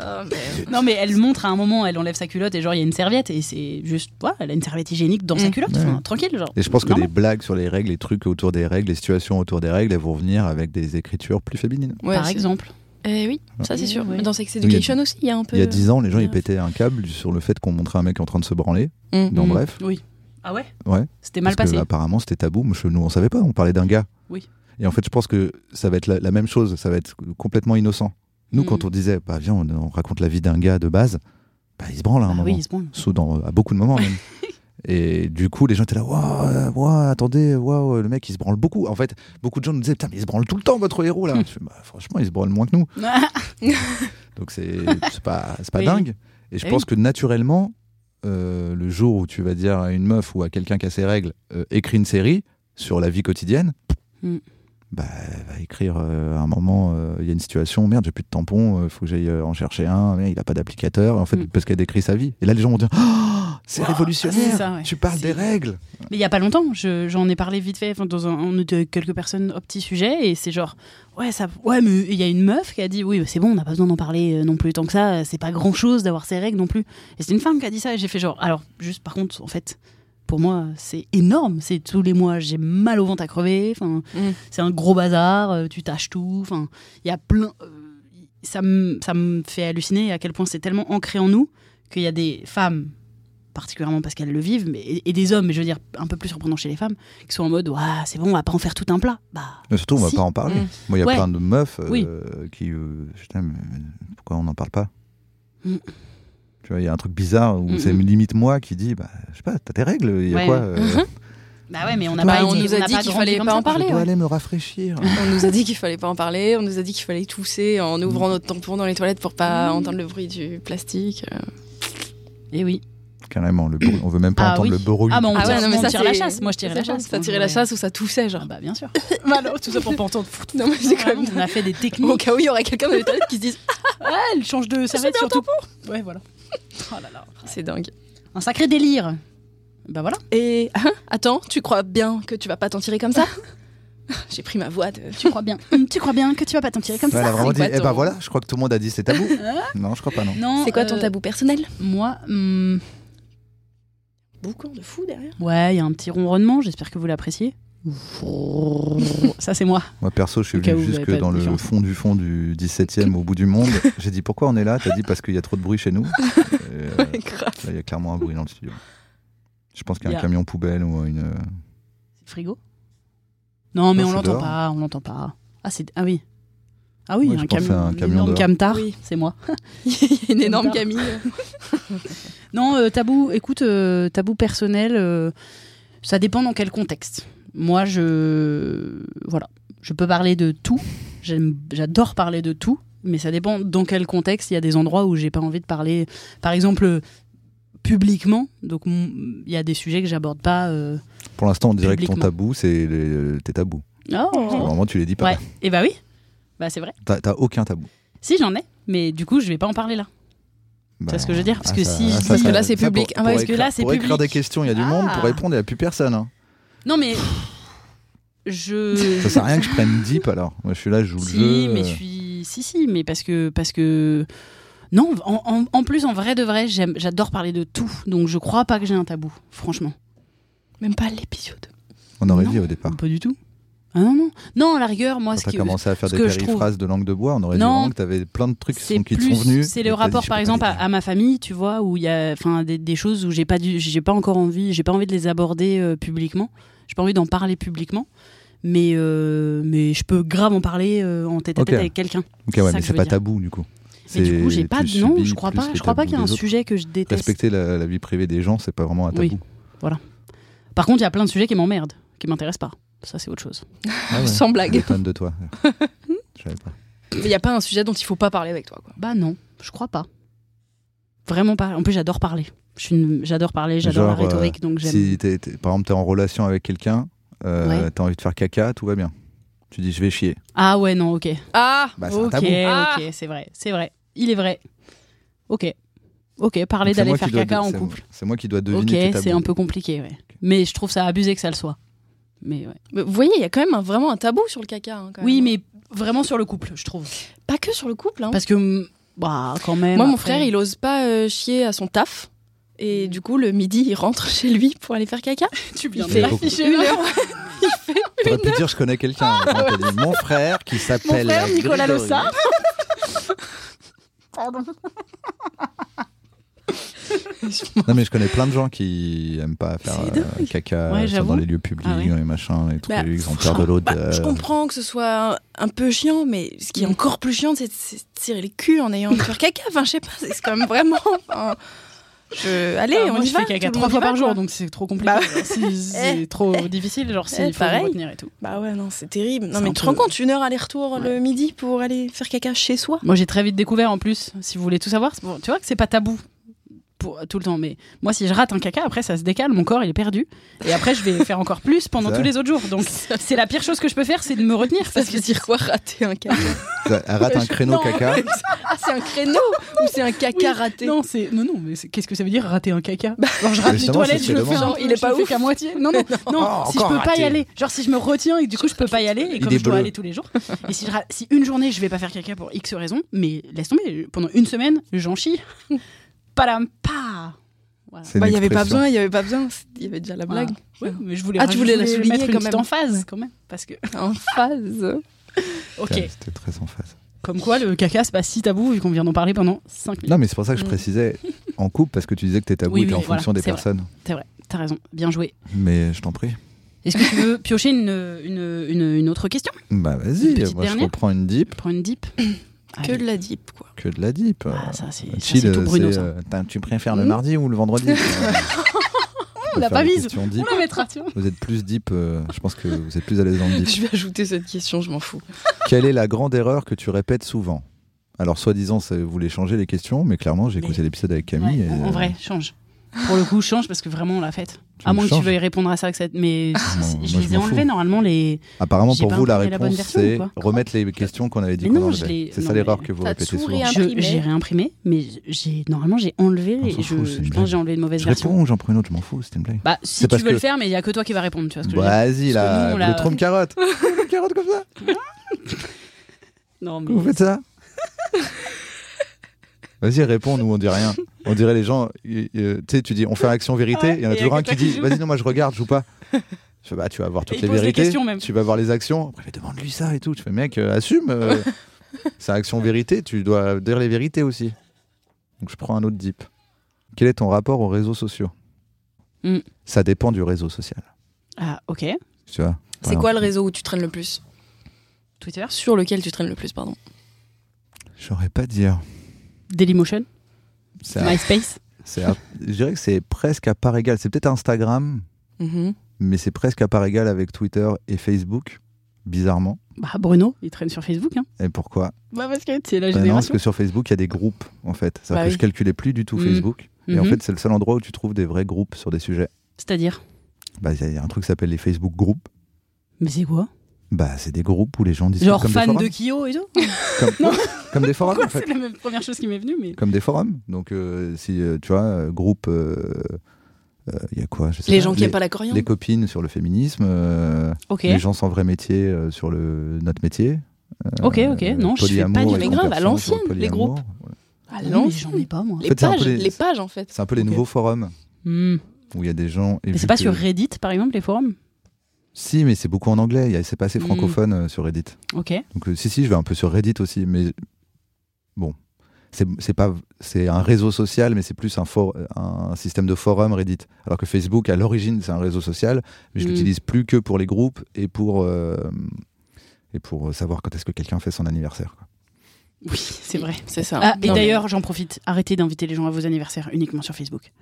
[SPEAKER 2] Ah, mais-
[SPEAKER 1] Non, mais elle montre à un moment, elle enlève sa culotte et genre il y a une serviette et c'est juste, voilà, elle a une serviette hygiénique dans sa
[SPEAKER 2] Mm.
[SPEAKER 1] culotte.
[SPEAKER 3] Ouais.
[SPEAKER 1] Enfin, tranquille, genre.
[SPEAKER 3] Et je pense que les
[SPEAKER 1] Normal.
[SPEAKER 3] blagues sur les règles, les trucs autour des règles, les situations autour des règles, elles vont venir avec des écritures plus féminines.
[SPEAKER 2] Ouais,
[SPEAKER 1] Par
[SPEAKER 2] c'est-
[SPEAKER 1] exemple.
[SPEAKER 2] Eh oui, ça c'est sûr.
[SPEAKER 1] Ouais.
[SPEAKER 2] Mais Dans Sex
[SPEAKER 3] il y a-
[SPEAKER 2] Education aussi, il y a un peu.
[SPEAKER 3] Il y a 10 ans, les gens ils
[SPEAKER 2] Ouais.
[SPEAKER 3] pétaient un câble sur le fait qu'on montrait un mec en train de se branler.
[SPEAKER 2] Mm.
[SPEAKER 3] Donc
[SPEAKER 1] Mm.
[SPEAKER 3] bref,
[SPEAKER 1] Oui. Ah ouais
[SPEAKER 3] Ouais.
[SPEAKER 1] C'était mal
[SPEAKER 3] parce
[SPEAKER 1] passé.
[SPEAKER 3] que apparemment c'était tabou, mais chez nous on savait pas, on parlait d'un gars.
[SPEAKER 1] Oui.
[SPEAKER 3] Et en fait, je pense que ça va être la, la même chose, ça va être complètement innocent. Nous,
[SPEAKER 1] Mm.
[SPEAKER 3] quand on disait, bah viens, on, on raconte la vie d'un gars de base, bah il se branle à un
[SPEAKER 1] Ah
[SPEAKER 3] moment.
[SPEAKER 1] oui, ils se branlent.
[SPEAKER 3] Sous dans- à beaucoup de moments même. Et du coup, les gens étaient là, waouh, euh, waouh, attendez, waouh, le mec il se branle beaucoup. En fait, beaucoup de gens nous disaient, putain, mais il se branle tout le temps, votre héros là. Je fais, Bah, franchement, il se branle moins que nous. Donc c'est c'est pas, c'est pas
[SPEAKER 1] Oui.
[SPEAKER 3] dingue. Et je
[SPEAKER 1] Eh
[SPEAKER 3] pense que naturellement, euh, le jour où tu vas dire à une meuf ou à quelqu'un qui a ses règles, euh, écris une série sur la vie quotidienne,
[SPEAKER 1] Mm.
[SPEAKER 3] bah, elle va écrire euh, à un moment, euh, il y a une situation, merde, j'ai plus de tampon, euh, faut que j'aille euh, en chercher un, mais il a pas d'applicateur, en fait,
[SPEAKER 1] Mm. Ah,
[SPEAKER 3] parce qu'elle décrit sa vie. Et là, les gens vont dire, Oh, c'est révolutionnaire,
[SPEAKER 1] c'est ça, ouais.
[SPEAKER 3] tu parles
[SPEAKER 1] C'est-
[SPEAKER 3] des règles.
[SPEAKER 1] Mais il y a pas longtemps, je- j'en ai parlé vite fait. Enfin, dans un, on était avec quelques personnes au petit sujet et c'est genre, ouais, ça, ouais, mais il y a une meuf qui a dit, oui, mais c'est bon, on n'a pas besoin d'en parler euh, non plus tant que ça. euh, C'est pas grand chose d'avoir ses règles non plus. Et c'est une femme qui a dit ça et j'ai fait genre, alors juste par contre, en fait. Pour moi, c'est énorme. C'est tous les mois, j'ai mal au ventre à crever. Enfin,
[SPEAKER 2] Mm.
[SPEAKER 1] c'est un gros bazar. euh, Tu tâches tout. Enfin, il y a plein. euh, ça me ça me fait halluciner à quel point c'est tellement ancré en nous qu'il y a des femmes particulièrement parce qu'elles le vivent, mais, et, et des hommes, mais je veux dire un peu plus surprenant chez les femmes, qui sont en mode Ouah, c'est bon, on va pas en faire tout un plat. Bah,
[SPEAKER 3] Mais surtout, on va
[SPEAKER 1] Si.
[SPEAKER 3] pas en parler.
[SPEAKER 2] Mm.
[SPEAKER 3] Moi, il y a
[SPEAKER 1] Ouais.
[SPEAKER 3] plein de meufs euh,
[SPEAKER 1] Oui.
[SPEAKER 3] qui. euh, putain, mais, mais pourquoi on n'en parle pas
[SPEAKER 1] Mm.
[SPEAKER 3] Tu vois, il y a un truc bizarre où
[SPEAKER 1] Mm,
[SPEAKER 3] c'est
[SPEAKER 1] mm.
[SPEAKER 3] limite moi qui dis bah, Je sais pas, t'as tes règles, il y a
[SPEAKER 1] Ouais.
[SPEAKER 3] quoi euh,
[SPEAKER 1] bah ouais, mais on a
[SPEAKER 2] Bah,
[SPEAKER 1] pas
[SPEAKER 2] on
[SPEAKER 1] été-
[SPEAKER 2] nous a
[SPEAKER 1] n'a
[SPEAKER 2] dit
[SPEAKER 1] pas
[SPEAKER 2] qu'il
[SPEAKER 1] grandi
[SPEAKER 2] fallait
[SPEAKER 1] comme
[SPEAKER 2] pas
[SPEAKER 1] ça.
[SPEAKER 2] en parler.
[SPEAKER 3] Je
[SPEAKER 2] ouais.
[SPEAKER 3] dois aller me rafraîchir.
[SPEAKER 2] On nous a dit qu'il fallait pas en parler, on nous a dit qu'il fallait tousser en ouvrant notre tampon dans les toilettes pour pas entendre le bruit du plastique. euh.
[SPEAKER 1] Et Eh oui.
[SPEAKER 3] Carrément, le bruit. on veut même pas
[SPEAKER 1] Ah
[SPEAKER 3] entendre
[SPEAKER 1] oui.
[SPEAKER 3] le bruit.
[SPEAKER 1] Ah bah on
[SPEAKER 2] Ah ouais,
[SPEAKER 1] tire,
[SPEAKER 2] non, mais
[SPEAKER 1] on
[SPEAKER 2] ça,
[SPEAKER 1] tire la
[SPEAKER 2] c'est-
[SPEAKER 1] chasse. Moi, je tirais
[SPEAKER 2] Ça,
[SPEAKER 1] la chasse.
[SPEAKER 2] Ça
[SPEAKER 1] Moi,
[SPEAKER 2] tirait
[SPEAKER 1] je
[SPEAKER 2] la
[SPEAKER 1] voulais-
[SPEAKER 2] chasse ou ça toussait, genre.
[SPEAKER 1] Ah Bah bien sûr. bah non, tout ça pour pas entendre.
[SPEAKER 2] Non, mais c'est quand
[SPEAKER 1] Vraiment,
[SPEAKER 2] même.
[SPEAKER 1] on a fait des techniques.
[SPEAKER 2] Au cas où il y aurait quelqu'un dans les toilettes qui se dise
[SPEAKER 1] Ah, elle change de serviette
[SPEAKER 2] bien
[SPEAKER 1] surtout. Ouais, voilà. Oh là là.
[SPEAKER 2] C'est dingue.
[SPEAKER 1] Un sacré délire. Bah voilà.
[SPEAKER 2] Et hein, attends, tu crois bien que tu vas pas t'en tirer comme ça J'ai pris ma voix de.
[SPEAKER 1] Tu crois bien. Hum, tu crois bien que tu vas pas t'en tirer comme
[SPEAKER 3] Ouais, elle a
[SPEAKER 1] ça.
[SPEAKER 3] vraiment
[SPEAKER 2] c'est
[SPEAKER 3] dit,
[SPEAKER 2] quoi
[SPEAKER 3] eh ben
[SPEAKER 2] ton-
[SPEAKER 3] voilà, je crois que tout le monde a dit c'est tabou.
[SPEAKER 1] Hein
[SPEAKER 3] non, je crois pas, non.
[SPEAKER 1] Non.
[SPEAKER 2] C'est quoi ton
[SPEAKER 1] euh,
[SPEAKER 2] tabou personnel
[SPEAKER 1] Moi, hum,
[SPEAKER 2] Boucan de fou derrière.
[SPEAKER 1] ouais, il y a un petit ronronnement. J'espère que vous l'appréciez. Ça, c'est moi.
[SPEAKER 3] Moi perso, je suis
[SPEAKER 1] Au cas
[SPEAKER 3] venu
[SPEAKER 1] où vous avez
[SPEAKER 3] jusque
[SPEAKER 1] pas
[SPEAKER 3] dans
[SPEAKER 1] de
[SPEAKER 3] le
[SPEAKER 1] différence.
[SPEAKER 3] fond du fond du 17e au bout du monde. J'ai dit pourquoi on est là T'as dit parce qu'il y a trop de bruit chez nous. Et, euh,
[SPEAKER 2] Ouais, grave.
[SPEAKER 3] Là, il y a clairement un bruit dans le studio. Je pense qu'il y
[SPEAKER 1] Il y
[SPEAKER 3] a un
[SPEAKER 1] a-
[SPEAKER 3] camion poubelle ou une. euh,
[SPEAKER 1] C'est frigo Non, mais
[SPEAKER 3] Non,
[SPEAKER 1] on
[SPEAKER 3] c'est
[SPEAKER 1] l'entend
[SPEAKER 3] dehors.
[SPEAKER 1] pas, on l'entend pas. Ah, c'est... ah oui. Ah oui,
[SPEAKER 3] Ouais,
[SPEAKER 1] un
[SPEAKER 3] je pensais
[SPEAKER 1] camion.
[SPEAKER 3] à un
[SPEAKER 1] Un
[SPEAKER 3] camion
[SPEAKER 1] énorme
[SPEAKER 3] dehors.
[SPEAKER 1] camtar,
[SPEAKER 2] Oui.
[SPEAKER 1] c'est moi.
[SPEAKER 2] Il y a une énorme
[SPEAKER 1] Comme ça.
[SPEAKER 2] Camille.
[SPEAKER 1] Non, euh, tabou, écoute, euh, tabou personnel, euh, ça dépend dans quel contexte. Moi, je. Voilà. Je peux parler de tout. J'aime- J'adore parler de tout, mais ça dépend dans quel contexte. Il y a des endroits où j'ai pas envie de parler. Par exemple, euh, publiquement. Donc, mon- il y a des sujets que j'aborde pas. euh,
[SPEAKER 3] Pour l'instant, on dirait que ton
[SPEAKER 1] Publiquement.
[SPEAKER 3] tabou, c'est les- tes tabous. Vraiment, tu les dis pas.
[SPEAKER 1] Ouais. Et bah oui. Bah, c'est vrai.
[SPEAKER 3] T'as t'as aucun tabou.
[SPEAKER 1] Si, j'en ai, mais du coup, je vais pas en parler là. Tu
[SPEAKER 3] Bah,
[SPEAKER 1] vois ce que je veux dire Parce que si je
[SPEAKER 2] Parce
[SPEAKER 1] dis-
[SPEAKER 2] que là, c'est
[SPEAKER 3] ça, pour-
[SPEAKER 2] public. Ah
[SPEAKER 3] pour
[SPEAKER 2] ouais,
[SPEAKER 1] parce que
[SPEAKER 3] écrire-
[SPEAKER 1] là, c'est
[SPEAKER 3] Pour écrire
[SPEAKER 1] public.
[SPEAKER 3] des questions, il y a du monde. Pour
[SPEAKER 1] Ah.
[SPEAKER 3] répondre, il n'y a plus personne. hein.
[SPEAKER 1] Non, mais. Je.
[SPEAKER 3] Ça sert à rien que je prenne deep alors. Moi, je suis là, je joue le
[SPEAKER 1] si,
[SPEAKER 3] jeu.
[SPEAKER 1] mais je
[SPEAKER 3] euh,
[SPEAKER 1] suis. Si, si, mais parce que. Parce que... Non, en, en- en plus, en vrai de vrai, j'aime- j'adore parler de tout. Donc, je crois pas que j'ai un tabou, franchement.
[SPEAKER 2] Même pas l'épisode.
[SPEAKER 3] On aurait
[SPEAKER 1] Non.
[SPEAKER 3] dit au départ.
[SPEAKER 1] Pas du tout. Ah non, non. Non, à la rigueur, moi,
[SPEAKER 3] Quand
[SPEAKER 1] ce
[SPEAKER 3] t'as
[SPEAKER 1] qui.
[SPEAKER 3] commencé à faire
[SPEAKER 1] ce
[SPEAKER 3] des
[SPEAKER 1] que je
[SPEAKER 3] périphrases de langue de bois, on aurait dit
[SPEAKER 1] Non.
[SPEAKER 3] vraiment que t'avais plein de trucs qui,
[SPEAKER 1] C'est
[SPEAKER 3] sont, qui te
[SPEAKER 1] plus-
[SPEAKER 3] sont venus.
[SPEAKER 1] C'est
[SPEAKER 3] et
[SPEAKER 1] le
[SPEAKER 3] t'as dit,
[SPEAKER 1] rapport,
[SPEAKER 3] je
[SPEAKER 1] par
[SPEAKER 3] sais pas
[SPEAKER 1] exemple, à,
[SPEAKER 3] dire.
[SPEAKER 1] à ma famille, tu vois, où il y a enfin, des, des choses où j'ai pas, du- j'ai pas encore envie, j'ai pas envie de les aborder euh, publiquement. J'ai pas envie d'en parler publiquement. Mais, euh, mais je peux grave en parler euh, en tête à tête
[SPEAKER 3] Ok.
[SPEAKER 1] avec quelqu'un.
[SPEAKER 3] Ok,
[SPEAKER 1] c'est
[SPEAKER 3] ouais,
[SPEAKER 1] ça
[SPEAKER 3] mais
[SPEAKER 1] que je
[SPEAKER 3] c'est
[SPEAKER 1] veux
[SPEAKER 3] pas
[SPEAKER 1] dire.
[SPEAKER 3] tabou du coup.
[SPEAKER 1] Mais du
[SPEAKER 3] C'est-
[SPEAKER 1] coup, j'ai
[SPEAKER 3] tu
[SPEAKER 1] pas.
[SPEAKER 3] le
[SPEAKER 1] Non,
[SPEAKER 3] subis
[SPEAKER 1] je crois
[SPEAKER 3] plus
[SPEAKER 1] pas.
[SPEAKER 3] les
[SPEAKER 1] Je crois pas
[SPEAKER 3] tabous
[SPEAKER 1] qu'il y a un
[SPEAKER 3] des autres.
[SPEAKER 1] sujet que je déteste.
[SPEAKER 3] Respecter la, la vie privée des gens, c'est pas vraiment un tabou.
[SPEAKER 1] Oui. Par contre, il y a plein de sujets qui m'emmerdent, qui m'intéressent pas. Ça, c'est autre chose.
[SPEAKER 3] Ah ouais,
[SPEAKER 2] Sans blague.
[SPEAKER 3] je m'étonne de toi. Je savais pas.
[SPEAKER 2] Il n'y a pas un sujet dont il faut pas parler avec toi. Quoi.
[SPEAKER 1] Bah non, je crois pas. Vraiment pas. En plus, j'adore parler. Je suis une- J'adore parler, j'adore la
[SPEAKER 3] Genre, euh,
[SPEAKER 1] rhétorique, donc j'aime.
[SPEAKER 3] Si t'es- t'es- par exemple, t'es en relation avec quelqu'un, euh,
[SPEAKER 1] Ouais.
[SPEAKER 3] t'as envie de faire caca, tout va bien. Tu dis, je vais chier.
[SPEAKER 1] Ah ouais, non, ok.
[SPEAKER 2] Ah
[SPEAKER 3] Bah, c'est un
[SPEAKER 1] Ok,
[SPEAKER 3] tabou.
[SPEAKER 2] Ah
[SPEAKER 1] ok, c'est vrai, c'est vrai. Il est vrai. Ok. Ok, parler
[SPEAKER 3] Donc, c'est
[SPEAKER 1] d'aller
[SPEAKER 3] moi
[SPEAKER 1] faire
[SPEAKER 3] qui dois-
[SPEAKER 1] caca en
[SPEAKER 3] c'est-
[SPEAKER 1] couple.
[SPEAKER 3] C'est moi qui dois deviner
[SPEAKER 1] Ok,
[SPEAKER 3] tes tabous.
[SPEAKER 1] c'est un peu compliqué, ouais. Mais je trouve ça abusé que ça le soit. Mais ouais.
[SPEAKER 2] Mais Vous voyez, il y a quand même un- vraiment un tabou sur le caca. hein, quand
[SPEAKER 1] Oui,
[SPEAKER 2] même.
[SPEAKER 1] mais vraiment sur le couple, je trouve.
[SPEAKER 2] Pas que sur le couple. hein.
[SPEAKER 1] Parce que, mm, bah, quand même.
[SPEAKER 2] Moi, mon
[SPEAKER 1] après-
[SPEAKER 2] frère, il ose pas euh, chier à son taf. Et du coup, le midi, il rentre chez lui pour aller faire caca.
[SPEAKER 1] tu
[SPEAKER 2] Il
[SPEAKER 1] viens
[SPEAKER 2] fait
[SPEAKER 1] de- hein.
[SPEAKER 3] beaucoup.
[SPEAKER 2] afficher une heure.
[SPEAKER 3] T'aurais pu dire, je connais quelqu'un. T'as dit, Mon frère qui s'appelle.
[SPEAKER 1] frère, Nicolas
[SPEAKER 3] Grégory.
[SPEAKER 1] Lossard.
[SPEAKER 3] Non, mais je connais plein de gens qui aiment pas faire
[SPEAKER 1] C'est
[SPEAKER 3] euh,
[SPEAKER 1] dingue.
[SPEAKER 3] caca
[SPEAKER 1] Ouais,
[SPEAKER 3] euh,
[SPEAKER 1] j'avoue.
[SPEAKER 3] dans les lieux publics,
[SPEAKER 1] Ah ouais.
[SPEAKER 3] dans les machins, les trucs,
[SPEAKER 2] Bah,
[SPEAKER 3] ils ont peur de euh, l'odeur.
[SPEAKER 2] Bah, je comprends que ce soit un, un peu chiant, mais ce qui est
[SPEAKER 1] Mm.
[SPEAKER 2] encore plus chiant, c'est de c'est de tirer les culs en ayant envie de faire caca. Enfin, je sais pas, c'est quand même vraiment. enfin, je- Allez,
[SPEAKER 1] Ah,
[SPEAKER 2] on
[SPEAKER 1] moi,
[SPEAKER 2] y
[SPEAKER 1] je
[SPEAKER 2] va.
[SPEAKER 1] fais caca
[SPEAKER 2] tout le
[SPEAKER 1] trois
[SPEAKER 2] monde y
[SPEAKER 1] fois
[SPEAKER 2] va,
[SPEAKER 1] par
[SPEAKER 2] quoi.
[SPEAKER 1] jour, donc c'est trop compliqué.
[SPEAKER 2] Bah.
[SPEAKER 1] Alors, si c'est trop difficile, genre s'il
[SPEAKER 2] Eh,
[SPEAKER 1] faut
[SPEAKER 2] pareil.
[SPEAKER 1] le retenir et tout.
[SPEAKER 2] Bah ouais, non, c'est terrible. Non,
[SPEAKER 1] C'est
[SPEAKER 2] mais
[SPEAKER 1] un
[SPEAKER 2] tu te
[SPEAKER 1] peu-
[SPEAKER 2] rends compte, une heure aller-retour le midi pour aller faire caca chez soi
[SPEAKER 1] Moi, j'ai très vite découvert en plus, si vous voulez tout savoir, c'est- bon, tu vois que c'est pas tabou pour euh, tout le temps, mais moi, si je rate un caca, après, ça se décale, mon corps, il est perdu. Et après, je vais faire encore plus pendant
[SPEAKER 3] C'est
[SPEAKER 1] tous
[SPEAKER 3] vrai
[SPEAKER 1] les autres jours. Donc, c'est la pire chose que je peux faire, c'est de me retenir. Parce que si-
[SPEAKER 2] quoi rater un caca
[SPEAKER 3] Elle rate un créneau
[SPEAKER 2] Non.
[SPEAKER 3] caca.
[SPEAKER 2] Ah, c'est un créneau ou c'est un caca raté
[SPEAKER 1] Non, c'est. Non, non, mais c'est- qu'est-ce que ça veut dire rater un caca Genre, je rate les
[SPEAKER 3] Bah, justement,
[SPEAKER 1] toilettes,
[SPEAKER 3] c'est
[SPEAKER 1] je le
[SPEAKER 3] vraiment-
[SPEAKER 1] fais, genre,
[SPEAKER 2] Genre,
[SPEAKER 1] il est pas ouf. qu'à moitié. Non, non, non,
[SPEAKER 3] Oh,
[SPEAKER 1] si je
[SPEAKER 3] encore
[SPEAKER 1] peux pas
[SPEAKER 3] raté.
[SPEAKER 1] y aller. Genre, si je me retiens et que du coup, je peux pas y aller, et
[SPEAKER 3] Il
[SPEAKER 1] comme
[SPEAKER 3] est
[SPEAKER 1] je dois
[SPEAKER 3] bleu.
[SPEAKER 1] aller tous les jours, et si, je rate- si une journée, je vais pas faire caca pour X raison, mais laisse tomber, pendant une semaine, j'en chie. Palam, pa
[SPEAKER 3] C'est une
[SPEAKER 2] Bah, il y avait pas
[SPEAKER 3] expression.
[SPEAKER 2] besoin, il y avait pas besoin. c'est- Il y avait déjà la blague.
[SPEAKER 1] Oui, mais je voulais,
[SPEAKER 2] Ah, tu voulais la
[SPEAKER 1] je
[SPEAKER 2] souligner
[SPEAKER 1] mettre une
[SPEAKER 2] quand
[SPEAKER 1] petite
[SPEAKER 2] même.
[SPEAKER 1] emphase, quand même. Parce que,
[SPEAKER 2] En Ah, phase.
[SPEAKER 1] ok.
[SPEAKER 3] Putain, C'était très en phase.
[SPEAKER 1] Comme quoi, le caca, c'est pas si tabou, vu qu'on vient d'en parler pendant 5 minutes.
[SPEAKER 3] Non, mais c'est pour ça que je précisais en couple, parce que tu disais que t'es tabou
[SPEAKER 1] Mm. Oui,
[SPEAKER 3] et
[SPEAKER 1] oui,
[SPEAKER 3] en
[SPEAKER 1] voilà,
[SPEAKER 3] fonction des
[SPEAKER 1] c'est vrai.
[SPEAKER 3] personnes.
[SPEAKER 1] T'as vrai, t'as raison. Bien joué.
[SPEAKER 3] Mais je t'en prie.
[SPEAKER 1] Est-ce que tu veux piocher une, une, une, une autre question
[SPEAKER 3] Bah
[SPEAKER 1] Une
[SPEAKER 3] vas-y,
[SPEAKER 1] petite
[SPEAKER 3] moi je
[SPEAKER 1] dernière
[SPEAKER 3] reprends une deep
[SPEAKER 1] Prends une dip.
[SPEAKER 2] Que de la dip, quoi.
[SPEAKER 3] que de la deep.
[SPEAKER 1] Ah, ça, c'est ça,
[SPEAKER 3] Chill,
[SPEAKER 1] c'est tout Bruno,
[SPEAKER 3] c'est,
[SPEAKER 1] ça. Mm.
[SPEAKER 3] euh, t'as- tu préfères le
[SPEAKER 2] Hmm.
[SPEAKER 3] mardi ou le vendredi Euh,
[SPEAKER 1] On l'a pas mise.
[SPEAKER 3] mise.
[SPEAKER 1] On la mettra, tu vois.
[SPEAKER 3] Vous êtes plus deep, euh, je pense que vous êtes plus à l'aise dans le deep.
[SPEAKER 2] Je vais ajouter cette question, je m'en fous.
[SPEAKER 3] Quelle est la grande erreur que tu répètes souvent Alors, soi-disant, ça voulait changer les questions, mais clairement, j'ai
[SPEAKER 1] Mais-
[SPEAKER 3] écouté l'épisode avec Camille.
[SPEAKER 1] Ouais,
[SPEAKER 3] et,
[SPEAKER 1] en-
[SPEAKER 3] euh,
[SPEAKER 1] En vrai, change. Pour le coup, change parce que vraiment, on l'a faite.
[SPEAKER 3] tu
[SPEAKER 1] À
[SPEAKER 3] me
[SPEAKER 1] moins que tu
[SPEAKER 3] changes. Ah,
[SPEAKER 1] veuilles répondre à ça. Que ça... Mais
[SPEAKER 3] moi,
[SPEAKER 1] je
[SPEAKER 3] je
[SPEAKER 1] les ai
[SPEAKER 3] m'en
[SPEAKER 1] enlevés
[SPEAKER 3] fous.
[SPEAKER 1] normalement, les.
[SPEAKER 3] Apparemment,
[SPEAKER 1] J'ai
[SPEAKER 3] pour
[SPEAKER 1] pas
[SPEAKER 3] vous, la
[SPEAKER 1] imprimé la bonne
[SPEAKER 3] réponse,
[SPEAKER 1] version,
[SPEAKER 3] c'est
[SPEAKER 1] quoi.
[SPEAKER 3] remettre les questions qu'on avait dit
[SPEAKER 1] Mais
[SPEAKER 3] qu'on
[SPEAKER 1] non, je
[SPEAKER 3] enlevait.
[SPEAKER 1] l'ai-
[SPEAKER 3] C'est
[SPEAKER 1] non,
[SPEAKER 3] ça l'erreur
[SPEAKER 1] mais
[SPEAKER 3] que vous
[SPEAKER 2] t'as
[SPEAKER 3] répétez
[SPEAKER 2] tout
[SPEAKER 3] souvent.
[SPEAKER 2] réimprimé.
[SPEAKER 1] Je-
[SPEAKER 2] Imprimé.
[SPEAKER 1] J'ai réimprimé, mais j'ai normalement j'ai enlevé.
[SPEAKER 3] On
[SPEAKER 1] et
[SPEAKER 3] s'en
[SPEAKER 1] je
[SPEAKER 3] fout,
[SPEAKER 1] je
[SPEAKER 3] c'est une
[SPEAKER 1] pense
[SPEAKER 3] blague.
[SPEAKER 1] que j'ai enlevé une mauvaise
[SPEAKER 3] Je
[SPEAKER 1] version.
[SPEAKER 3] réponds ou j'en prends une autre Je m'en fous, c'était une blague.
[SPEAKER 1] Bah,
[SPEAKER 3] C'est
[SPEAKER 1] si tu
[SPEAKER 3] parce
[SPEAKER 1] veux le
[SPEAKER 3] que-
[SPEAKER 1] faire, mais il y a que toi qui va répondre, tu vois ce que je veux dire.
[SPEAKER 3] Vas-y,
[SPEAKER 1] Parce que nous, on
[SPEAKER 3] là,
[SPEAKER 1] l'a-
[SPEAKER 3] le trompe-carotte. Le carotte comme ça.
[SPEAKER 1] Non, mais-
[SPEAKER 3] Vous faites ça Vas-y, réponds, nous, on dit rien. On dirait les gens, euh, euh, tu sais, tu dis, on fait action vérité, il y en
[SPEAKER 1] et
[SPEAKER 3] a
[SPEAKER 1] y
[SPEAKER 3] toujours
[SPEAKER 1] a
[SPEAKER 3] un
[SPEAKER 1] que toi
[SPEAKER 3] qui
[SPEAKER 1] qui
[SPEAKER 3] dit,
[SPEAKER 1] joues.
[SPEAKER 3] vas-y, non, moi je regarde, je joue pas. Je fais, bah, tu vas voir toutes
[SPEAKER 1] il
[SPEAKER 3] les
[SPEAKER 1] pose des
[SPEAKER 3] vérités,
[SPEAKER 1] questions, même.
[SPEAKER 3] tu vas voir les actions, après, fais, demande-lui ça et tout. Tu fais, mec, euh, assume, euh, c'est action vérité, tu dois dire les vérités aussi. Donc je prends un autre dip. Quel est ton rapport aux réseaux sociaux
[SPEAKER 1] Hmm.
[SPEAKER 3] Ça dépend du réseau social.
[SPEAKER 1] Ah, ok.
[SPEAKER 3] Tu vois
[SPEAKER 2] C'est
[SPEAKER 3] Voilà.
[SPEAKER 2] quoi le réseau où tu traînes le plus
[SPEAKER 1] Twitter.
[SPEAKER 2] Sur lequel tu traînes le plus, pardon.
[SPEAKER 3] J'aurais pas dire.
[SPEAKER 1] Dailymotion.
[SPEAKER 3] C'est à-
[SPEAKER 1] MySpace.
[SPEAKER 3] c'est à- je dirais que c'est presque à part égale. C'est peut-être Instagram,
[SPEAKER 2] Mhm.
[SPEAKER 3] mais c'est presque à part égale avec Twitter et Facebook, bizarrement.
[SPEAKER 1] Bah, Bruno, il traîne sur Facebook. Hein.
[SPEAKER 3] Et pourquoi
[SPEAKER 1] Bah, parce que c'est la
[SPEAKER 3] Bah Non, Parce
[SPEAKER 1] génération.
[SPEAKER 3] que sur Facebook, il y a des groupes, en fait. C'est-à-dire
[SPEAKER 2] Bah
[SPEAKER 3] que
[SPEAKER 2] oui. Mm-hmm.
[SPEAKER 3] je calculais plus du tout
[SPEAKER 1] Mhm.
[SPEAKER 3] Facebook. Et en
[SPEAKER 1] Mhm.
[SPEAKER 3] fait, c'est le seul endroit où tu trouves des vrais groupes sur des sujets.
[SPEAKER 1] C'est-à-dire.
[SPEAKER 3] Bah, Il y a un truc qui s'appelle les Facebook groupes.
[SPEAKER 1] Mais c'est quoi
[SPEAKER 3] Bah, c'est des groupes où les gens discutent
[SPEAKER 1] Genre
[SPEAKER 3] comme,
[SPEAKER 1] fan
[SPEAKER 3] des
[SPEAKER 1] de
[SPEAKER 3] forums.
[SPEAKER 1] Kyo et tout
[SPEAKER 3] Comme, comme des forums, en fait.
[SPEAKER 1] C'est la même première chose qui m'est venue, mais.
[SPEAKER 3] Comme des forums. Donc, euh, si euh, tu vois, euh, groupe. euh, euh, Il y a quoi je sais
[SPEAKER 2] Les
[SPEAKER 3] pas.
[SPEAKER 2] gens qui
[SPEAKER 3] Les-
[SPEAKER 2] aiment pas la coriandre.
[SPEAKER 3] les copines sur le féminisme, euh,
[SPEAKER 1] Ok.
[SPEAKER 3] les gens sans vrai métier euh, sur le, notre métier. Euh,
[SPEAKER 1] Ok, ok. Non, je fais pas du-
[SPEAKER 2] mais grave, à l'ancienne, les groupes.
[SPEAKER 1] Ah,
[SPEAKER 2] non, mais
[SPEAKER 1] j'en
[SPEAKER 2] j'en
[SPEAKER 1] ai
[SPEAKER 2] ai
[SPEAKER 1] pas, moi.
[SPEAKER 2] Les
[SPEAKER 3] fait, c'est un peu
[SPEAKER 2] pages,
[SPEAKER 3] les-
[SPEAKER 2] les... pages en fait.
[SPEAKER 3] C'est un peu les
[SPEAKER 2] Ok.
[SPEAKER 3] nouveaux forums
[SPEAKER 1] Hmm.
[SPEAKER 3] où il y a des gens. et
[SPEAKER 1] Mais
[SPEAKER 3] vu
[SPEAKER 1] c'est pas
[SPEAKER 3] que-
[SPEAKER 1] sur Reddit, par exemple, les forums
[SPEAKER 3] Si, mais c'est beaucoup en anglais. Il y a- C'est pas assez
[SPEAKER 1] Mm.
[SPEAKER 3] francophone euh, sur Reddit.
[SPEAKER 1] Ok.
[SPEAKER 3] Donc, euh, si, si, je vais un peu sur Reddit aussi, mais bon, c'est c'est pas, c'est un réseau social, mais c'est plus un, for- un système de forum Reddit. Alors que Facebook, à l'origine, c'est un réseau social, mais je
[SPEAKER 1] Mm.
[SPEAKER 3] l'utilise plus que pour les groupes et pour euh, et pour savoir quand est-ce que quelqu'un fait son anniversaire. quoi.
[SPEAKER 2] Oui, c'est vrai, c'est ça.
[SPEAKER 1] Ah, et
[SPEAKER 2] Non, mais-
[SPEAKER 1] d'ailleurs, j'en profite, arrêtez d'inviter les gens à vos anniversaires uniquement sur Facebook.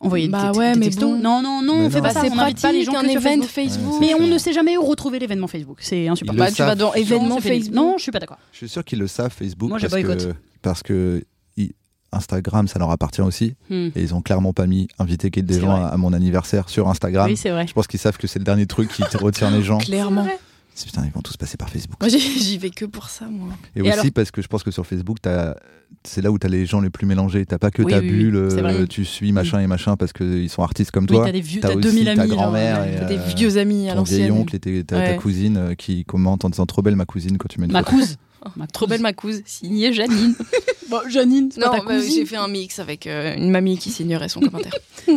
[SPEAKER 1] Envoyez
[SPEAKER 2] Bah
[SPEAKER 1] des, des
[SPEAKER 2] ouais, mais
[SPEAKER 1] textos.
[SPEAKER 2] bon.
[SPEAKER 1] Non, non, non,
[SPEAKER 3] Mais
[SPEAKER 1] on fait
[SPEAKER 3] non.
[SPEAKER 1] pas
[SPEAKER 3] Bah,
[SPEAKER 1] ça.
[SPEAKER 2] c'est
[SPEAKER 1] on n'invite
[SPEAKER 2] pratique,
[SPEAKER 1] pas les gens
[SPEAKER 2] un
[SPEAKER 1] que sur
[SPEAKER 2] événement
[SPEAKER 1] Facebook.
[SPEAKER 2] Facebook.
[SPEAKER 3] Ouais,
[SPEAKER 1] Mais
[SPEAKER 3] c'est
[SPEAKER 1] on
[SPEAKER 3] sûr.
[SPEAKER 1] ne sait jamais où retrouver l'événement Facebook. C'est insupportable.
[SPEAKER 3] le
[SPEAKER 2] Bah, tu vas
[SPEAKER 3] savent.
[SPEAKER 2] dans
[SPEAKER 3] Non,
[SPEAKER 2] événement
[SPEAKER 1] c'est Félix.
[SPEAKER 2] Facebook.
[SPEAKER 1] Non, je suis pas d'accord.
[SPEAKER 3] Je suis sûr qu'ils le savent Facebook
[SPEAKER 1] Moi, je
[SPEAKER 3] parce, que,
[SPEAKER 1] boycotte.
[SPEAKER 3] parce que i- Instagram, ça leur appartient aussi,
[SPEAKER 1] Hmm.
[SPEAKER 3] et ils ont clairement pas mis inviter des
[SPEAKER 1] C'est
[SPEAKER 3] gens
[SPEAKER 1] vrai.
[SPEAKER 3] à, à mon anniversaire sur Instagram.
[SPEAKER 1] Oui, c'est vrai.
[SPEAKER 3] je pense qu'ils savent que c'est le dernier truc qui retient les gens.
[SPEAKER 2] Clairement.
[SPEAKER 3] C'est- Putain, ils vont tous passer par Facebook.
[SPEAKER 2] Moi, j'y- j'y vais que pour ça, moi.
[SPEAKER 3] Et,
[SPEAKER 1] Et
[SPEAKER 3] aussi
[SPEAKER 1] alors-
[SPEAKER 3] parce que je pense que sur Facebook, t'as- c'est là où tu as les gens les plus mélangés. T'as pas que
[SPEAKER 1] Oui,
[SPEAKER 3] ta
[SPEAKER 1] oui, oui,
[SPEAKER 3] bulle,
[SPEAKER 1] c'est vrai.
[SPEAKER 3] euh, tu suis machin et machin parce qu'ils sont artistes comme
[SPEAKER 1] Oui,
[SPEAKER 3] toi.
[SPEAKER 1] t'as des vieux,
[SPEAKER 3] t'as
[SPEAKER 1] t'as
[SPEAKER 3] aussi
[SPEAKER 1] 2000
[SPEAKER 3] ta
[SPEAKER 1] amis. genre,
[SPEAKER 3] grand-mère
[SPEAKER 1] ouais.
[SPEAKER 3] et,
[SPEAKER 2] Des
[SPEAKER 3] euh,
[SPEAKER 2] vieux amis à
[SPEAKER 3] Ton vieil
[SPEAKER 2] l'ancienne.
[SPEAKER 3] oncle et tes- ta, ta
[SPEAKER 2] Ouais.
[SPEAKER 3] cousine euh, qui commente en disant trop belle ma cousine quand tu mets une
[SPEAKER 1] Ma
[SPEAKER 3] photo.
[SPEAKER 1] cousine.
[SPEAKER 2] Trop belle ma cousine, signée Janine.
[SPEAKER 1] Bon, Janine, c'est
[SPEAKER 2] non,
[SPEAKER 1] pas ta
[SPEAKER 2] bah,
[SPEAKER 1] cousine.
[SPEAKER 2] j'ai fait un mix avec euh, une mamie qui signerait son commentaire.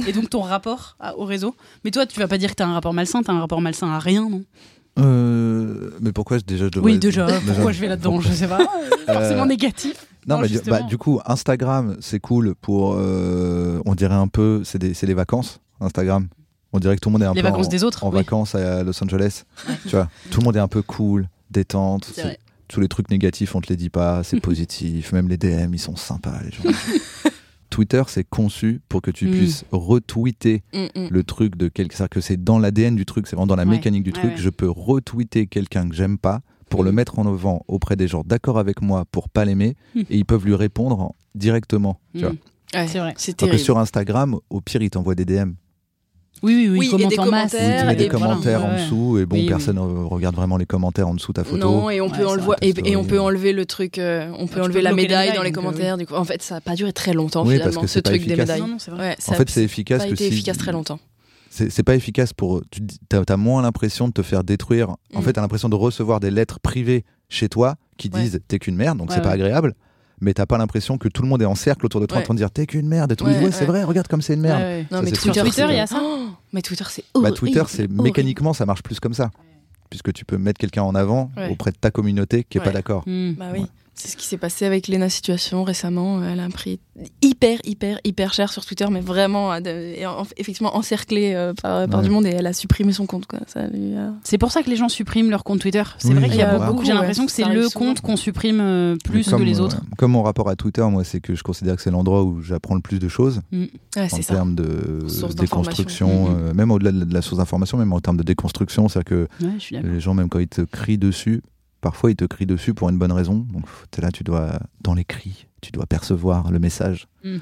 [SPEAKER 1] Et donc ton rapport à- au réseau. Mais toi, tu vas pas dire que t'as un rapport malsain, t'as un rapport malsain à rien, non
[SPEAKER 3] Euh, mais pourquoi je- déjà je devrais-
[SPEAKER 1] Oui, déjà. Pourquoi je vais là-dedans
[SPEAKER 3] pourquoi-
[SPEAKER 1] Je sais pas. Forcément
[SPEAKER 3] Euh,
[SPEAKER 1] négatif.
[SPEAKER 3] Non,
[SPEAKER 1] Non,
[SPEAKER 3] mais du,
[SPEAKER 1] justement.
[SPEAKER 3] bah, du coup, Instagram, c'est cool pour. euh, on dirait un peu. C'est des- c'est les vacances, Instagram. On dirait que tout le monde est un
[SPEAKER 1] Les
[SPEAKER 3] peu.
[SPEAKER 1] vacances
[SPEAKER 3] en,
[SPEAKER 1] des autres,
[SPEAKER 3] En
[SPEAKER 1] oui.
[SPEAKER 3] vacances à Los Angeles. tu vois, tout le monde est un peu cool, détente.
[SPEAKER 1] C'est vrai.
[SPEAKER 3] Tous les trucs négatifs, on te les dit pas, c'est positif. Même les DM, ils sont sympas, les gens. Twitter, c'est conçu pour que tu
[SPEAKER 1] Mm.
[SPEAKER 3] puisses retweeter
[SPEAKER 2] Mm, mm.
[SPEAKER 3] le truc de quelqu'un. C'est-à-dire que c'est dans l'ADN du truc, c'est vraiment dans la
[SPEAKER 1] Ouais.
[SPEAKER 3] mécanique du
[SPEAKER 1] Ouais,
[SPEAKER 3] truc.
[SPEAKER 1] ouais.
[SPEAKER 3] Je peux retweeter quelqu'un que j'aime pas pour le mettre en avant auprès des gens d'accord avec moi pour pas l'aimer
[SPEAKER 1] Mm.
[SPEAKER 3] et ils peuvent lui répondre en- directement. Tu vois.
[SPEAKER 1] Mm.
[SPEAKER 2] Ouais,
[SPEAKER 1] C'est vrai.
[SPEAKER 2] C'est
[SPEAKER 3] Alors que
[SPEAKER 2] terrible.
[SPEAKER 3] sur Instagram, au pire, ils t'envoient des DM.
[SPEAKER 1] Oui, oui, oui.
[SPEAKER 2] Oui,
[SPEAKER 1] ils
[SPEAKER 2] et
[SPEAKER 1] commentent
[SPEAKER 2] des
[SPEAKER 1] en masse.
[SPEAKER 3] Ou tu
[SPEAKER 2] commentaires,
[SPEAKER 3] mets des
[SPEAKER 2] et voilà.
[SPEAKER 3] commentaires en
[SPEAKER 1] Ouais, ouais.
[SPEAKER 3] dessous et bon,
[SPEAKER 1] Oui, oui.
[SPEAKER 3] personne ne regarde vraiment les commentaires en dessous de ta photo.
[SPEAKER 2] Non, et on
[SPEAKER 1] Ouais,
[SPEAKER 2] peut,
[SPEAKER 1] c'est
[SPEAKER 2] enlever,
[SPEAKER 3] vrai,
[SPEAKER 2] et,
[SPEAKER 3] ta
[SPEAKER 2] et on
[SPEAKER 3] story.
[SPEAKER 2] peut enlever le truc, euh,
[SPEAKER 1] Ah,
[SPEAKER 2] on
[SPEAKER 1] tu
[SPEAKER 2] peut
[SPEAKER 1] peux
[SPEAKER 2] enlever la
[SPEAKER 1] bloquer les
[SPEAKER 2] médaille
[SPEAKER 1] médailles,
[SPEAKER 2] dans les
[SPEAKER 1] donc, euh,
[SPEAKER 2] commentaires. Du coup, en fait, ça a pas duré très longtemps
[SPEAKER 3] Oui, parce
[SPEAKER 2] finalement,
[SPEAKER 3] que
[SPEAKER 2] ce
[SPEAKER 3] c'est pas
[SPEAKER 2] truc des
[SPEAKER 3] efficace.
[SPEAKER 2] médailles.
[SPEAKER 1] Non, non, c'est vrai.
[SPEAKER 2] Ouais, ça
[SPEAKER 3] en
[SPEAKER 2] a
[SPEAKER 3] fait, c'est efficace
[SPEAKER 2] pas
[SPEAKER 3] que
[SPEAKER 2] été
[SPEAKER 3] si-
[SPEAKER 2] efficace très longtemps.
[SPEAKER 3] C'est c'est pas efficace pour. Tu dis- t'as as moins l'impression de te faire détruire. En
[SPEAKER 2] Mm.
[SPEAKER 3] fait, t'as l'impression de recevoir des lettres privées chez toi qui
[SPEAKER 1] Ouais.
[SPEAKER 3] disent t'es qu'une merde, donc
[SPEAKER 1] Ouais,
[SPEAKER 3] c'est pas
[SPEAKER 1] ouais.
[SPEAKER 3] agréable. Mais t'as pas l'impression que tout le monde est en cercle autour de toi en
[SPEAKER 2] Ouais.
[SPEAKER 3] train de dire t'es qu'une merde. Et tout le monde
[SPEAKER 2] Ouais,
[SPEAKER 3] dit, ouais, c'est
[SPEAKER 2] ouais.
[SPEAKER 3] vrai, regarde comme c'est une merde.
[SPEAKER 1] Ouais, ouais.
[SPEAKER 2] Non,
[SPEAKER 3] Ça,
[SPEAKER 2] mais
[SPEAKER 3] c'est
[SPEAKER 2] Twitter,
[SPEAKER 1] Sur Twitter,
[SPEAKER 2] c'est-
[SPEAKER 1] il y a ça.
[SPEAKER 2] Oh, mais Twitter, c'est
[SPEAKER 3] Bah,
[SPEAKER 2] horrible.
[SPEAKER 3] Twitter, c'est
[SPEAKER 2] horrible.
[SPEAKER 3] mécaniquement, ça marche plus comme ça. Puisque tu peux mettre quelqu'un en avant
[SPEAKER 2] Ouais.
[SPEAKER 3] auprès de ta communauté qui est pas
[SPEAKER 2] Ouais.
[SPEAKER 3] d'accord.
[SPEAKER 1] Hmm.
[SPEAKER 2] Bah oui.
[SPEAKER 3] Ouais.
[SPEAKER 2] C'est ce qui s'est passé avec Lena Situation récemment. Elle a un prix hyper, hyper, hyper cher sur Twitter, mais vraiment, euh, de- et en- effectivement, encerclée euh, par, par
[SPEAKER 3] Ouais.
[SPEAKER 2] du monde et elle a supprimé son compte. Quoi. Ça lui a-
[SPEAKER 1] C'est pour ça que les gens suppriment leur compte Twitter. C'est
[SPEAKER 3] Oui,
[SPEAKER 1] vrai qu'il y a
[SPEAKER 3] j'avoue.
[SPEAKER 1] beaucoup. J'ai
[SPEAKER 2] Ouais,
[SPEAKER 1] l'impression que
[SPEAKER 2] ça
[SPEAKER 1] c'est
[SPEAKER 2] arrive
[SPEAKER 1] le
[SPEAKER 2] souvent.
[SPEAKER 1] compte qu'on supprime euh, plus
[SPEAKER 3] Mais comme,
[SPEAKER 1] que les autres.
[SPEAKER 3] euh, comme mon rapport à Twitter, moi, c'est que je considère que c'est l'endroit où j'apprends le plus de choses
[SPEAKER 2] Ouais,
[SPEAKER 3] en
[SPEAKER 2] c'est ça.
[SPEAKER 3] termes de
[SPEAKER 2] Source Mm,
[SPEAKER 3] déconstruction,
[SPEAKER 1] d'information.
[SPEAKER 3] euh, même au-delà de la- de la source d'information, même en termes de déconstruction. C'est-à-dire que
[SPEAKER 1] Ouais, je suis d'accord.
[SPEAKER 3] les gens, même quand ils te crient dessus, parfois ils te crient dessus pour une bonne raison. Donc t'es là, tu dois, dans les cris, tu dois percevoir le message.
[SPEAKER 1] Mm.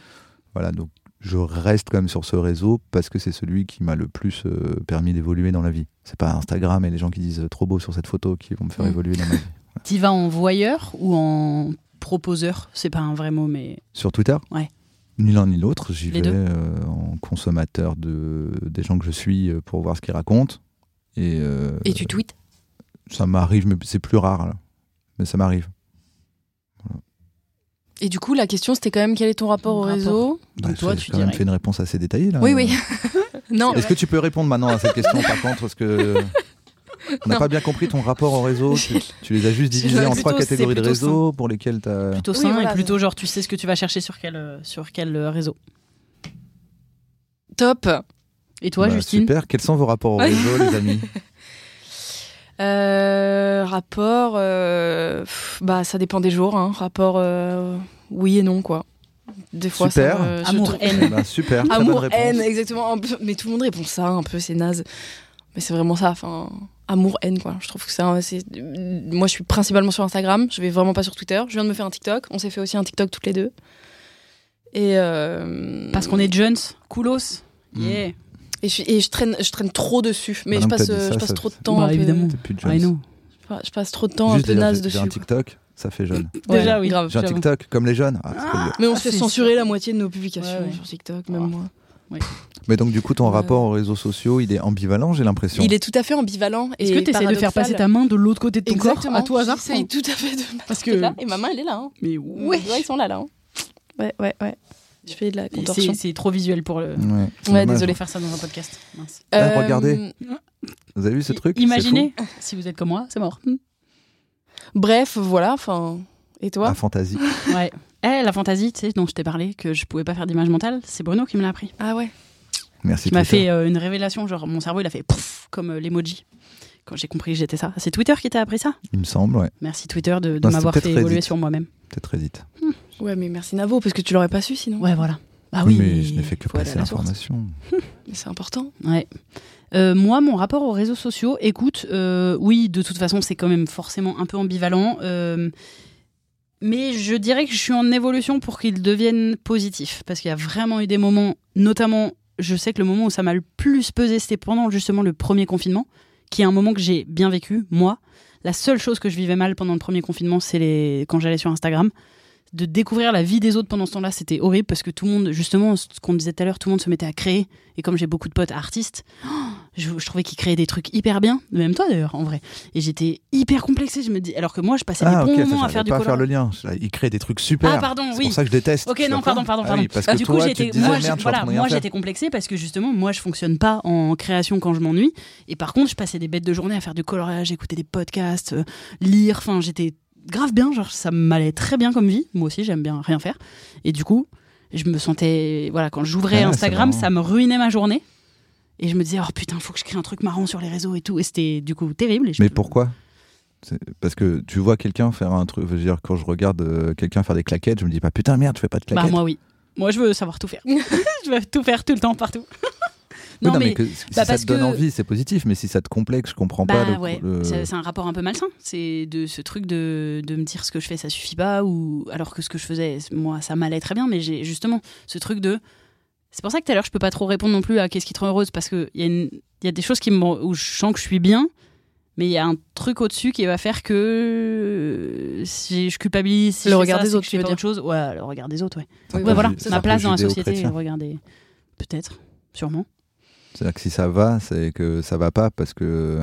[SPEAKER 3] Voilà, donc je reste quand même sur ce réseau parce que c'est celui qui m'a le plus euh, permis d'évoluer dans la vie. C'est pas Instagram et les gens qui disent trop beau sur cette photo qui vont me
[SPEAKER 1] Hmm.
[SPEAKER 3] faire
[SPEAKER 2] Mm.
[SPEAKER 3] évoluer dans ma vie.
[SPEAKER 1] T'y vas en voyeur ou en proposeur C'est pas un vrai mot, mais
[SPEAKER 3] Sur Twitter
[SPEAKER 1] Ouais.
[SPEAKER 3] Ni l'un ni l'autre, j'y
[SPEAKER 1] Les
[SPEAKER 3] vais
[SPEAKER 1] deux.
[SPEAKER 3] euh, en consommateur de, des gens que je suis euh, pour voir ce qu'ils racontent. Et, euh,
[SPEAKER 2] Et tu tweets
[SPEAKER 3] ça m'arrive, mais c'est plus rare, là. mais ça m'arrive.
[SPEAKER 2] Et du coup, la question, c'était quand même quel est ton rapport
[SPEAKER 1] Ton
[SPEAKER 2] au
[SPEAKER 1] rapport.
[SPEAKER 2] réseau
[SPEAKER 1] Donc
[SPEAKER 3] Bah,
[SPEAKER 1] toi,
[SPEAKER 3] j'ai
[SPEAKER 1] tu
[SPEAKER 3] quand même
[SPEAKER 1] dirais-
[SPEAKER 3] fait une réponse assez détaillée là.
[SPEAKER 2] Oui, oui. non,
[SPEAKER 3] Est-ce que tu peux répondre maintenant à cette question par contre Parce que on n'a
[SPEAKER 2] Non.
[SPEAKER 3] pas bien compris ton rapport au réseau. Tu, tu les as juste
[SPEAKER 2] Je-
[SPEAKER 3] divisés en
[SPEAKER 2] plutôt-
[SPEAKER 3] trois catégories de
[SPEAKER 2] c'est plutôt
[SPEAKER 3] réseaux pour lesquels tu as.
[SPEAKER 1] plutôt
[SPEAKER 2] Oui,
[SPEAKER 1] sain
[SPEAKER 2] voilà,
[SPEAKER 1] et plutôt genre tu sais ce que tu vas chercher sur quel, euh, sur quel euh, réseau.
[SPEAKER 2] top.
[SPEAKER 1] Et
[SPEAKER 3] Bah,
[SPEAKER 1] toi, Justine
[SPEAKER 3] Super. Quels sont vos rapports au
[SPEAKER 2] Ah.
[SPEAKER 3] réseau, les amis
[SPEAKER 2] Euh, rapport, euh, pff, bah ça dépend des jours. Hein. Rapport, euh, oui et non quoi. Des fois,
[SPEAKER 3] Super.
[SPEAKER 2] ça, me- je
[SPEAKER 1] Amour,
[SPEAKER 2] trouve-
[SPEAKER 1] haine.
[SPEAKER 3] Eh ben, Super. très bonne
[SPEAKER 2] amour,
[SPEAKER 3] réponse.
[SPEAKER 2] Ah, haine, exactement. Un peu- Mais tout le monde répond ça un peu, c'est naze. Mais c'est vraiment ça. Enfin, amour, haine quoi. Je trouve que c'est, un- c'est. Moi, je suis principalement sur Instagram. Je vais vraiment pas sur Twitter. Je viens de me faire un TikTok. On s'est fait aussi un TikTok toutes les deux. Et euh,
[SPEAKER 1] Parce qu'on est jeunes, coolos.
[SPEAKER 3] Mm.
[SPEAKER 1] Yeah.
[SPEAKER 2] et je, suis- et je traîne, je traîne trop dessus. Mais
[SPEAKER 3] Maintenant
[SPEAKER 2] je passe,
[SPEAKER 3] que t'as dit
[SPEAKER 2] euh,
[SPEAKER 3] ça,
[SPEAKER 2] je passe
[SPEAKER 3] ça
[SPEAKER 2] trop de
[SPEAKER 3] fait-
[SPEAKER 2] temps.
[SPEAKER 1] Bah,
[SPEAKER 2] un peu-
[SPEAKER 1] évidemment.
[SPEAKER 3] T'es plus jeune.
[SPEAKER 1] I know.
[SPEAKER 2] Je passe trop de temps
[SPEAKER 3] Juste
[SPEAKER 2] un peu
[SPEAKER 3] d'ailleurs,
[SPEAKER 2] naze
[SPEAKER 3] j'ai-
[SPEAKER 2] dessus.
[SPEAKER 3] J'ai un
[SPEAKER 2] quoi.
[SPEAKER 3] TikTok, ça fait jeune.
[SPEAKER 1] Déjà, oui.
[SPEAKER 2] grave.
[SPEAKER 3] J'ai un
[SPEAKER 1] j'avoue.
[SPEAKER 3] TikTok comme les jeunes. Ah, c'est trop bien.
[SPEAKER 2] Mais on se
[SPEAKER 1] Ah,
[SPEAKER 2] fait
[SPEAKER 1] c'est
[SPEAKER 2] censurer
[SPEAKER 1] sûr.
[SPEAKER 2] la moitié de nos publications
[SPEAKER 1] Ouais, ouais.
[SPEAKER 2] sur TikTok, même
[SPEAKER 1] Ah.
[SPEAKER 2] moi.
[SPEAKER 3] Mais donc du coup, ton
[SPEAKER 2] Ouais.
[SPEAKER 3] rapport aux réseaux sociaux, il est ambivalent, j'ai l'impression.
[SPEAKER 2] Il est tout à fait ambivalent.
[SPEAKER 1] Est-ce que tu essaies de faire passer ta main de l'autre côté de ton corps à tout hasard
[SPEAKER 2] J'essaye tout à fait de
[SPEAKER 1] Parce
[SPEAKER 2] Parce
[SPEAKER 1] que-
[SPEAKER 2] que là, et ma main, elle est là. hein.
[SPEAKER 1] Mais
[SPEAKER 2] Mes
[SPEAKER 1] ouais.
[SPEAKER 2] doigts, ils sont là, là. hein. Ouais, ouais, ouais. Je fais de la
[SPEAKER 1] Et
[SPEAKER 2] contorsion.
[SPEAKER 1] C'est c'est trop visuel pour le.
[SPEAKER 3] Ouais, c'est
[SPEAKER 2] Ouais,
[SPEAKER 3] dommage.
[SPEAKER 1] Je
[SPEAKER 2] désolé.
[SPEAKER 1] vais faire ça dans un podcast. Mince.
[SPEAKER 3] Ah,
[SPEAKER 2] Euh,
[SPEAKER 3] regardez. Vous avez vu ce
[SPEAKER 1] I-
[SPEAKER 3] truc C'est
[SPEAKER 1] Imaginez, Hmm. si vous êtes comme moi, c'est mort.
[SPEAKER 2] Bref, voilà. Enfin, et
[SPEAKER 3] fou.
[SPEAKER 2] toi
[SPEAKER 3] La fantaisie.
[SPEAKER 1] Ouais. Eh, la fantaisie, tu sais, dont je t'ai parlé, que je pouvais pas faire d'image mentale, c'est Bruno qui me l'a appris.
[SPEAKER 2] Ah ouais.
[SPEAKER 3] Merci.
[SPEAKER 1] Qui m'a
[SPEAKER 3] Twitter.
[SPEAKER 1] fait euh, une révélation, genre mon cerveau il a fait pouf, comme euh, l'emoji. Quand j'ai compris que j'étais ça. C'est Twitter qui t'a appris ça
[SPEAKER 3] Il me semble, ouais.
[SPEAKER 1] Merci Twitter de, de
[SPEAKER 3] Non, c'était
[SPEAKER 1] m'avoir fait
[SPEAKER 3] peut-être
[SPEAKER 1] évoluer
[SPEAKER 3] Reddit.
[SPEAKER 1] sur moi-même.
[SPEAKER 3] Peut-être Reddit.
[SPEAKER 2] Ouais, mais merci Navo parce que tu l'aurais pas su sinon.
[SPEAKER 1] Ouais, voilà. Ah oui,
[SPEAKER 3] mais je n'ai fait que
[SPEAKER 1] faut aller à
[SPEAKER 3] passer
[SPEAKER 1] la source.
[SPEAKER 3] l'information.
[SPEAKER 2] Mais c'est important.
[SPEAKER 1] Ouais. Euh, moi, mon rapport aux réseaux sociaux, écoute, euh, oui, de toute façon, c'est quand même forcément un peu ambivalent. euh, mais je dirais que je suis en évolution pour qu'ils deviennent positifs. Parce qu'il y a vraiment eu des moments, notamment, je sais que le moment où ça m'a le plus pesé, c'était pendant justement le premier confinement, qui est un moment que j'ai bien vécu, moi. La seule chose que je vivais mal pendant le premier confinement, c'est les... quand j'allais sur Instagram. De découvrir la vie des autres pendant ce temps-là, c'était horrible parce que tout le monde, justement, ce qu'on disait tout à l'heure, tout le monde se mettait à créer. Et comme j'ai beaucoup de potes artistes, oh, je, je trouvais qu'ils créaient des trucs hyper bien, même toi d'ailleurs en vrai. Et j'étais hyper complexée, je me dis, alors que moi je passais des
[SPEAKER 3] Ah,
[SPEAKER 1] bons
[SPEAKER 3] ok,
[SPEAKER 1] moments
[SPEAKER 3] ça,
[SPEAKER 1] à faire du
[SPEAKER 3] pas à
[SPEAKER 1] color.
[SPEAKER 3] faire le lien. Il crée des trucs super.
[SPEAKER 1] Ah, pardon,
[SPEAKER 3] c'est
[SPEAKER 1] oui.
[SPEAKER 3] pour ça que je déteste.
[SPEAKER 1] Ok,
[SPEAKER 3] Tu
[SPEAKER 1] non,
[SPEAKER 3] vois
[SPEAKER 1] pardon, pardon,
[SPEAKER 3] Ah
[SPEAKER 1] pardon.
[SPEAKER 3] oui, parce
[SPEAKER 1] Bah,
[SPEAKER 3] que
[SPEAKER 1] du coup,
[SPEAKER 3] toi,
[SPEAKER 1] j'étais,
[SPEAKER 3] tu te disais,
[SPEAKER 1] moi,
[SPEAKER 3] merde, je suis en
[SPEAKER 1] voilà,
[SPEAKER 3] train de rien
[SPEAKER 1] moi,
[SPEAKER 3] faire.
[SPEAKER 1] j'étais complexée parce que justement, moi, je fonctionne pas en création quand je m'ennuie. Et par contre, je passais des bêtes de journée à faire du coloriage, écouter des podcasts, euh, lire. Enfin, j'étais grave bien. Genre, ça m'allait très bien comme vie. Moi aussi, j'aime bien rien faire. Et du coup, je me sentais, voilà, quand j'ouvrais
[SPEAKER 3] Ah,
[SPEAKER 1] Instagram,
[SPEAKER 3] c'est marrant.
[SPEAKER 1] ça me ruinait ma journée. Et je me disais, oh putain, faut que je crée un truc marrant sur les réseaux et tout. Et c'était du coup terrible. Et je-
[SPEAKER 3] Mais pourquoi C'est- parce que tu vois quelqu'un faire un truc, je veux dire, quand je regarde euh, quelqu'un faire des claquettes, je me dis pas putain merde, tu fais pas de
[SPEAKER 1] Bah,
[SPEAKER 3] claquettes.
[SPEAKER 1] moi, oui. Moi, je veux savoir tout faire. je veux tout faire tout le temps, partout.
[SPEAKER 3] Oui, non, mais, que- si
[SPEAKER 1] bah,
[SPEAKER 3] ça
[SPEAKER 1] parce
[SPEAKER 3] te donne
[SPEAKER 1] que-
[SPEAKER 3] envie, c'est positif, mais si ça te complexe, je comprends
[SPEAKER 1] Bah
[SPEAKER 3] pas le.
[SPEAKER 1] ouais,
[SPEAKER 3] le-
[SPEAKER 1] c'est c'est un rapport un peu malsain. C'est de ce truc de, de me dire ce que je fais, ça suffit pas, ou alors que ce que je faisais, moi, ça m'allait très bien, mais j'ai justement ce truc de. C'est pour ça que tout à l'heure, je peux pas trop répondre non plus à qu'est-ce qui te rend heureuse, parce qu'il y, a une- il y a des choses qui me, où je sens que je suis bien, mais il y a un truc au-dessus qui va faire que euh, si je culpabilise. Si
[SPEAKER 2] Le
[SPEAKER 1] je fais
[SPEAKER 2] regard
[SPEAKER 1] ça,
[SPEAKER 2] des
[SPEAKER 1] c'est que
[SPEAKER 2] autres,
[SPEAKER 1] je
[SPEAKER 2] tu
[SPEAKER 1] fais
[SPEAKER 2] veux
[SPEAKER 1] pas autre chose. Ouais, le regard des autres, ouais.
[SPEAKER 3] c'est un
[SPEAKER 1] Ouais,
[SPEAKER 3] peu
[SPEAKER 1] voilà,
[SPEAKER 3] ju- c'est un
[SPEAKER 1] ma
[SPEAKER 3] peu
[SPEAKER 1] place dans la société,
[SPEAKER 3] judéo-chrétien.
[SPEAKER 1] regardez. Peut-être, sûrement.
[SPEAKER 3] C'est-à-dire que si ça va, c'est que ça va pas parce que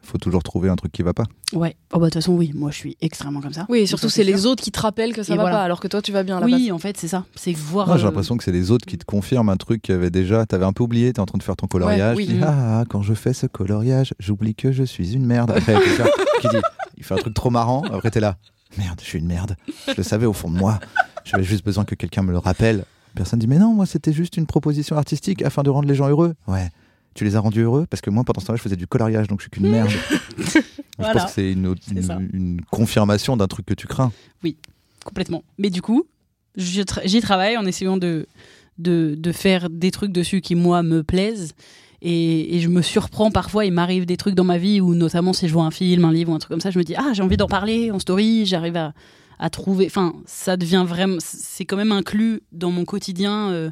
[SPEAKER 3] faut toujours trouver un truc qui va pas.
[SPEAKER 1] Ouais. Oh, bah, de toute façon, oui, moi, je suis extrêmement comme ça.
[SPEAKER 2] Oui, et
[SPEAKER 1] Donc,
[SPEAKER 2] surtout
[SPEAKER 1] ça,
[SPEAKER 2] c'est
[SPEAKER 1] sûr.
[SPEAKER 2] les autres qui te rappellent que ça
[SPEAKER 1] Et
[SPEAKER 2] va
[SPEAKER 1] voilà.
[SPEAKER 2] pas, alors que toi tu vas bien à la
[SPEAKER 1] Oui, en fait, c'est ça. C'est voir.
[SPEAKER 3] Moi, j'ai
[SPEAKER 1] euh,
[SPEAKER 3] l'impression que c'est les autres qui te confirment un truc qu'il y avait déjà. T'avais un peu oublié, t'es en train de faire ton coloriage.
[SPEAKER 2] Ouais,
[SPEAKER 3] tu
[SPEAKER 2] oui.
[SPEAKER 3] dis, ah, quand je fais ce coloriage, j'oublie que je suis une merde. Après, il y a quelqu'un qui dit, il fait un truc trop marrant. Après, t'es là, merde, je suis une merde. Je le savais au fond de moi. J'avais juste besoin que quelqu'un me le rappelle. Personne dit, mais non, moi, c'était juste une proposition artistique afin de rendre les gens heureux. Ouais. Tu les as rendus heureux parce que moi, pendant ce temps-là, je faisais du coloriage, donc je suis qu'une merde. Je pense
[SPEAKER 1] Voilà.
[SPEAKER 3] que c'est une, autre-
[SPEAKER 1] C'est
[SPEAKER 3] une-
[SPEAKER 1] ça.
[SPEAKER 3] une confirmation d'un truc que tu crains.
[SPEAKER 1] Complètement. Mais du coup, je tra- j'y travaille en essayant de, de, de faire des trucs dessus qui, moi, me plaisent. Et, et je me surprends parfois, il m'arrive des trucs dans ma vie où, notamment, si je vois un film, un livre, un truc comme ça, je me dis Ah, j'ai envie d'en parler en story, j'arrive à, à trouver. Enfin, ça devient vraiment. C'est quand même inclus dans mon quotidien. euh,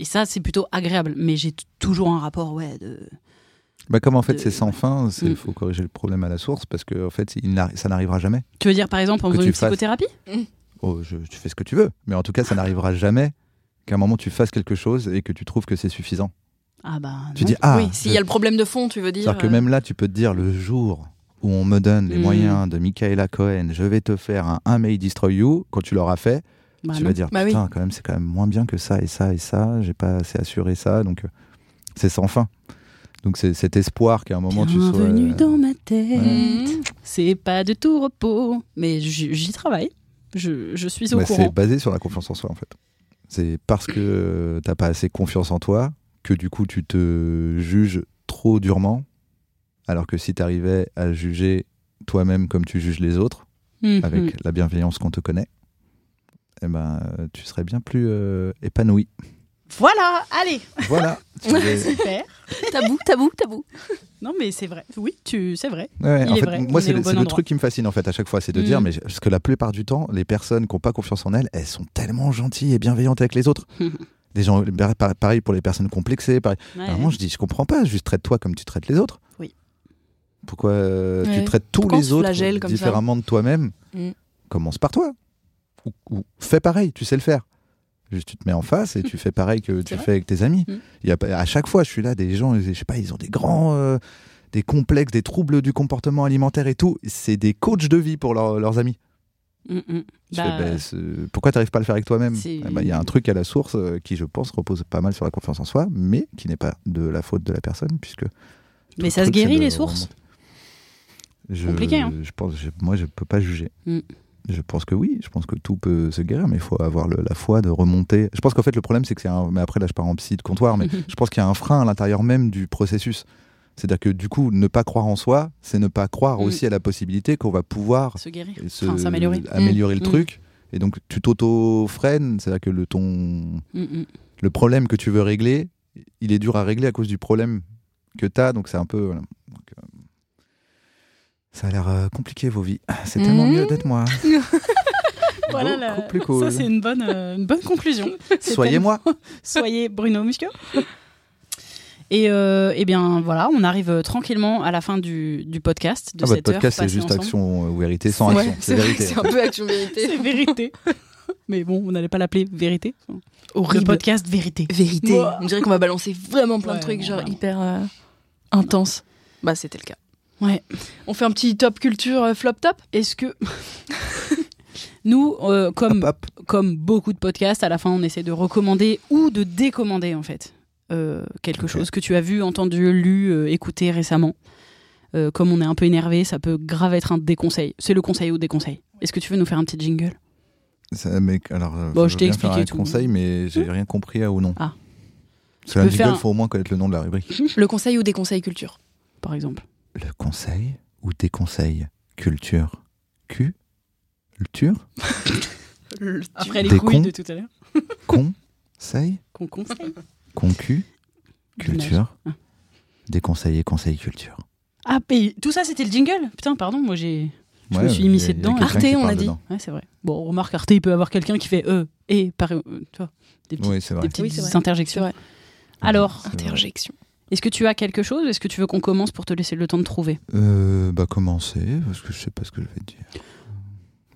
[SPEAKER 1] et ça, c'est plutôt agréable. Mais j'ai t- toujours un rapport, ouais, de.
[SPEAKER 3] Bah comme en fait
[SPEAKER 1] de-
[SPEAKER 2] Euh,
[SPEAKER 3] c'est sans fin,
[SPEAKER 1] Mm.
[SPEAKER 3] il faut corriger le problème à la source parce que en fait il n'arri- ça n'arrivera jamais.
[SPEAKER 1] Tu veux dire, par exemple, en
[SPEAKER 3] Que
[SPEAKER 1] faisant
[SPEAKER 3] tu
[SPEAKER 1] une
[SPEAKER 3] fasses.
[SPEAKER 1] psychothérapie
[SPEAKER 3] Oh, je- tu fais ce que tu veux, mais en tout cas ça n'arrivera jamais qu'à un moment tu fasses quelque chose et que tu trouves que c'est suffisant.
[SPEAKER 1] Ah, bah.
[SPEAKER 3] Tu
[SPEAKER 1] non.
[SPEAKER 3] dis ah,
[SPEAKER 2] Oui, s'il y a
[SPEAKER 3] je-
[SPEAKER 2] le problème de fond, tu veux dire.
[SPEAKER 3] c'est-à-dire que
[SPEAKER 2] euh,
[SPEAKER 3] même là tu peux te dire le jour où on me donne les
[SPEAKER 1] Mm.
[SPEAKER 3] moyens de Michaela Cohen, je vais te faire un Un May Destroy You quand tu l'auras fait,
[SPEAKER 1] Bah,
[SPEAKER 3] tu
[SPEAKER 1] non.
[SPEAKER 3] vas dire
[SPEAKER 2] Bah oui.
[SPEAKER 3] putain quand même c'est quand même moins bien que ça et ça et ça, j'ai pas assez assuré ça donc euh, c'est sans fin. Donc c'est cet espoir qu'à un moment tu sois euh,
[SPEAKER 1] Bienvenue dans ma tête.
[SPEAKER 2] hmm,
[SPEAKER 1] C'est pas de tout repos, mais j- j'y travaille. Je, je suis au
[SPEAKER 3] Bah,
[SPEAKER 1] courant.
[SPEAKER 3] C'est basé sur la confiance en soi, en fait. C'est parce que euh, t'as pas assez confiance en toi que du coup tu te juges trop durement, alors que si t'arrivais à juger toi-même comme tu juges les autres,
[SPEAKER 1] Mhm.
[SPEAKER 3] avec la bienveillance qu'on te connaît, eh ben, euh, tu serais bien plus euh, épanoui.
[SPEAKER 1] Voilà, allez.
[SPEAKER 3] Voilà. Tu voulais-
[SPEAKER 1] Super.
[SPEAKER 2] Tabou, tabou, tabou.
[SPEAKER 1] Non mais c'est vrai. Oui, tu, c'est vrai.
[SPEAKER 3] Ouais,
[SPEAKER 1] Il
[SPEAKER 3] en
[SPEAKER 1] est
[SPEAKER 3] fait,
[SPEAKER 1] vrai, on
[SPEAKER 3] moi,
[SPEAKER 1] est
[SPEAKER 3] c'est
[SPEAKER 1] au
[SPEAKER 3] le,
[SPEAKER 1] bon
[SPEAKER 3] c'est le
[SPEAKER 1] endroit.
[SPEAKER 3] truc qui me fascine en fait à chaque fois, c'est de
[SPEAKER 1] Mm.
[SPEAKER 3] dire, mais je- parce que la plupart du temps, les personnes qui n'ont pas confiance en elles, elles sont tellement gentilles et bienveillantes avec les autres. Des gens, bah, par- pareil pour les personnes complexées. Pareil.
[SPEAKER 1] Ouais.
[SPEAKER 3] Vraiment, je dis, je comprends pas, juste traite-toi comme tu traites les autres.
[SPEAKER 1] Oui.
[SPEAKER 3] Pourquoi euh,
[SPEAKER 2] Ouais.
[SPEAKER 3] tu traites tous
[SPEAKER 2] Pourquoi on
[SPEAKER 3] les
[SPEAKER 2] se flagelle
[SPEAKER 3] autres
[SPEAKER 2] comme ça
[SPEAKER 3] différemment de toi-même
[SPEAKER 2] Mm.
[SPEAKER 3] Commence par toi. Ou, ou fais pareil, tu sais le faire. Juste, tu te mets en face et tu fais pareil que tu
[SPEAKER 1] vrai.
[SPEAKER 3] fais avec tes amis.
[SPEAKER 1] Mm.
[SPEAKER 3] Il Y a, pas- à chaque fois, je suis là, des gens, je sais pas, ils ont des grands. euh, des complexes, des troubles du comportement alimentaire et tout, c'est des coachs de vie pour leurs- leurs amis.
[SPEAKER 1] Mm, mm.
[SPEAKER 3] Je
[SPEAKER 1] Bah,
[SPEAKER 3] fais, bah, c'est- pourquoi t'arrives pas à le faire avec toi-même
[SPEAKER 1] c'est-
[SPEAKER 3] Eh ben, Il y a un truc à la source euh, qui, je pense, repose pas mal sur la confiance en soi, mais qui n'est pas de la faute de la personne, puisque. tout
[SPEAKER 1] Mais
[SPEAKER 3] le
[SPEAKER 1] ça se
[SPEAKER 3] truc,
[SPEAKER 1] guérit,
[SPEAKER 3] c'est de
[SPEAKER 1] les sources
[SPEAKER 3] remonter. je,
[SPEAKER 1] Compliqué, hein
[SPEAKER 3] je pense, je- Moi, je peux pas juger.
[SPEAKER 1] Mm.
[SPEAKER 3] Je pense que oui, je pense que tout peut se guérir, mais il faut avoir le- la foi de remonter. Je pense qu'en fait, le problème, c'est que c'est un. Mais après, là, je pars en psy de comptoir,
[SPEAKER 1] Mm.
[SPEAKER 3] mais je pense qu'il y a un frein à l'intérieur même du processus. C'est-à-dire que du coup, ne pas croire en soi, c'est ne pas croire
[SPEAKER 1] Mm.
[SPEAKER 3] aussi à la possibilité qu'on va pouvoir
[SPEAKER 1] se guérir.
[SPEAKER 3] et se-
[SPEAKER 1] Enfin, s'améliorer.
[SPEAKER 3] améliorer le
[SPEAKER 1] Mm.
[SPEAKER 3] truc. Et donc, tu t'auto-freines, c'est-à-dire que le, ton,
[SPEAKER 1] Mm, mm.
[SPEAKER 3] le problème que tu veux régler, il est dur à régler à cause du problème que tu as, donc c'est un peu. voilà. Donc, euh, ça a l'air euh, compliqué, vos vies. C'est tellement
[SPEAKER 2] Mhm.
[SPEAKER 3] mieux d'être moi.
[SPEAKER 1] Mm. Voilà
[SPEAKER 3] Beaucoup
[SPEAKER 1] la-
[SPEAKER 3] plus
[SPEAKER 1] ça
[SPEAKER 3] cool.
[SPEAKER 1] c'est une bonne, euh, une bonne conclusion. C'est
[SPEAKER 3] Soyez moi.
[SPEAKER 1] Soyez Bruno Muschio. Et, euh, eh bien voilà, on arrive euh, tranquillement à la fin du, du podcast. De
[SPEAKER 3] Ah, votre
[SPEAKER 1] cette heure
[SPEAKER 3] podcast, c'est
[SPEAKER 1] passée
[SPEAKER 3] juste
[SPEAKER 1] ensemble.
[SPEAKER 3] action euh, ou vérité sans
[SPEAKER 2] Ouais,
[SPEAKER 3] action.
[SPEAKER 2] c'est
[SPEAKER 3] C'est
[SPEAKER 2] vrai
[SPEAKER 3] vérité.
[SPEAKER 2] que c'est un peu action vérité.
[SPEAKER 1] C'est vérité. Mais bon, on n'allait pas l'appeler vérité. Le
[SPEAKER 2] Horrible.
[SPEAKER 1] podcast vérité.
[SPEAKER 2] Vérité.
[SPEAKER 1] Ouah.
[SPEAKER 2] On dirait qu'on va balancer vraiment plein
[SPEAKER 1] Ouais,
[SPEAKER 2] de trucs,
[SPEAKER 1] non,
[SPEAKER 2] genre
[SPEAKER 1] vraiment.
[SPEAKER 2] hyper euh, intense. Bah, c'était le cas.
[SPEAKER 1] Ouais.
[SPEAKER 2] On fait un petit top culture euh, flop top
[SPEAKER 1] Est-ce que nous, euh, comme
[SPEAKER 3] Hop, hop.
[SPEAKER 1] comme beaucoup de podcasts, à la fin, on essaie de recommander ou de décommander, en fait, euh, quelque
[SPEAKER 3] Ok.
[SPEAKER 1] chose que tu as vu, entendu, lu, euh, écouté récemment. Euh, comme on est un peu énervé, ça peut grave être un déconseil. C'est le conseil ou déconseil. Est-ce que tu veux nous faire un petit jingle
[SPEAKER 3] Ça, mais, alors, euh,
[SPEAKER 1] Bon, je
[SPEAKER 3] veux
[SPEAKER 1] t'ai
[SPEAKER 3] bien faire
[SPEAKER 1] expliqué
[SPEAKER 3] un
[SPEAKER 1] tout. Mm.
[SPEAKER 3] conseil, mais j'ai rien compris à ou non.
[SPEAKER 1] Ah.
[SPEAKER 3] Parce que la
[SPEAKER 1] peux faire
[SPEAKER 3] jingle,
[SPEAKER 1] un-
[SPEAKER 3] faut au moins connaître le nom de la rubrique.
[SPEAKER 2] Le conseil ou des conseils culture
[SPEAKER 1] Par exemple.
[SPEAKER 3] Le conseil ou tes conseils Culture. Q Culture
[SPEAKER 1] Après les
[SPEAKER 3] Des
[SPEAKER 1] couilles
[SPEAKER 3] cons.
[SPEAKER 1] de tout à l'heure.
[SPEAKER 3] Conseil
[SPEAKER 1] Qu'on conseille.
[SPEAKER 3] Concu Culture
[SPEAKER 1] Ah.
[SPEAKER 3] Des conseils et conseil culture.
[SPEAKER 1] Ah, mais tout ça, c'était le jingle Putain, pardon, moi j'ai. Je me
[SPEAKER 3] Ouais,
[SPEAKER 1] suis
[SPEAKER 3] il y a-
[SPEAKER 1] immiscée
[SPEAKER 3] il y a
[SPEAKER 1] dedans.
[SPEAKER 3] quelqu'un
[SPEAKER 2] Arte,
[SPEAKER 3] qui
[SPEAKER 2] on
[SPEAKER 3] parle
[SPEAKER 2] a dit.
[SPEAKER 3] dedans.
[SPEAKER 1] Ouais, c'est vrai. Bon, remarque, Arte, il peut avoir quelqu'un qui fait E et par. euh, tu vois, des petites,
[SPEAKER 3] Oui, c'est
[SPEAKER 1] des
[SPEAKER 3] vrai.
[SPEAKER 1] petites
[SPEAKER 2] Oui, c'est vrai.
[SPEAKER 1] interjections.
[SPEAKER 2] C'est vrai.
[SPEAKER 1] Alors,
[SPEAKER 3] C'est vrai.
[SPEAKER 2] Interjection.
[SPEAKER 1] Est-ce que tu as quelque chose Est-ce que tu veux qu'on commence pour te laisser le temps de trouver
[SPEAKER 3] Euh, bah, commencez, parce que je sais pas ce que je vais dire.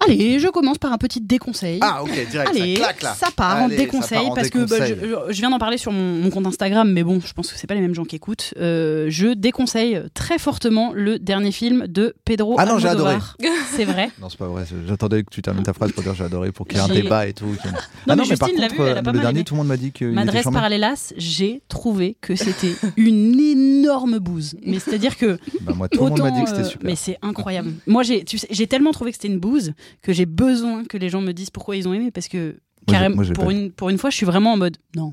[SPEAKER 1] Allez, je commence par un petit déconseil.
[SPEAKER 3] Ah, ok, direct.
[SPEAKER 1] Allez, ça part en
[SPEAKER 3] Allez, ça
[SPEAKER 1] déconseil
[SPEAKER 3] part en
[SPEAKER 1] parce que bah,
[SPEAKER 3] déconseil.
[SPEAKER 1] je, je- je viens d'en parler sur mon, mon compte Instagram, mais bon, je pense que c'est pas les mêmes gens qui écoutent. Euh, je déconseille très fortement le dernier film de Pedro
[SPEAKER 3] Ah non, j'ai
[SPEAKER 1] Almodovar. C'est vrai.
[SPEAKER 3] Non, c'est pas vrai. c'est- J'attendais que tu termines ta phrase pour dire j'ai adoré, pour qu'il y ait un
[SPEAKER 1] J'ai-
[SPEAKER 3] débat et tout. qu'il y ait-
[SPEAKER 1] mais
[SPEAKER 3] ah non, mais
[SPEAKER 1] Justine
[SPEAKER 3] par
[SPEAKER 1] l'a
[SPEAKER 3] contre,
[SPEAKER 1] vu, elle a pas
[SPEAKER 3] euh, le
[SPEAKER 1] mal aimé.
[SPEAKER 3] dernier, tout le monde m'a dit qu'il était
[SPEAKER 1] M'adresse
[SPEAKER 3] charmé.
[SPEAKER 1] par l'hélas, j'ai trouvé que c'était une énorme bouse. Mais c'est-à-dire que
[SPEAKER 3] Bah, moi, tout le monde m'a
[SPEAKER 1] Autant,
[SPEAKER 3] dit que c'était
[SPEAKER 1] euh,
[SPEAKER 3] super.
[SPEAKER 1] Mais c'est incroyable. Moi, j'ai tu sais, j'ai tellement trouvé que c'était une bouse que j'ai besoin que les gens me disent pourquoi ils ont aimé parce que
[SPEAKER 3] j'ai-
[SPEAKER 1] carrément
[SPEAKER 3] moi, j'ai
[SPEAKER 1] pour
[SPEAKER 3] pas
[SPEAKER 1] une pour une fois, je suis vraiment en mode non.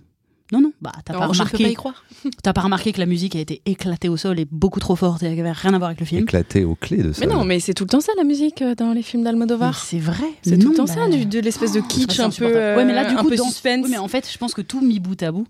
[SPEAKER 1] Non, non, bah, t'as pas,
[SPEAKER 2] Alors, je peux pas y
[SPEAKER 1] remarqué-
[SPEAKER 2] croire.
[SPEAKER 1] t'as pas remarqué que la musique a été éclatée au sol et beaucoup trop forte et elle avait rien à voir avec le film.
[SPEAKER 3] Éclaté aux clés de ça.
[SPEAKER 2] Mais non, mais c'est tout le temps ça la musique euh, dans les films
[SPEAKER 1] Mais
[SPEAKER 2] d'Almodovar.
[SPEAKER 1] C'est vrai.
[SPEAKER 2] C'est tout
[SPEAKER 1] Non,
[SPEAKER 2] le temps
[SPEAKER 1] bah,
[SPEAKER 2] ça, du- de l'espèce de
[SPEAKER 1] c'est
[SPEAKER 2] kitsch un peu.
[SPEAKER 1] insupportable. ouais, mais là,
[SPEAKER 2] euh,
[SPEAKER 1] du
[SPEAKER 2] un
[SPEAKER 1] coup,
[SPEAKER 2] peu
[SPEAKER 1] dans-
[SPEAKER 2] suspense.
[SPEAKER 1] ouais, mais en fait, je pense que tout mis bout à bout,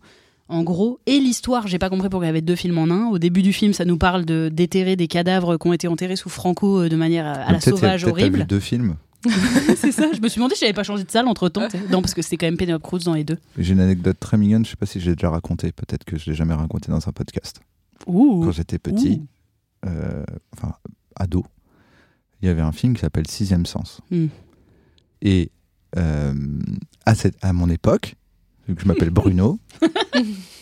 [SPEAKER 1] en gros, et l'histoire, j'ai pas compris pourquoi il y avait deux films en un. Au début du film, ça nous parle de déterrer des cadavres qui ont été enterrés sous Franco euh, de manière euh, à la
[SPEAKER 3] Peut-être il y a-
[SPEAKER 1] sauvage
[SPEAKER 3] peut-être t'as vu
[SPEAKER 1] horrible.
[SPEAKER 3] deux films.
[SPEAKER 1] C'est ça, je me suis demandé si j'avais pas changé de salle entre temps. Non, parce que c'était quand même Penelope Cruz dans les deux.
[SPEAKER 3] J'ai une anecdote très mignonne, je sais pas si j'ai déjà raconté, peut-être que je l'ai jamais raconté dans un podcast.
[SPEAKER 1] Ouh.
[SPEAKER 3] Quand j'étais petit, euh, enfin ado, il y avait un film qui s'appelle Sixième Sens.
[SPEAKER 1] Hmm.
[SPEAKER 3] Et euh, à, cette- à mon époque, vu que je m'appelle Bruno,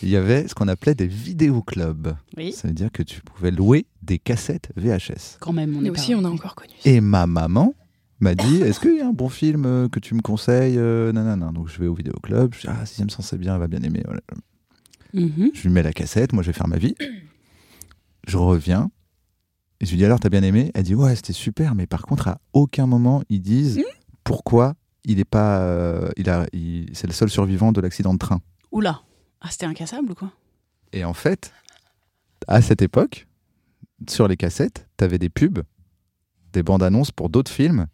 [SPEAKER 3] il y avait ce qu'on appelait des vidéoclubs.
[SPEAKER 1] Oui.
[SPEAKER 3] Ça veut dire que tu pouvais louer des cassettes VHS.
[SPEAKER 1] Quand même, on est
[SPEAKER 2] Nous aussi, on a encore connu.
[SPEAKER 3] Et ma maman m'a dit Est-ce qu'il y a un bon film euh, que tu me conseilles euh, Nanana. Donc je vais au vidéoclub, je dis Ah, Sixième Sens, c'est bien, elle va bien aimer. Voilà.
[SPEAKER 1] Mhm.
[SPEAKER 3] Je lui mets la cassette, moi je vais faire ma vie. Je reviens. Et je lui dis alors, t'as bien aimé Elle dit ouais, c'était super, mais par contre, à aucun moment ils disent pourquoi il est pas. euh, il a, il- c'est le seul survivant de l'accident de train.
[SPEAKER 1] Oula. Ah, c'était incassable ou quoi
[SPEAKER 3] Et en fait, à cette époque, sur les cassettes, t'avais des pubs, des bandes annonces pour d'autres films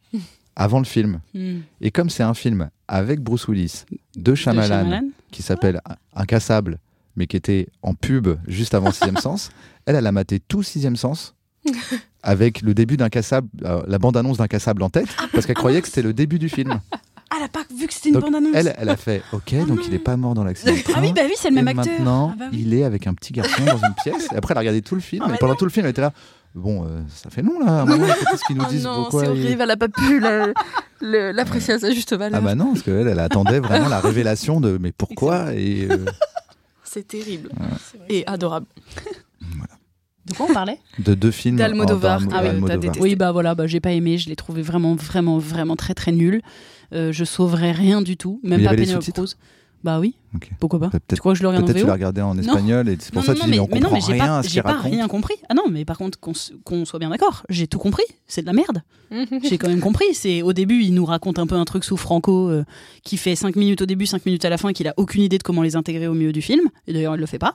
[SPEAKER 3] avant le film.
[SPEAKER 1] Hmm.
[SPEAKER 3] Et comme c'est un film avec Bruce Willis, de
[SPEAKER 1] De
[SPEAKER 3] Shyamalan,
[SPEAKER 1] Shyamalan
[SPEAKER 3] qui s'appelle Incassable, mais qui était en pub juste avant Sixième Sens. Elle, elle a maté tout Sixième Sens avec le début d'Incassable, euh, la bande-annonce d'Incassable en tête, parce qu'elle croyait que c'était le début du film.
[SPEAKER 1] Ah, elle a pas vu que c'était une
[SPEAKER 3] Donc,
[SPEAKER 1] bande-annonce.
[SPEAKER 3] Elle, elle a fait OK,
[SPEAKER 1] Oh
[SPEAKER 3] donc
[SPEAKER 1] non.
[SPEAKER 3] il n'est pas mort dans l'accident. de
[SPEAKER 1] Ah
[SPEAKER 3] train,
[SPEAKER 1] oui, bah oui, c'est le
[SPEAKER 3] et
[SPEAKER 1] même acteur.
[SPEAKER 3] Maintenant,
[SPEAKER 1] Ah bah oui.
[SPEAKER 3] il est avec un petit garçon dans une pièce. Et après, elle a regardé tout le film.
[SPEAKER 1] Ah, mais
[SPEAKER 3] et pendant tout le film, elle était là. Bon, euh, ça fait long là. à un moment, Qu'est-ce qu'ils
[SPEAKER 1] Ah
[SPEAKER 3] nous
[SPEAKER 2] Oh
[SPEAKER 3] disent
[SPEAKER 2] non,
[SPEAKER 3] pourquoi
[SPEAKER 2] c'est
[SPEAKER 3] il-
[SPEAKER 2] horrible, elle a pas pu la- le- l'apprécier à sa juste valeur.
[SPEAKER 3] Ah bah non, parce qu'elle, elle attendait vraiment la révélation de mais pourquoi et euh,
[SPEAKER 2] C'est terrible. Et adorable.
[SPEAKER 1] De quoi on parlait
[SPEAKER 3] de deux films.
[SPEAKER 2] D'Almodovar.
[SPEAKER 3] d'Almo-
[SPEAKER 2] Ah oui, t'as
[SPEAKER 3] Almodovar.
[SPEAKER 2] détesté.
[SPEAKER 1] Oui, bah voilà, bah, j'ai pas aimé, je l'ai trouvé vraiment, vraiment, vraiment très, très nul. Euh, je sauverais rien du tout, même
[SPEAKER 3] Mais il y
[SPEAKER 1] pas
[SPEAKER 3] avait les
[SPEAKER 1] Penelope
[SPEAKER 3] sous-titres
[SPEAKER 1] Cruz. Bah oui,
[SPEAKER 3] Ok.
[SPEAKER 1] pourquoi pas
[SPEAKER 3] T'as
[SPEAKER 1] Tu
[SPEAKER 3] peut-être-
[SPEAKER 1] crois que je le regarde en
[SPEAKER 3] Peut-être tu
[SPEAKER 1] VO
[SPEAKER 3] l'as regardé en espagnol et c'est pour
[SPEAKER 1] non,
[SPEAKER 3] ça
[SPEAKER 1] non,
[SPEAKER 3] que tu
[SPEAKER 1] non,
[SPEAKER 3] dis mais on
[SPEAKER 1] mais non,
[SPEAKER 3] comprend
[SPEAKER 1] mais j'ai
[SPEAKER 3] rien
[SPEAKER 1] pas,
[SPEAKER 3] à ce
[SPEAKER 1] j'ai
[SPEAKER 3] qu'il
[SPEAKER 1] pas
[SPEAKER 3] raconte.
[SPEAKER 1] rien compris. Ah non, mais par contre, qu'on s- qu'on soit bien d'accord, j'ai tout compris. C'est de la merde. J'ai quand même compris. C'est au début, il nous raconte un peu un truc sous Franco euh, qui fait 5 minutes au début, 5 minutes à la fin, et qu'il a aucune idée de comment les intégrer au milieu du film. Et d'ailleurs, il le fait pas.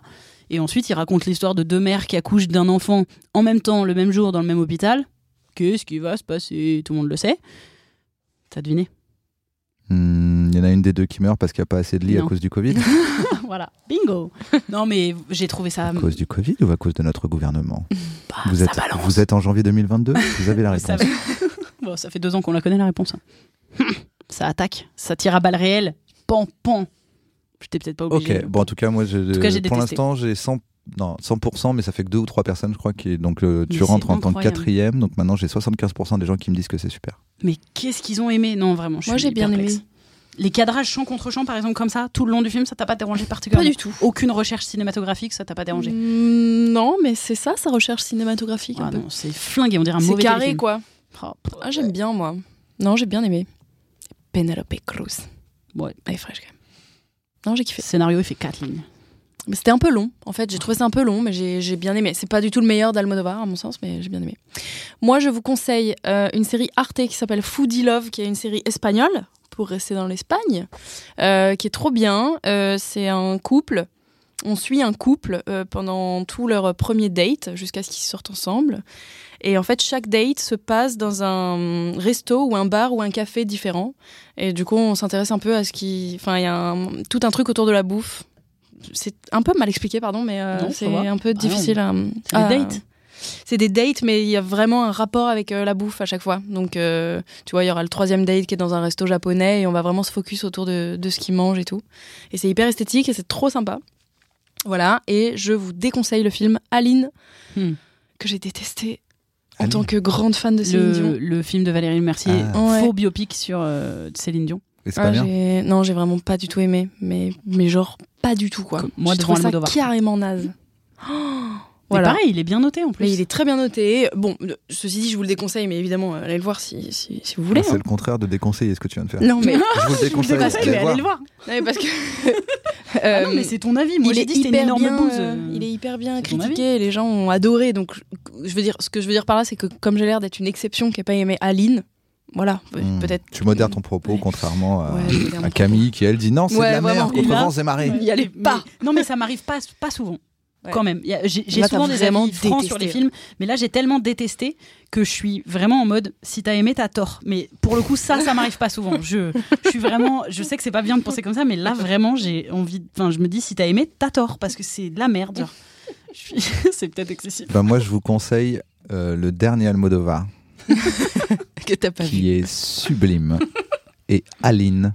[SPEAKER 1] Et ensuite, il raconte l'histoire de deux mères qui accouchent d'un enfant en même temps, le même jour, dans le même hôpital. Qu'est-ce qui va se passer Tout le monde le sait. T'as deviné
[SPEAKER 3] Hmm, Il y en a une des deux qui meurt parce qu'il n'y a pas assez de lits à
[SPEAKER 1] Non.
[SPEAKER 3] cause du Covid.
[SPEAKER 1] Voilà, bingo. Non, mais j'ai trouvé ça.
[SPEAKER 3] à cause du Covid ou à cause de notre gouvernement
[SPEAKER 1] Bah,
[SPEAKER 3] vous,
[SPEAKER 1] Ah, ça
[SPEAKER 3] êtes,
[SPEAKER 1] balance.
[SPEAKER 3] vous êtes en janvier 2022 Vous avez la
[SPEAKER 1] Ça
[SPEAKER 3] réponse.
[SPEAKER 1] fait- Bon, ça fait deux ans qu'on la connaît la réponse. hein. Ça attaque, ça tire à balles réelles. Pan, pan. Je t'ai peut-être pas obligé.
[SPEAKER 3] Ok, bon, en tout cas, moi, je-
[SPEAKER 1] tout cas, j'ai
[SPEAKER 3] pour
[SPEAKER 1] détesté.
[SPEAKER 3] l'instant, j'ai 100, non, 100%, mais ça fait que deux ou trois personnes, je crois, qui, donc euh,
[SPEAKER 1] Mais
[SPEAKER 3] tu
[SPEAKER 1] c'est
[SPEAKER 3] rentres en tant que
[SPEAKER 1] incroyable.
[SPEAKER 3] quatrième, donc maintenant j'ai 75% des gens qui me disent que c'est super.
[SPEAKER 1] Mais qu'est-ce qu'ils ont aimé Non, vraiment. je
[SPEAKER 2] Moi,
[SPEAKER 1] suis
[SPEAKER 2] j'ai bien
[SPEAKER 1] perplexe.
[SPEAKER 2] aimé.
[SPEAKER 1] Les cadrages champ contre champ, par exemple, comme ça, tout le long du film, ça t'a pas dérangé
[SPEAKER 2] Pas
[SPEAKER 1] particulièrement
[SPEAKER 2] du tout.
[SPEAKER 1] Aucune recherche cinématographique, ça t'a pas dérangé
[SPEAKER 2] Mm, Non, mais c'est ça, sa recherche cinématographique.
[SPEAKER 1] Ah
[SPEAKER 2] un peu.
[SPEAKER 1] non, c'est flingué, on dirait un
[SPEAKER 2] C'est
[SPEAKER 1] mauvais
[SPEAKER 2] carré,
[SPEAKER 1] téléfilm.
[SPEAKER 2] quoi.
[SPEAKER 1] Oh,
[SPEAKER 2] Ah, j'aime bien, moi. Non, j'ai bien aimé. Penelope Cruz.
[SPEAKER 1] Ouais.
[SPEAKER 2] Elle est fraîche, quand même. Non, j'ai kiffé.
[SPEAKER 1] Scénario, il fait 4 lignes.
[SPEAKER 2] Mais c'était un peu long, en fait. J'ai trouvé ça un peu long, mais j'ai j'ai bien aimé. C'est pas du tout le meilleur d'Almodovar, à mon sens, mais j'ai bien aimé. Moi, je vous conseille euh, une série Arte qui s'appelle Foodie Love, qui est une série espagnole, pour rester dans l'Espagne, euh, qui est trop bien. Euh, C'est un couple. On suit un couple euh, pendant tout leur premier date, jusqu'à ce qu'ils sortent ensemble. Et en fait, chaque date se passe dans un resto ou un bar ou un café différent. Et du coup, on s'intéresse un peu à ce qui... Enfin, il y a un- tout un truc autour de la bouffe c'est un peu mal expliqué, pardon, mais euh,
[SPEAKER 1] Non, ça
[SPEAKER 2] c'est
[SPEAKER 1] va. Ah
[SPEAKER 2] un peu
[SPEAKER 1] non.
[SPEAKER 2] difficile à.
[SPEAKER 1] C'est des
[SPEAKER 2] à-
[SPEAKER 1] dates.
[SPEAKER 2] C'est des dates, mais il y a vraiment un rapport avec euh, la bouffe à chaque fois. Donc, euh, tu vois, il y aura le troisième date qui est dans un resto japonais et on va vraiment se focus autour de, de ce qu'ils mangent et tout. Et c'est hyper esthétique et c'est trop sympa. Voilà, et je vous déconseille le film Aline,
[SPEAKER 1] Hmm.
[SPEAKER 2] que j'ai détesté en
[SPEAKER 3] Aline.
[SPEAKER 2] tant que grande fan de Céline
[SPEAKER 1] Le,
[SPEAKER 2] Dion.
[SPEAKER 1] le film de Valérie Mercier,
[SPEAKER 3] Ah.
[SPEAKER 2] Ouais.
[SPEAKER 1] faux biopic sur euh, Céline Dion.
[SPEAKER 3] Et c'est
[SPEAKER 2] Ah,
[SPEAKER 3] pas bien
[SPEAKER 2] j'ai- Non, j'ai vraiment pas du tout aimé, mais, mais genre pas du tout quoi.
[SPEAKER 1] Comme moi
[SPEAKER 2] J'ai
[SPEAKER 1] devant
[SPEAKER 2] trouvé ça
[SPEAKER 1] Almodovar.
[SPEAKER 2] carrément naze. Oh,
[SPEAKER 1] Mais pareil, il est bien noté en plus.
[SPEAKER 2] Mais il est très bien noté. Bon, le- ceci dit, je vous le déconseille, mais évidemment, euh, allez le voir si, si, si vous voulez.
[SPEAKER 3] Ah, C'est
[SPEAKER 2] hein.
[SPEAKER 3] le contraire de déconseiller ce que tu viens de faire.
[SPEAKER 2] Non, mais, non,
[SPEAKER 3] Je vous le
[SPEAKER 1] Je
[SPEAKER 3] déconseille.
[SPEAKER 1] te conseille,
[SPEAKER 3] allez
[SPEAKER 1] mais
[SPEAKER 3] voir.
[SPEAKER 1] allez le voir.
[SPEAKER 2] mais parce que. euh,
[SPEAKER 1] Ah non, mais c'est ton avis. Moi,
[SPEAKER 2] il
[SPEAKER 1] j'ai
[SPEAKER 2] est
[SPEAKER 1] dit que c'était une
[SPEAKER 2] hyper
[SPEAKER 1] énorme
[SPEAKER 2] bien,
[SPEAKER 1] bouse.
[SPEAKER 2] euh, il est hyper bien
[SPEAKER 1] c'est ton
[SPEAKER 2] critiqué. et Les gens ont adoré. Donc, je- je veux dire, ce que je veux dire par là, c'est que comme j'ai l'air d'être une exception qui n'a pas aimé Aline, voilà, peut-
[SPEAKER 3] Hmm.
[SPEAKER 2] peut-être.
[SPEAKER 3] Tu modères ton propos,
[SPEAKER 2] Ouais.
[SPEAKER 3] contrairement à,
[SPEAKER 2] Ouais, je modère mon
[SPEAKER 3] à Camille qui, elle, dit non, c'est
[SPEAKER 2] Ouais,
[SPEAKER 3] de la
[SPEAKER 2] vraiment.
[SPEAKER 3] merde, contre
[SPEAKER 1] Et là-
[SPEAKER 3] vent, c'est marré.
[SPEAKER 2] y allait
[SPEAKER 1] Mais-
[SPEAKER 2] pas.
[SPEAKER 1] non, mais ça m'arrive pas, pas souvent.
[SPEAKER 2] Ouais.
[SPEAKER 1] Quand même, Il y a- j'ai j'ai
[SPEAKER 2] Là, t'as
[SPEAKER 1] souvent des
[SPEAKER 2] vraiment
[SPEAKER 1] avis francs
[SPEAKER 2] détesté,
[SPEAKER 1] sur les
[SPEAKER 2] ouais.
[SPEAKER 1] films, mais là j'ai tellement détesté que je suis vraiment en mode si t'as aimé t'as tort. Mais pour le coup ça ça m'arrive pas souvent. Je, je suis vraiment, je sais que c'est pas bien de penser comme ça, mais là vraiment j'ai envie, de- enfin je me dis si t'as aimé t'as tort parce que c'est de la merde. genre. Je suis- c'est peut-être excessif.
[SPEAKER 3] Ben, moi, je vous conseille euh, le dernier Almodovar,
[SPEAKER 2] Que t'as pas vu.
[SPEAKER 3] qui est sublime, et Aline,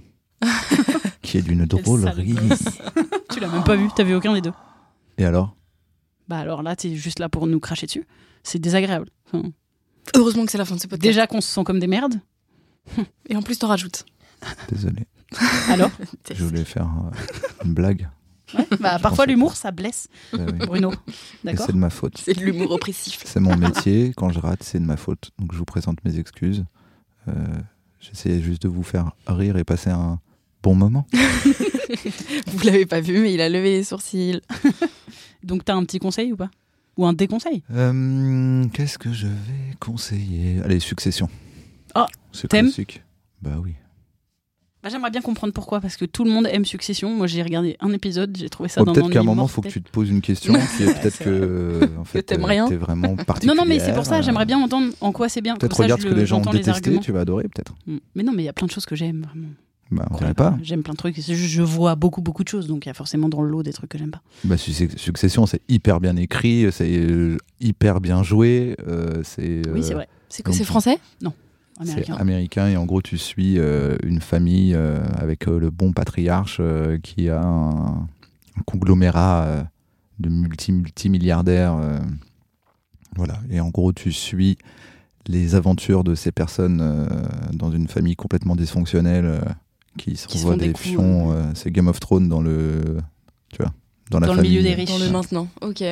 [SPEAKER 3] qui est d'une
[SPEAKER 1] Quelle
[SPEAKER 3] drôlerie.
[SPEAKER 1] sale gosse. tu l'as même pas vu, t'as vu aucun des deux.
[SPEAKER 3] Et alors
[SPEAKER 1] Bah alors là t'es juste là pour nous cracher dessus. C'est désagréable. Enfin,
[SPEAKER 2] Heureusement que c'est la fin de ce podcast.
[SPEAKER 1] déjà qu'on se sent comme des merdes.
[SPEAKER 2] Et en plus, t'en rajoutes.
[SPEAKER 3] Désolé,
[SPEAKER 1] Alors
[SPEAKER 3] je voulais faire euh, une blague.
[SPEAKER 1] Ouais, bah, parfois l'humour ça blesse
[SPEAKER 3] Eh oui.
[SPEAKER 1] Bruno.
[SPEAKER 3] Et
[SPEAKER 1] D'accord.
[SPEAKER 3] c'est de ma faute.
[SPEAKER 2] C'est de l'humour oppressif.
[SPEAKER 3] C'est mon métier. Quand je rate, c'est de ma faute. Donc je vous présente mes excuses. Euh, J'essayais juste de vous faire rire et passer un bon moment.
[SPEAKER 2] Vous l'avez pas vu, mais il a levé les sourcils.
[SPEAKER 1] Donc t'as un petit conseil ou pas Ou un déconseil
[SPEAKER 3] Euh, Qu'est-ce que je vais conseiller Allez, Succession.
[SPEAKER 1] Ah,
[SPEAKER 3] c'est
[SPEAKER 1] t'aimes
[SPEAKER 3] classique. Bah oui.
[SPEAKER 1] bah, J'aimerais bien comprendre pourquoi, parce que tout le monde aime Succession. Moi j'ai regardé un épisode, j'ai trouvé ça
[SPEAKER 3] Oh,
[SPEAKER 1] dans
[SPEAKER 3] peut-être qu'à un moment, faut que tu te poses une question qui est peut-être que euh, en fait,
[SPEAKER 2] t'aimes
[SPEAKER 3] euh,
[SPEAKER 2] rien.
[SPEAKER 3] t'es vraiment particulier.
[SPEAKER 1] Non, non, mais c'est pour ça, j'aimerais bien entendre en quoi c'est bien. Comme
[SPEAKER 3] Peut-être
[SPEAKER 1] ça,
[SPEAKER 3] regarde
[SPEAKER 1] je
[SPEAKER 3] ce que les gens ont
[SPEAKER 1] j'entends les
[SPEAKER 3] détesté,
[SPEAKER 1] arguments.
[SPEAKER 3] tu vas adorer peut-être.
[SPEAKER 1] Mm. Mais non, mais il y a plein de choses que j'aime, vraiment.
[SPEAKER 3] Bah, on dirait pas.
[SPEAKER 1] J'aime plein de trucs. C'est juste, je vois beaucoup, beaucoup de choses, donc il y a forcément dans le lot des trucs que j'aime pas.
[SPEAKER 3] Bah, Suc- Succession, c'est hyper bien écrit, c'est euh, hyper bien joué. euh, c'est
[SPEAKER 1] Oui, c'est
[SPEAKER 3] euh,
[SPEAKER 1] vrai.
[SPEAKER 2] C'est
[SPEAKER 3] Donc-
[SPEAKER 2] que c'est français
[SPEAKER 3] C'est Ah,
[SPEAKER 1] Américain.
[SPEAKER 3] américain et en gros tu suis euh, une famille euh, avec euh, le bon patriarche euh, qui a un, un conglomérat euh, de multi multimilliardaires. euh, voilà. Et en gros tu suis les aventures de ces personnes euh, dans une famille complètement dysfonctionnelle euh, qui se
[SPEAKER 1] Qui se
[SPEAKER 3] renvoient
[SPEAKER 1] font des
[SPEAKER 3] des,
[SPEAKER 1] coups,
[SPEAKER 3] fions. euh, C'est Game of Thrones dans le... Tu vois Dans, la
[SPEAKER 1] Dans le
[SPEAKER 3] famille.
[SPEAKER 1] milieu des riches.
[SPEAKER 2] Ah. Dans le maintenant. Ok.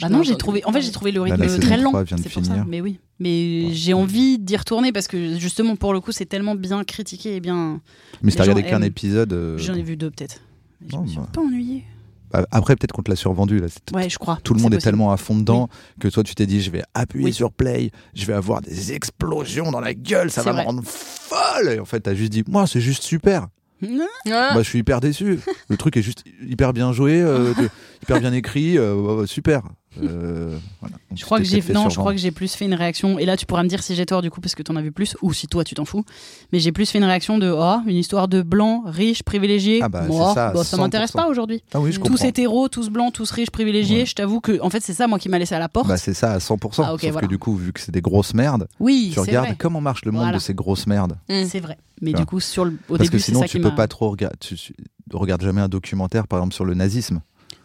[SPEAKER 1] Bah non, j'ai trouvé. En fait, j'ai trouvé le
[SPEAKER 3] Bah, la
[SPEAKER 1] rythme
[SPEAKER 3] saison
[SPEAKER 1] très lent.
[SPEAKER 3] 3 vient de
[SPEAKER 1] C'est pour ça.
[SPEAKER 3] finir.
[SPEAKER 1] Mais oui. Mais j'ai envie d'y retourner parce que justement, pour le coup, c'est tellement bien critiqué et bien.
[SPEAKER 3] Mais si
[SPEAKER 1] Les
[SPEAKER 3] t'as regardé
[SPEAKER 1] gens
[SPEAKER 3] qu'un
[SPEAKER 1] aiment.
[SPEAKER 3] épisode. euh,
[SPEAKER 1] J'en ai vu deux peut-être. Mais Je
[SPEAKER 3] non,
[SPEAKER 1] me suis
[SPEAKER 3] bah.
[SPEAKER 1] pas ennuyée.
[SPEAKER 3] bah, Après, peut-être qu'on te l'a survendu. Là. C'est-
[SPEAKER 1] Ouais, je crois.
[SPEAKER 3] Tout le
[SPEAKER 1] C'est
[SPEAKER 3] monde est
[SPEAKER 1] possible.
[SPEAKER 3] tellement à fond dedans que toi, tu t'es dit je vais appuyer
[SPEAKER 1] Oui.
[SPEAKER 3] sur play, je vais avoir des explosions dans la gueule, ça
[SPEAKER 1] C'est
[SPEAKER 3] va
[SPEAKER 1] vrai.
[SPEAKER 3] me rendre folle. Et en fait, t'as juste dit moi, c'est juste super.
[SPEAKER 2] Ah,
[SPEAKER 3] Bah, je suis hyper déçu. Le truc est juste hyper bien joué,
[SPEAKER 1] Ah.
[SPEAKER 3] euh, de- hyper bien écrit, euh, euh, super. Euh, voilà. Donc,
[SPEAKER 1] Je crois
[SPEAKER 3] tu
[SPEAKER 1] que
[SPEAKER 3] t'es
[SPEAKER 1] j'ai
[SPEAKER 3] fait
[SPEAKER 1] non, je
[SPEAKER 3] survendre.
[SPEAKER 1] crois que j'ai plus fait une réaction et là tu pourras me dire si j'ai tort du coup parce que t'en as vu plus ou si toi tu t'en fous. Mais j'ai plus fait une réaction de oh une histoire de blanc riche privilégié.
[SPEAKER 3] Ah bah,
[SPEAKER 1] Moi,
[SPEAKER 3] c'est ça,
[SPEAKER 1] bah, ça m'intéresse
[SPEAKER 3] 100%.
[SPEAKER 1] pas aujourd'hui.
[SPEAKER 3] Ah oui, je
[SPEAKER 1] Tous
[SPEAKER 3] comprends.
[SPEAKER 1] hétéros, tous blancs, tous riches privilégiés.
[SPEAKER 3] Ouais.
[SPEAKER 1] Je t'avoue que en fait c'est ça moi qui m'a laissé à la porte.
[SPEAKER 3] Bah, c'est ça à 100%.
[SPEAKER 1] Ah, ok,
[SPEAKER 3] Sauf
[SPEAKER 1] voilà.
[SPEAKER 3] que du coup, vu que c'est des grosses merdes,
[SPEAKER 1] oui,
[SPEAKER 3] tu
[SPEAKER 1] c'est
[SPEAKER 3] regardes
[SPEAKER 1] vrai.
[SPEAKER 3] comment marche le monde
[SPEAKER 1] Voilà.
[SPEAKER 3] de ces grosses merdes.
[SPEAKER 2] Mm.
[SPEAKER 1] C'est vrai. Mais
[SPEAKER 3] Tu
[SPEAKER 1] du
[SPEAKER 3] vois.
[SPEAKER 1] coup sur le au
[SPEAKER 3] Parce
[SPEAKER 1] début
[SPEAKER 3] que
[SPEAKER 1] c'est ça
[SPEAKER 3] sinon,
[SPEAKER 1] qui
[SPEAKER 3] tu
[SPEAKER 1] m'a-
[SPEAKER 3] peux pas trop regarder. Tu, tu regardes jamais un documentaire, par exemple, sur le nazisme.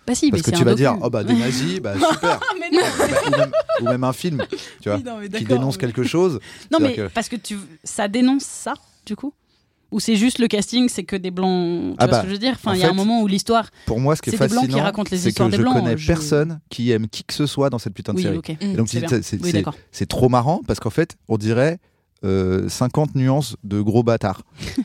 [SPEAKER 1] Bah si,
[SPEAKER 3] Parce
[SPEAKER 1] mais
[SPEAKER 3] que
[SPEAKER 1] c'est un
[SPEAKER 3] tu vas
[SPEAKER 1] docu.
[SPEAKER 3] dire, oh bah des nazis, bah super.
[SPEAKER 1] Ah, mais non.
[SPEAKER 3] Bah, ou, même, ou même un film, tu vois,
[SPEAKER 1] Oui, non, mais
[SPEAKER 3] qui
[SPEAKER 1] d'accord,
[SPEAKER 3] dénonce
[SPEAKER 1] mais-
[SPEAKER 3] quelque chose.
[SPEAKER 1] Non, mais
[SPEAKER 3] C'est-à-dire que-
[SPEAKER 1] parce que tu... ça dénonce ça, du coup Ou c'est juste le casting, c'est que des blancs. Tu
[SPEAKER 3] Ah
[SPEAKER 1] vois
[SPEAKER 3] bah,
[SPEAKER 1] ce que je veux dire Enfin,
[SPEAKER 3] en
[SPEAKER 1] il y a un
[SPEAKER 3] fait-
[SPEAKER 1] moment où l'histoire.
[SPEAKER 3] Pour moi, ce qui est,
[SPEAKER 1] C'est des Blancs qui
[SPEAKER 3] fascinant,
[SPEAKER 1] racontent les
[SPEAKER 3] c'est
[SPEAKER 1] histoires
[SPEAKER 3] que
[SPEAKER 1] des
[SPEAKER 3] je
[SPEAKER 1] Blancs,
[SPEAKER 3] connais
[SPEAKER 1] je-
[SPEAKER 3] personne qui aime qui que ce soit dans cette putain de
[SPEAKER 1] Oui,
[SPEAKER 3] série.
[SPEAKER 1] ok.
[SPEAKER 2] Mm.
[SPEAKER 3] Et donc,
[SPEAKER 1] C'est
[SPEAKER 3] c'est-
[SPEAKER 1] bien.
[SPEAKER 3] c'est
[SPEAKER 1] Oui,
[SPEAKER 3] c'est-
[SPEAKER 1] d'accord.
[SPEAKER 3] c'est trop marrant parce qu'en fait, on dirait euh, 50 nuances de gros bâtards.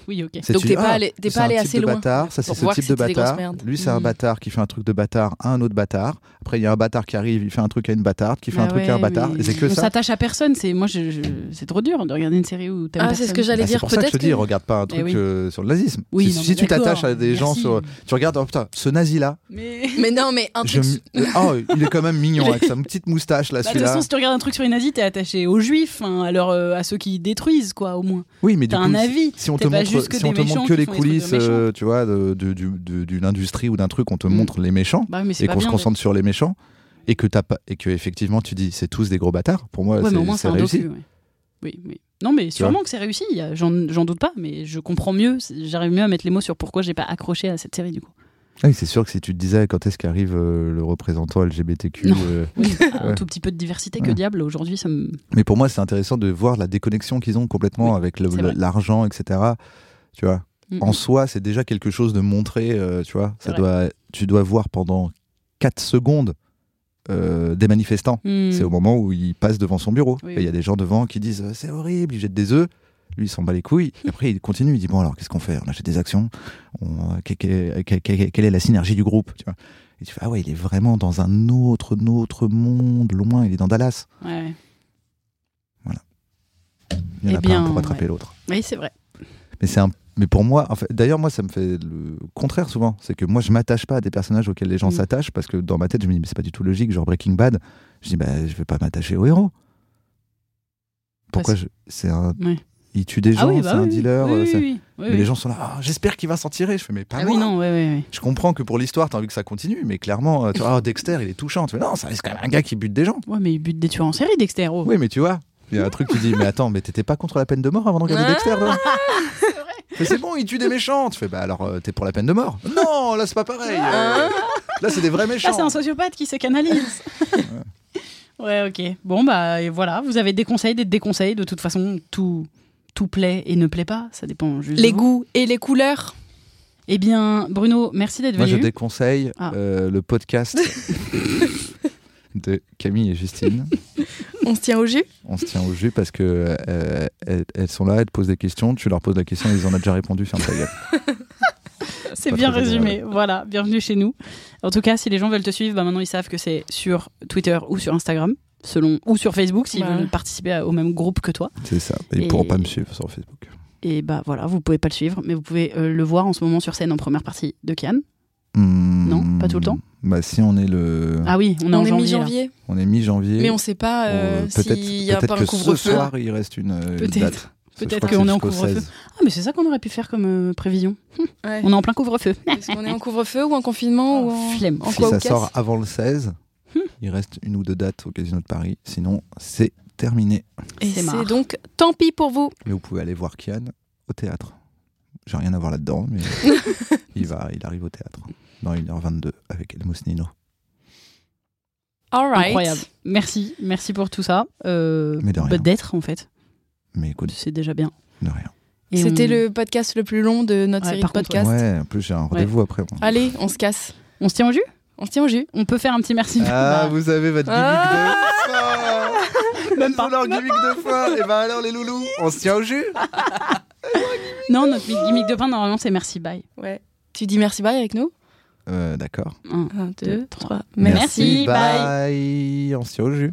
[SPEAKER 1] Oui, ok.
[SPEAKER 3] C'est
[SPEAKER 2] Donc
[SPEAKER 3] une-
[SPEAKER 2] t'es pas
[SPEAKER 3] ah,
[SPEAKER 2] allé- t'es
[SPEAKER 3] c'est
[SPEAKER 2] pas
[SPEAKER 3] un
[SPEAKER 2] allé
[SPEAKER 3] type
[SPEAKER 2] assez
[SPEAKER 3] de
[SPEAKER 2] loin
[SPEAKER 3] Bâtard, ça
[SPEAKER 2] pour
[SPEAKER 3] c'est ce
[SPEAKER 2] voir
[SPEAKER 3] type
[SPEAKER 2] que
[SPEAKER 3] de
[SPEAKER 2] c'était des
[SPEAKER 3] bâtard.
[SPEAKER 2] grosses merdes.
[SPEAKER 3] Lui c'est un
[SPEAKER 2] Mm.
[SPEAKER 3] bâtard qui fait un truc de bâtard à un autre bâtard. Après il y a un bâtard qui arrive, il fait un truc à une bâtarde, qui fait un
[SPEAKER 1] Bah
[SPEAKER 3] truc à un
[SPEAKER 1] ouais,
[SPEAKER 3] bâtard.
[SPEAKER 1] mais
[SPEAKER 3] Et c'est que
[SPEAKER 1] On
[SPEAKER 3] ça.
[SPEAKER 1] s'attache à personne. C'est moi, je, je- c'est trop dur de regarder une série où t'aimes
[SPEAKER 2] Ah, c'est ce que
[SPEAKER 3] Bah,
[SPEAKER 2] j'allais
[SPEAKER 3] c'est
[SPEAKER 2] dire.
[SPEAKER 3] pour ça que je te
[SPEAKER 2] Peut-être
[SPEAKER 3] dis, regarde pas un truc
[SPEAKER 1] Eh oui.
[SPEAKER 3] euh, sur le nazisme.
[SPEAKER 1] Oui,
[SPEAKER 3] si
[SPEAKER 1] non, mais
[SPEAKER 3] si tu
[SPEAKER 1] d'accord,
[SPEAKER 3] t'attaches à des gens
[SPEAKER 1] merci.
[SPEAKER 3] sur, tu regardes, oh putain, ce nazi là,
[SPEAKER 1] Mais Bah,
[SPEAKER 2] Mais non, mais un
[SPEAKER 3] je
[SPEAKER 2] truc.
[SPEAKER 3] m- oh, il est quand même mignon avec sa petite moustache là,
[SPEAKER 1] Bah, de toute
[SPEAKER 3] celui-là.
[SPEAKER 1] façon, si tu regardes un truc sur les nazis, t'es attaché aux juifs, hein, à, leur, euh, à ceux qui détruisent, quoi, au moins.
[SPEAKER 3] Oui, mais du
[SPEAKER 1] T'as
[SPEAKER 3] coup,
[SPEAKER 1] un
[SPEAKER 3] si-
[SPEAKER 1] avis.
[SPEAKER 3] Si on
[SPEAKER 1] T'es
[SPEAKER 3] te
[SPEAKER 1] pas
[SPEAKER 3] montre,
[SPEAKER 1] juste que
[SPEAKER 3] si
[SPEAKER 1] des
[SPEAKER 3] on te
[SPEAKER 1] méchants
[SPEAKER 3] montre que
[SPEAKER 1] qui
[SPEAKER 3] les
[SPEAKER 1] font des trucs de
[SPEAKER 3] coulisses,
[SPEAKER 1] méchants.
[SPEAKER 3] euh, tu vois, de- de- du- de- d'une industrie ou d'un truc, on te
[SPEAKER 1] Mm.
[SPEAKER 3] montre les méchants
[SPEAKER 1] Bah, oui, mais c'est
[SPEAKER 3] et
[SPEAKER 1] pas
[SPEAKER 3] qu'on se
[SPEAKER 1] bien. de-
[SPEAKER 3] concentre sur les méchants et que t'as pas et que effectivement tu dis c'est tous des gros bâtards. Pour moi,
[SPEAKER 1] Ouais, mais au
[SPEAKER 3] c'est
[SPEAKER 1] moins,
[SPEAKER 3] c'est
[SPEAKER 1] c'est un
[SPEAKER 3] réussi.
[SPEAKER 1] docu. ouais. Oui, oui. Non, mais
[SPEAKER 3] vois
[SPEAKER 1] sûrement que c'est réussi. il y a- J'en j'en doute pas, mais je comprends mieux. c'est- J'arrive mieux à mettre les mots sur pourquoi j'ai pas accroché à cette série, du coup.
[SPEAKER 3] Ah oui, c'est sûr que si tu te disais quand est-ce qu'arrive euh, le représentant LGBTQ.
[SPEAKER 1] Non.
[SPEAKER 3] euh,
[SPEAKER 1] Oui, un
[SPEAKER 3] Ouais.
[SPEAKER 1] tout petit peu de diversité, que
[SPEAKER 3] Ouais.
[SPEAKER 1] diable, aujourd'hui, ça me.
[SPEAKER 3] Mais pour moi, c'est intéressant de voir la déconnexion qu'ils ont complètement
[SPEAKER 1] Oui,
[SPEAKER 3] avec le-
[SPEAKER 1] c'est vrai.
[SPEAKER 3] l'argent, etc. Tu vois,
[SPEAKER 1] Mm.
[SPEAKER 3] en soi, c'est déjà quelque chose de montrer. euh, tu vois,
[SPEAKER 1] C'est
[SPEAKER 3] ça doit, tu dois voir pendant 4 secondes euh, des manifestants.
[SPEAKER 1] Hmm.
[SPEAKER 3] C'est au moment où il passe devant son bureau.
[SPEAKER 1] Oui,
[SPEAKER 3] et il y a des gens devant qui disent euh, c'est horrible, ils jettent des œufs. Lui, il s'en bat les couilles. Et Après, il continue. Il dit bon, alors qu'est-ce qu'on fait On achète des actions. On, euh, que- que- que- que- quelle est la synergie du groupe tu vois Et tu fais ah ouais, il est vraiment dans un autre, autre monde, loin. Il est dans Dallas.
[SPEAKER 1] Ouais, ouais.
[SPEAKER 3] Il y en
[SPEAKER 1] Eh
[SPEAKER 3] a
[SPEAKER 1] bien,
[SPEAKER 3] pas un pour attraper l'autre.
[SPEAKER 1] Oui, c'est vrai.
[SPEAKER 3] Mais c'est un. Mais pour moi, en fait, d'ailleurs, moi, ça me fait le contraire souvent. C'est que moi, je m'attache pas à des personnages auxquels les gens
[SPEAKER 1] Mm.
[SPEAKER 3] s'attachent parce que dans ma tête, je me dis, mais c'est pas du tout logique. Genre Breaking Bad, je dis, bah, je vais pas m'attacher au héros. Pourquoi je... C'est un.
[SPEAKER 1] Ouais.
[SPEAKER 3] Il tue des gens,
[SPEAKER 1] ah oui, bah
[SPEAKER 3] c'est
[SPEAKER 1] oui,
[SPEAKER 3] un
[SPEAKER 1] oui.
[SPEAKER 3] dealer.
[SPEAKER 1] Oui,
[SPEAKER 3] euh,
[SPEAKER 1] oui,
[SPEAKER 3] c'est-
[SPEAKER 1] oui, oui,
[SPEAKER 3] Mais
[SPEAKER 1] oui.
[SPEAKER 3] les gens sont là, Ah, j'espère qu'il va s'en tirer. Je fais, mais pas
[SPEAKER 1] Ah
[SPEAKER 3] moi.
[SPEAKER 1] oui, non, ouais, ouais, ouais.
[SPEAKER 3] Je comprends que pour l'histoire, t'as envie que ça continue, mais clairement, euh, tu vois, Ah, Dexter, il est touchant. Tu fais, non, ça reste quand même un gars qui bute des gens.
[SPEAKER 1] Ouais, mais il bute des tueurs en série, Dexter. oh.
[SPEAKER 3] Oui, mais tu vois, il y a un truc qui dit Mais attends, mais t'étais pas contre la peine de mort avant de regarder
[SPEAKER 2] Ah,
[SPEAKER 3] Dexter toi Mais c'est bon, il tue des méchants. Tu fais Bah alors, euh, t'es pour la peine de mort Non, là c'est pas pareil. euh, là c'est des vrais méchants.
[SPEAKER 1] Ah. Là, Ah, c'est un sociopathe qui se canalise. ouais, ok. Bon, bah, et voilà. Vous avez des conseils, des déconseils. De toute façon, tout, tout plaît et ne plaît pas. Ça dépend juste.
[SPEAKER 2] Les
[SPEAKER 1] de vous.
[SPEAKER 2] goûts et les couleurs.
[SPEAKER 1] Eh bien, Bruno, merci d'être
[SPEAKER 3] Moi je
[SPEAKER 1] venu.
[SPEAKER 3] déconseille
[SPEAKER 1] Ah.
[SPEAKER 3] euh, le podcast de Camille et Justine.
[SPEAKER 2] On se tient au jus.
[SPEAKER 3] On se tient au jus parce que euh, elles, elles sont là, elles te posent des questions, tu leur poses la question, ils en ont déjà répondu, ferme ta gueule.
[SPEAKER 1] C'est
[SPEAKER 3] pas
[SPEAKER 1] bien
[SPEAKER 3] très
[SPEAKER 1] résumé. Voilà, bienvenue chez nous. En tout cas, si les gens veulent te suivre, bah, maintenant ils savent que c'est sur Twitter ou sur Instagram, selon ou sur Facebook s'ils
[SPEAKER 2] Voilà.
[SPEAKER 1] veulent participer à- au même groupe que toi.
[SPEAKER 3] C'est ça, ils
[SPEAKER 1] Et-
[SPEAKER 3] pourront pas me suivre sur Facebook.
[SPEAKER 1] Et bah voilà, vous pouvez pas le suivre, mais vous pouvez euh, le voir en ce moment sur scène en première partie de Kian. Non, pas tout le temps
[SPEAKER 3] Bah si on est le.
[SPEAKER 1] Ah oui, on est en
[SPEAKER 2] On est
[SPEAKER 1] janvier. là.
[SPEAKER 2] mi-janvier.
[SPEAKER 3] On est mi-janvier.
[SPEAKER 2] Mais on sait pas euh,
[SPEAKER 3] Euh, peut-être
[SPEAKER 2] s'il y a
[SPEAKER 3] peut-être
[SPEAKER 2] pas
[SPEAKER 3] que
[SPEAKER 2] un
[SPEAKER 3] ce
[SPEAKER 2] couvre-feu.
[SPEAKER 3] soir, il reste une, euh, une
[SPEAKER 1] Peut-être.
[SPEAKER 3] date. Je
[SPEAKER 1] Peut-être
[SPEAKER 3] crois que
[SPEAKER 1] qu'on
[SPEAKER 3] c'est
[SPEAKER 1] est en
[SPEAKER 3] jusqu'au
[SPEAKER 1] couvre-feu.
[SPEAKER 3] 16.
[SPEAKER 1] Ah mais c'est ça qu'on aurait pu faire comme euh, prévision.
[SPEAKER 2] Ouais.
[SPEAKER 1] On est en plein couvre-feu.
[SPEAKER 2] Est-ce qu'on est en couvre-feu ou en confinement
[SPEAKER 1] Oh,
[SPEAKER 2] ou en...
[SPEAKER 1] flemme.
[SPEAKER 2] en
[SPEAKER 3] Si
[SPEAKER 2] quoi Hmm.
[SPEAKER 3] ça
[SPEAKER 2] ou caisse
[SPEAKER 3] sort avant le 16, il reste une ou deux dates au Casino de Paris. Sinon, c'est terminé.
[SPEAKER 2] Et
[SPEAKER 1] C'est marre.
[SPEAKER 2] c'est donc tant pis pour vous.
[SPEAKER 3] Mais vous pouvez aller voir Kian au théâtre. J'ai rien à voir là-dedans, mais il, va, il arrive au théâtre dans 1h22 avec Elmos Nino.
[SPEAKER 2] All right.
[SPEAKER 1] Incroyable. Merci, merci pour tout ça. Euh,
[SPEAKER 3] Mais de rien.
[SPEAKER 1] bah, d'être en fait,
[SPEAKER 3] Mais écoute,
[SPEAKER 1] c'est déjà bien.
[SPEAKER 3] de rien.
[SPEAKER 1] Et
[SPEAKER 2] C'était
[SPEAKER 1] on-
[SPEAKER 2] le podcast le plus long de notre
[SPEAKER 1] Ouais,
[SPEAKER 2] série de
[SPEAKER 1] par contre,
[SPEAKER 2] podcasts.
[SPEAKER 3] Ouais, en plus, j'ai un rendez-vous après. moi.
[SPEAKER 2] Allez, on se casse.
[SPEAKER 1] On se tient au jus
[SPEAKER 2] On On se tient au jus.
[SPEAKER 1] On peut faire un petit merci.
[SPEAKER 3] Ah, vous avez votre gimmick
[SPEAKER 2] bah. Ah
[SPEAKER 3] de fin Ils ont leur gimmick de fin Et ben alors, les loulous, on se tient au jus
[SPEAKER 1] Non, notre gimmick de pain, normalement, c'est merci, bye.
[SPEAKER 2] Ouais. Tu dis merci bye avec nous
[SPEAKER 3] euh, D'accord.
[SPEAKER 1] Un.
[SPEAKER 2] 1, 2, 3.
[SPEAKER 1] Merci,
[SPEAKER 3] bye On se tient au jus.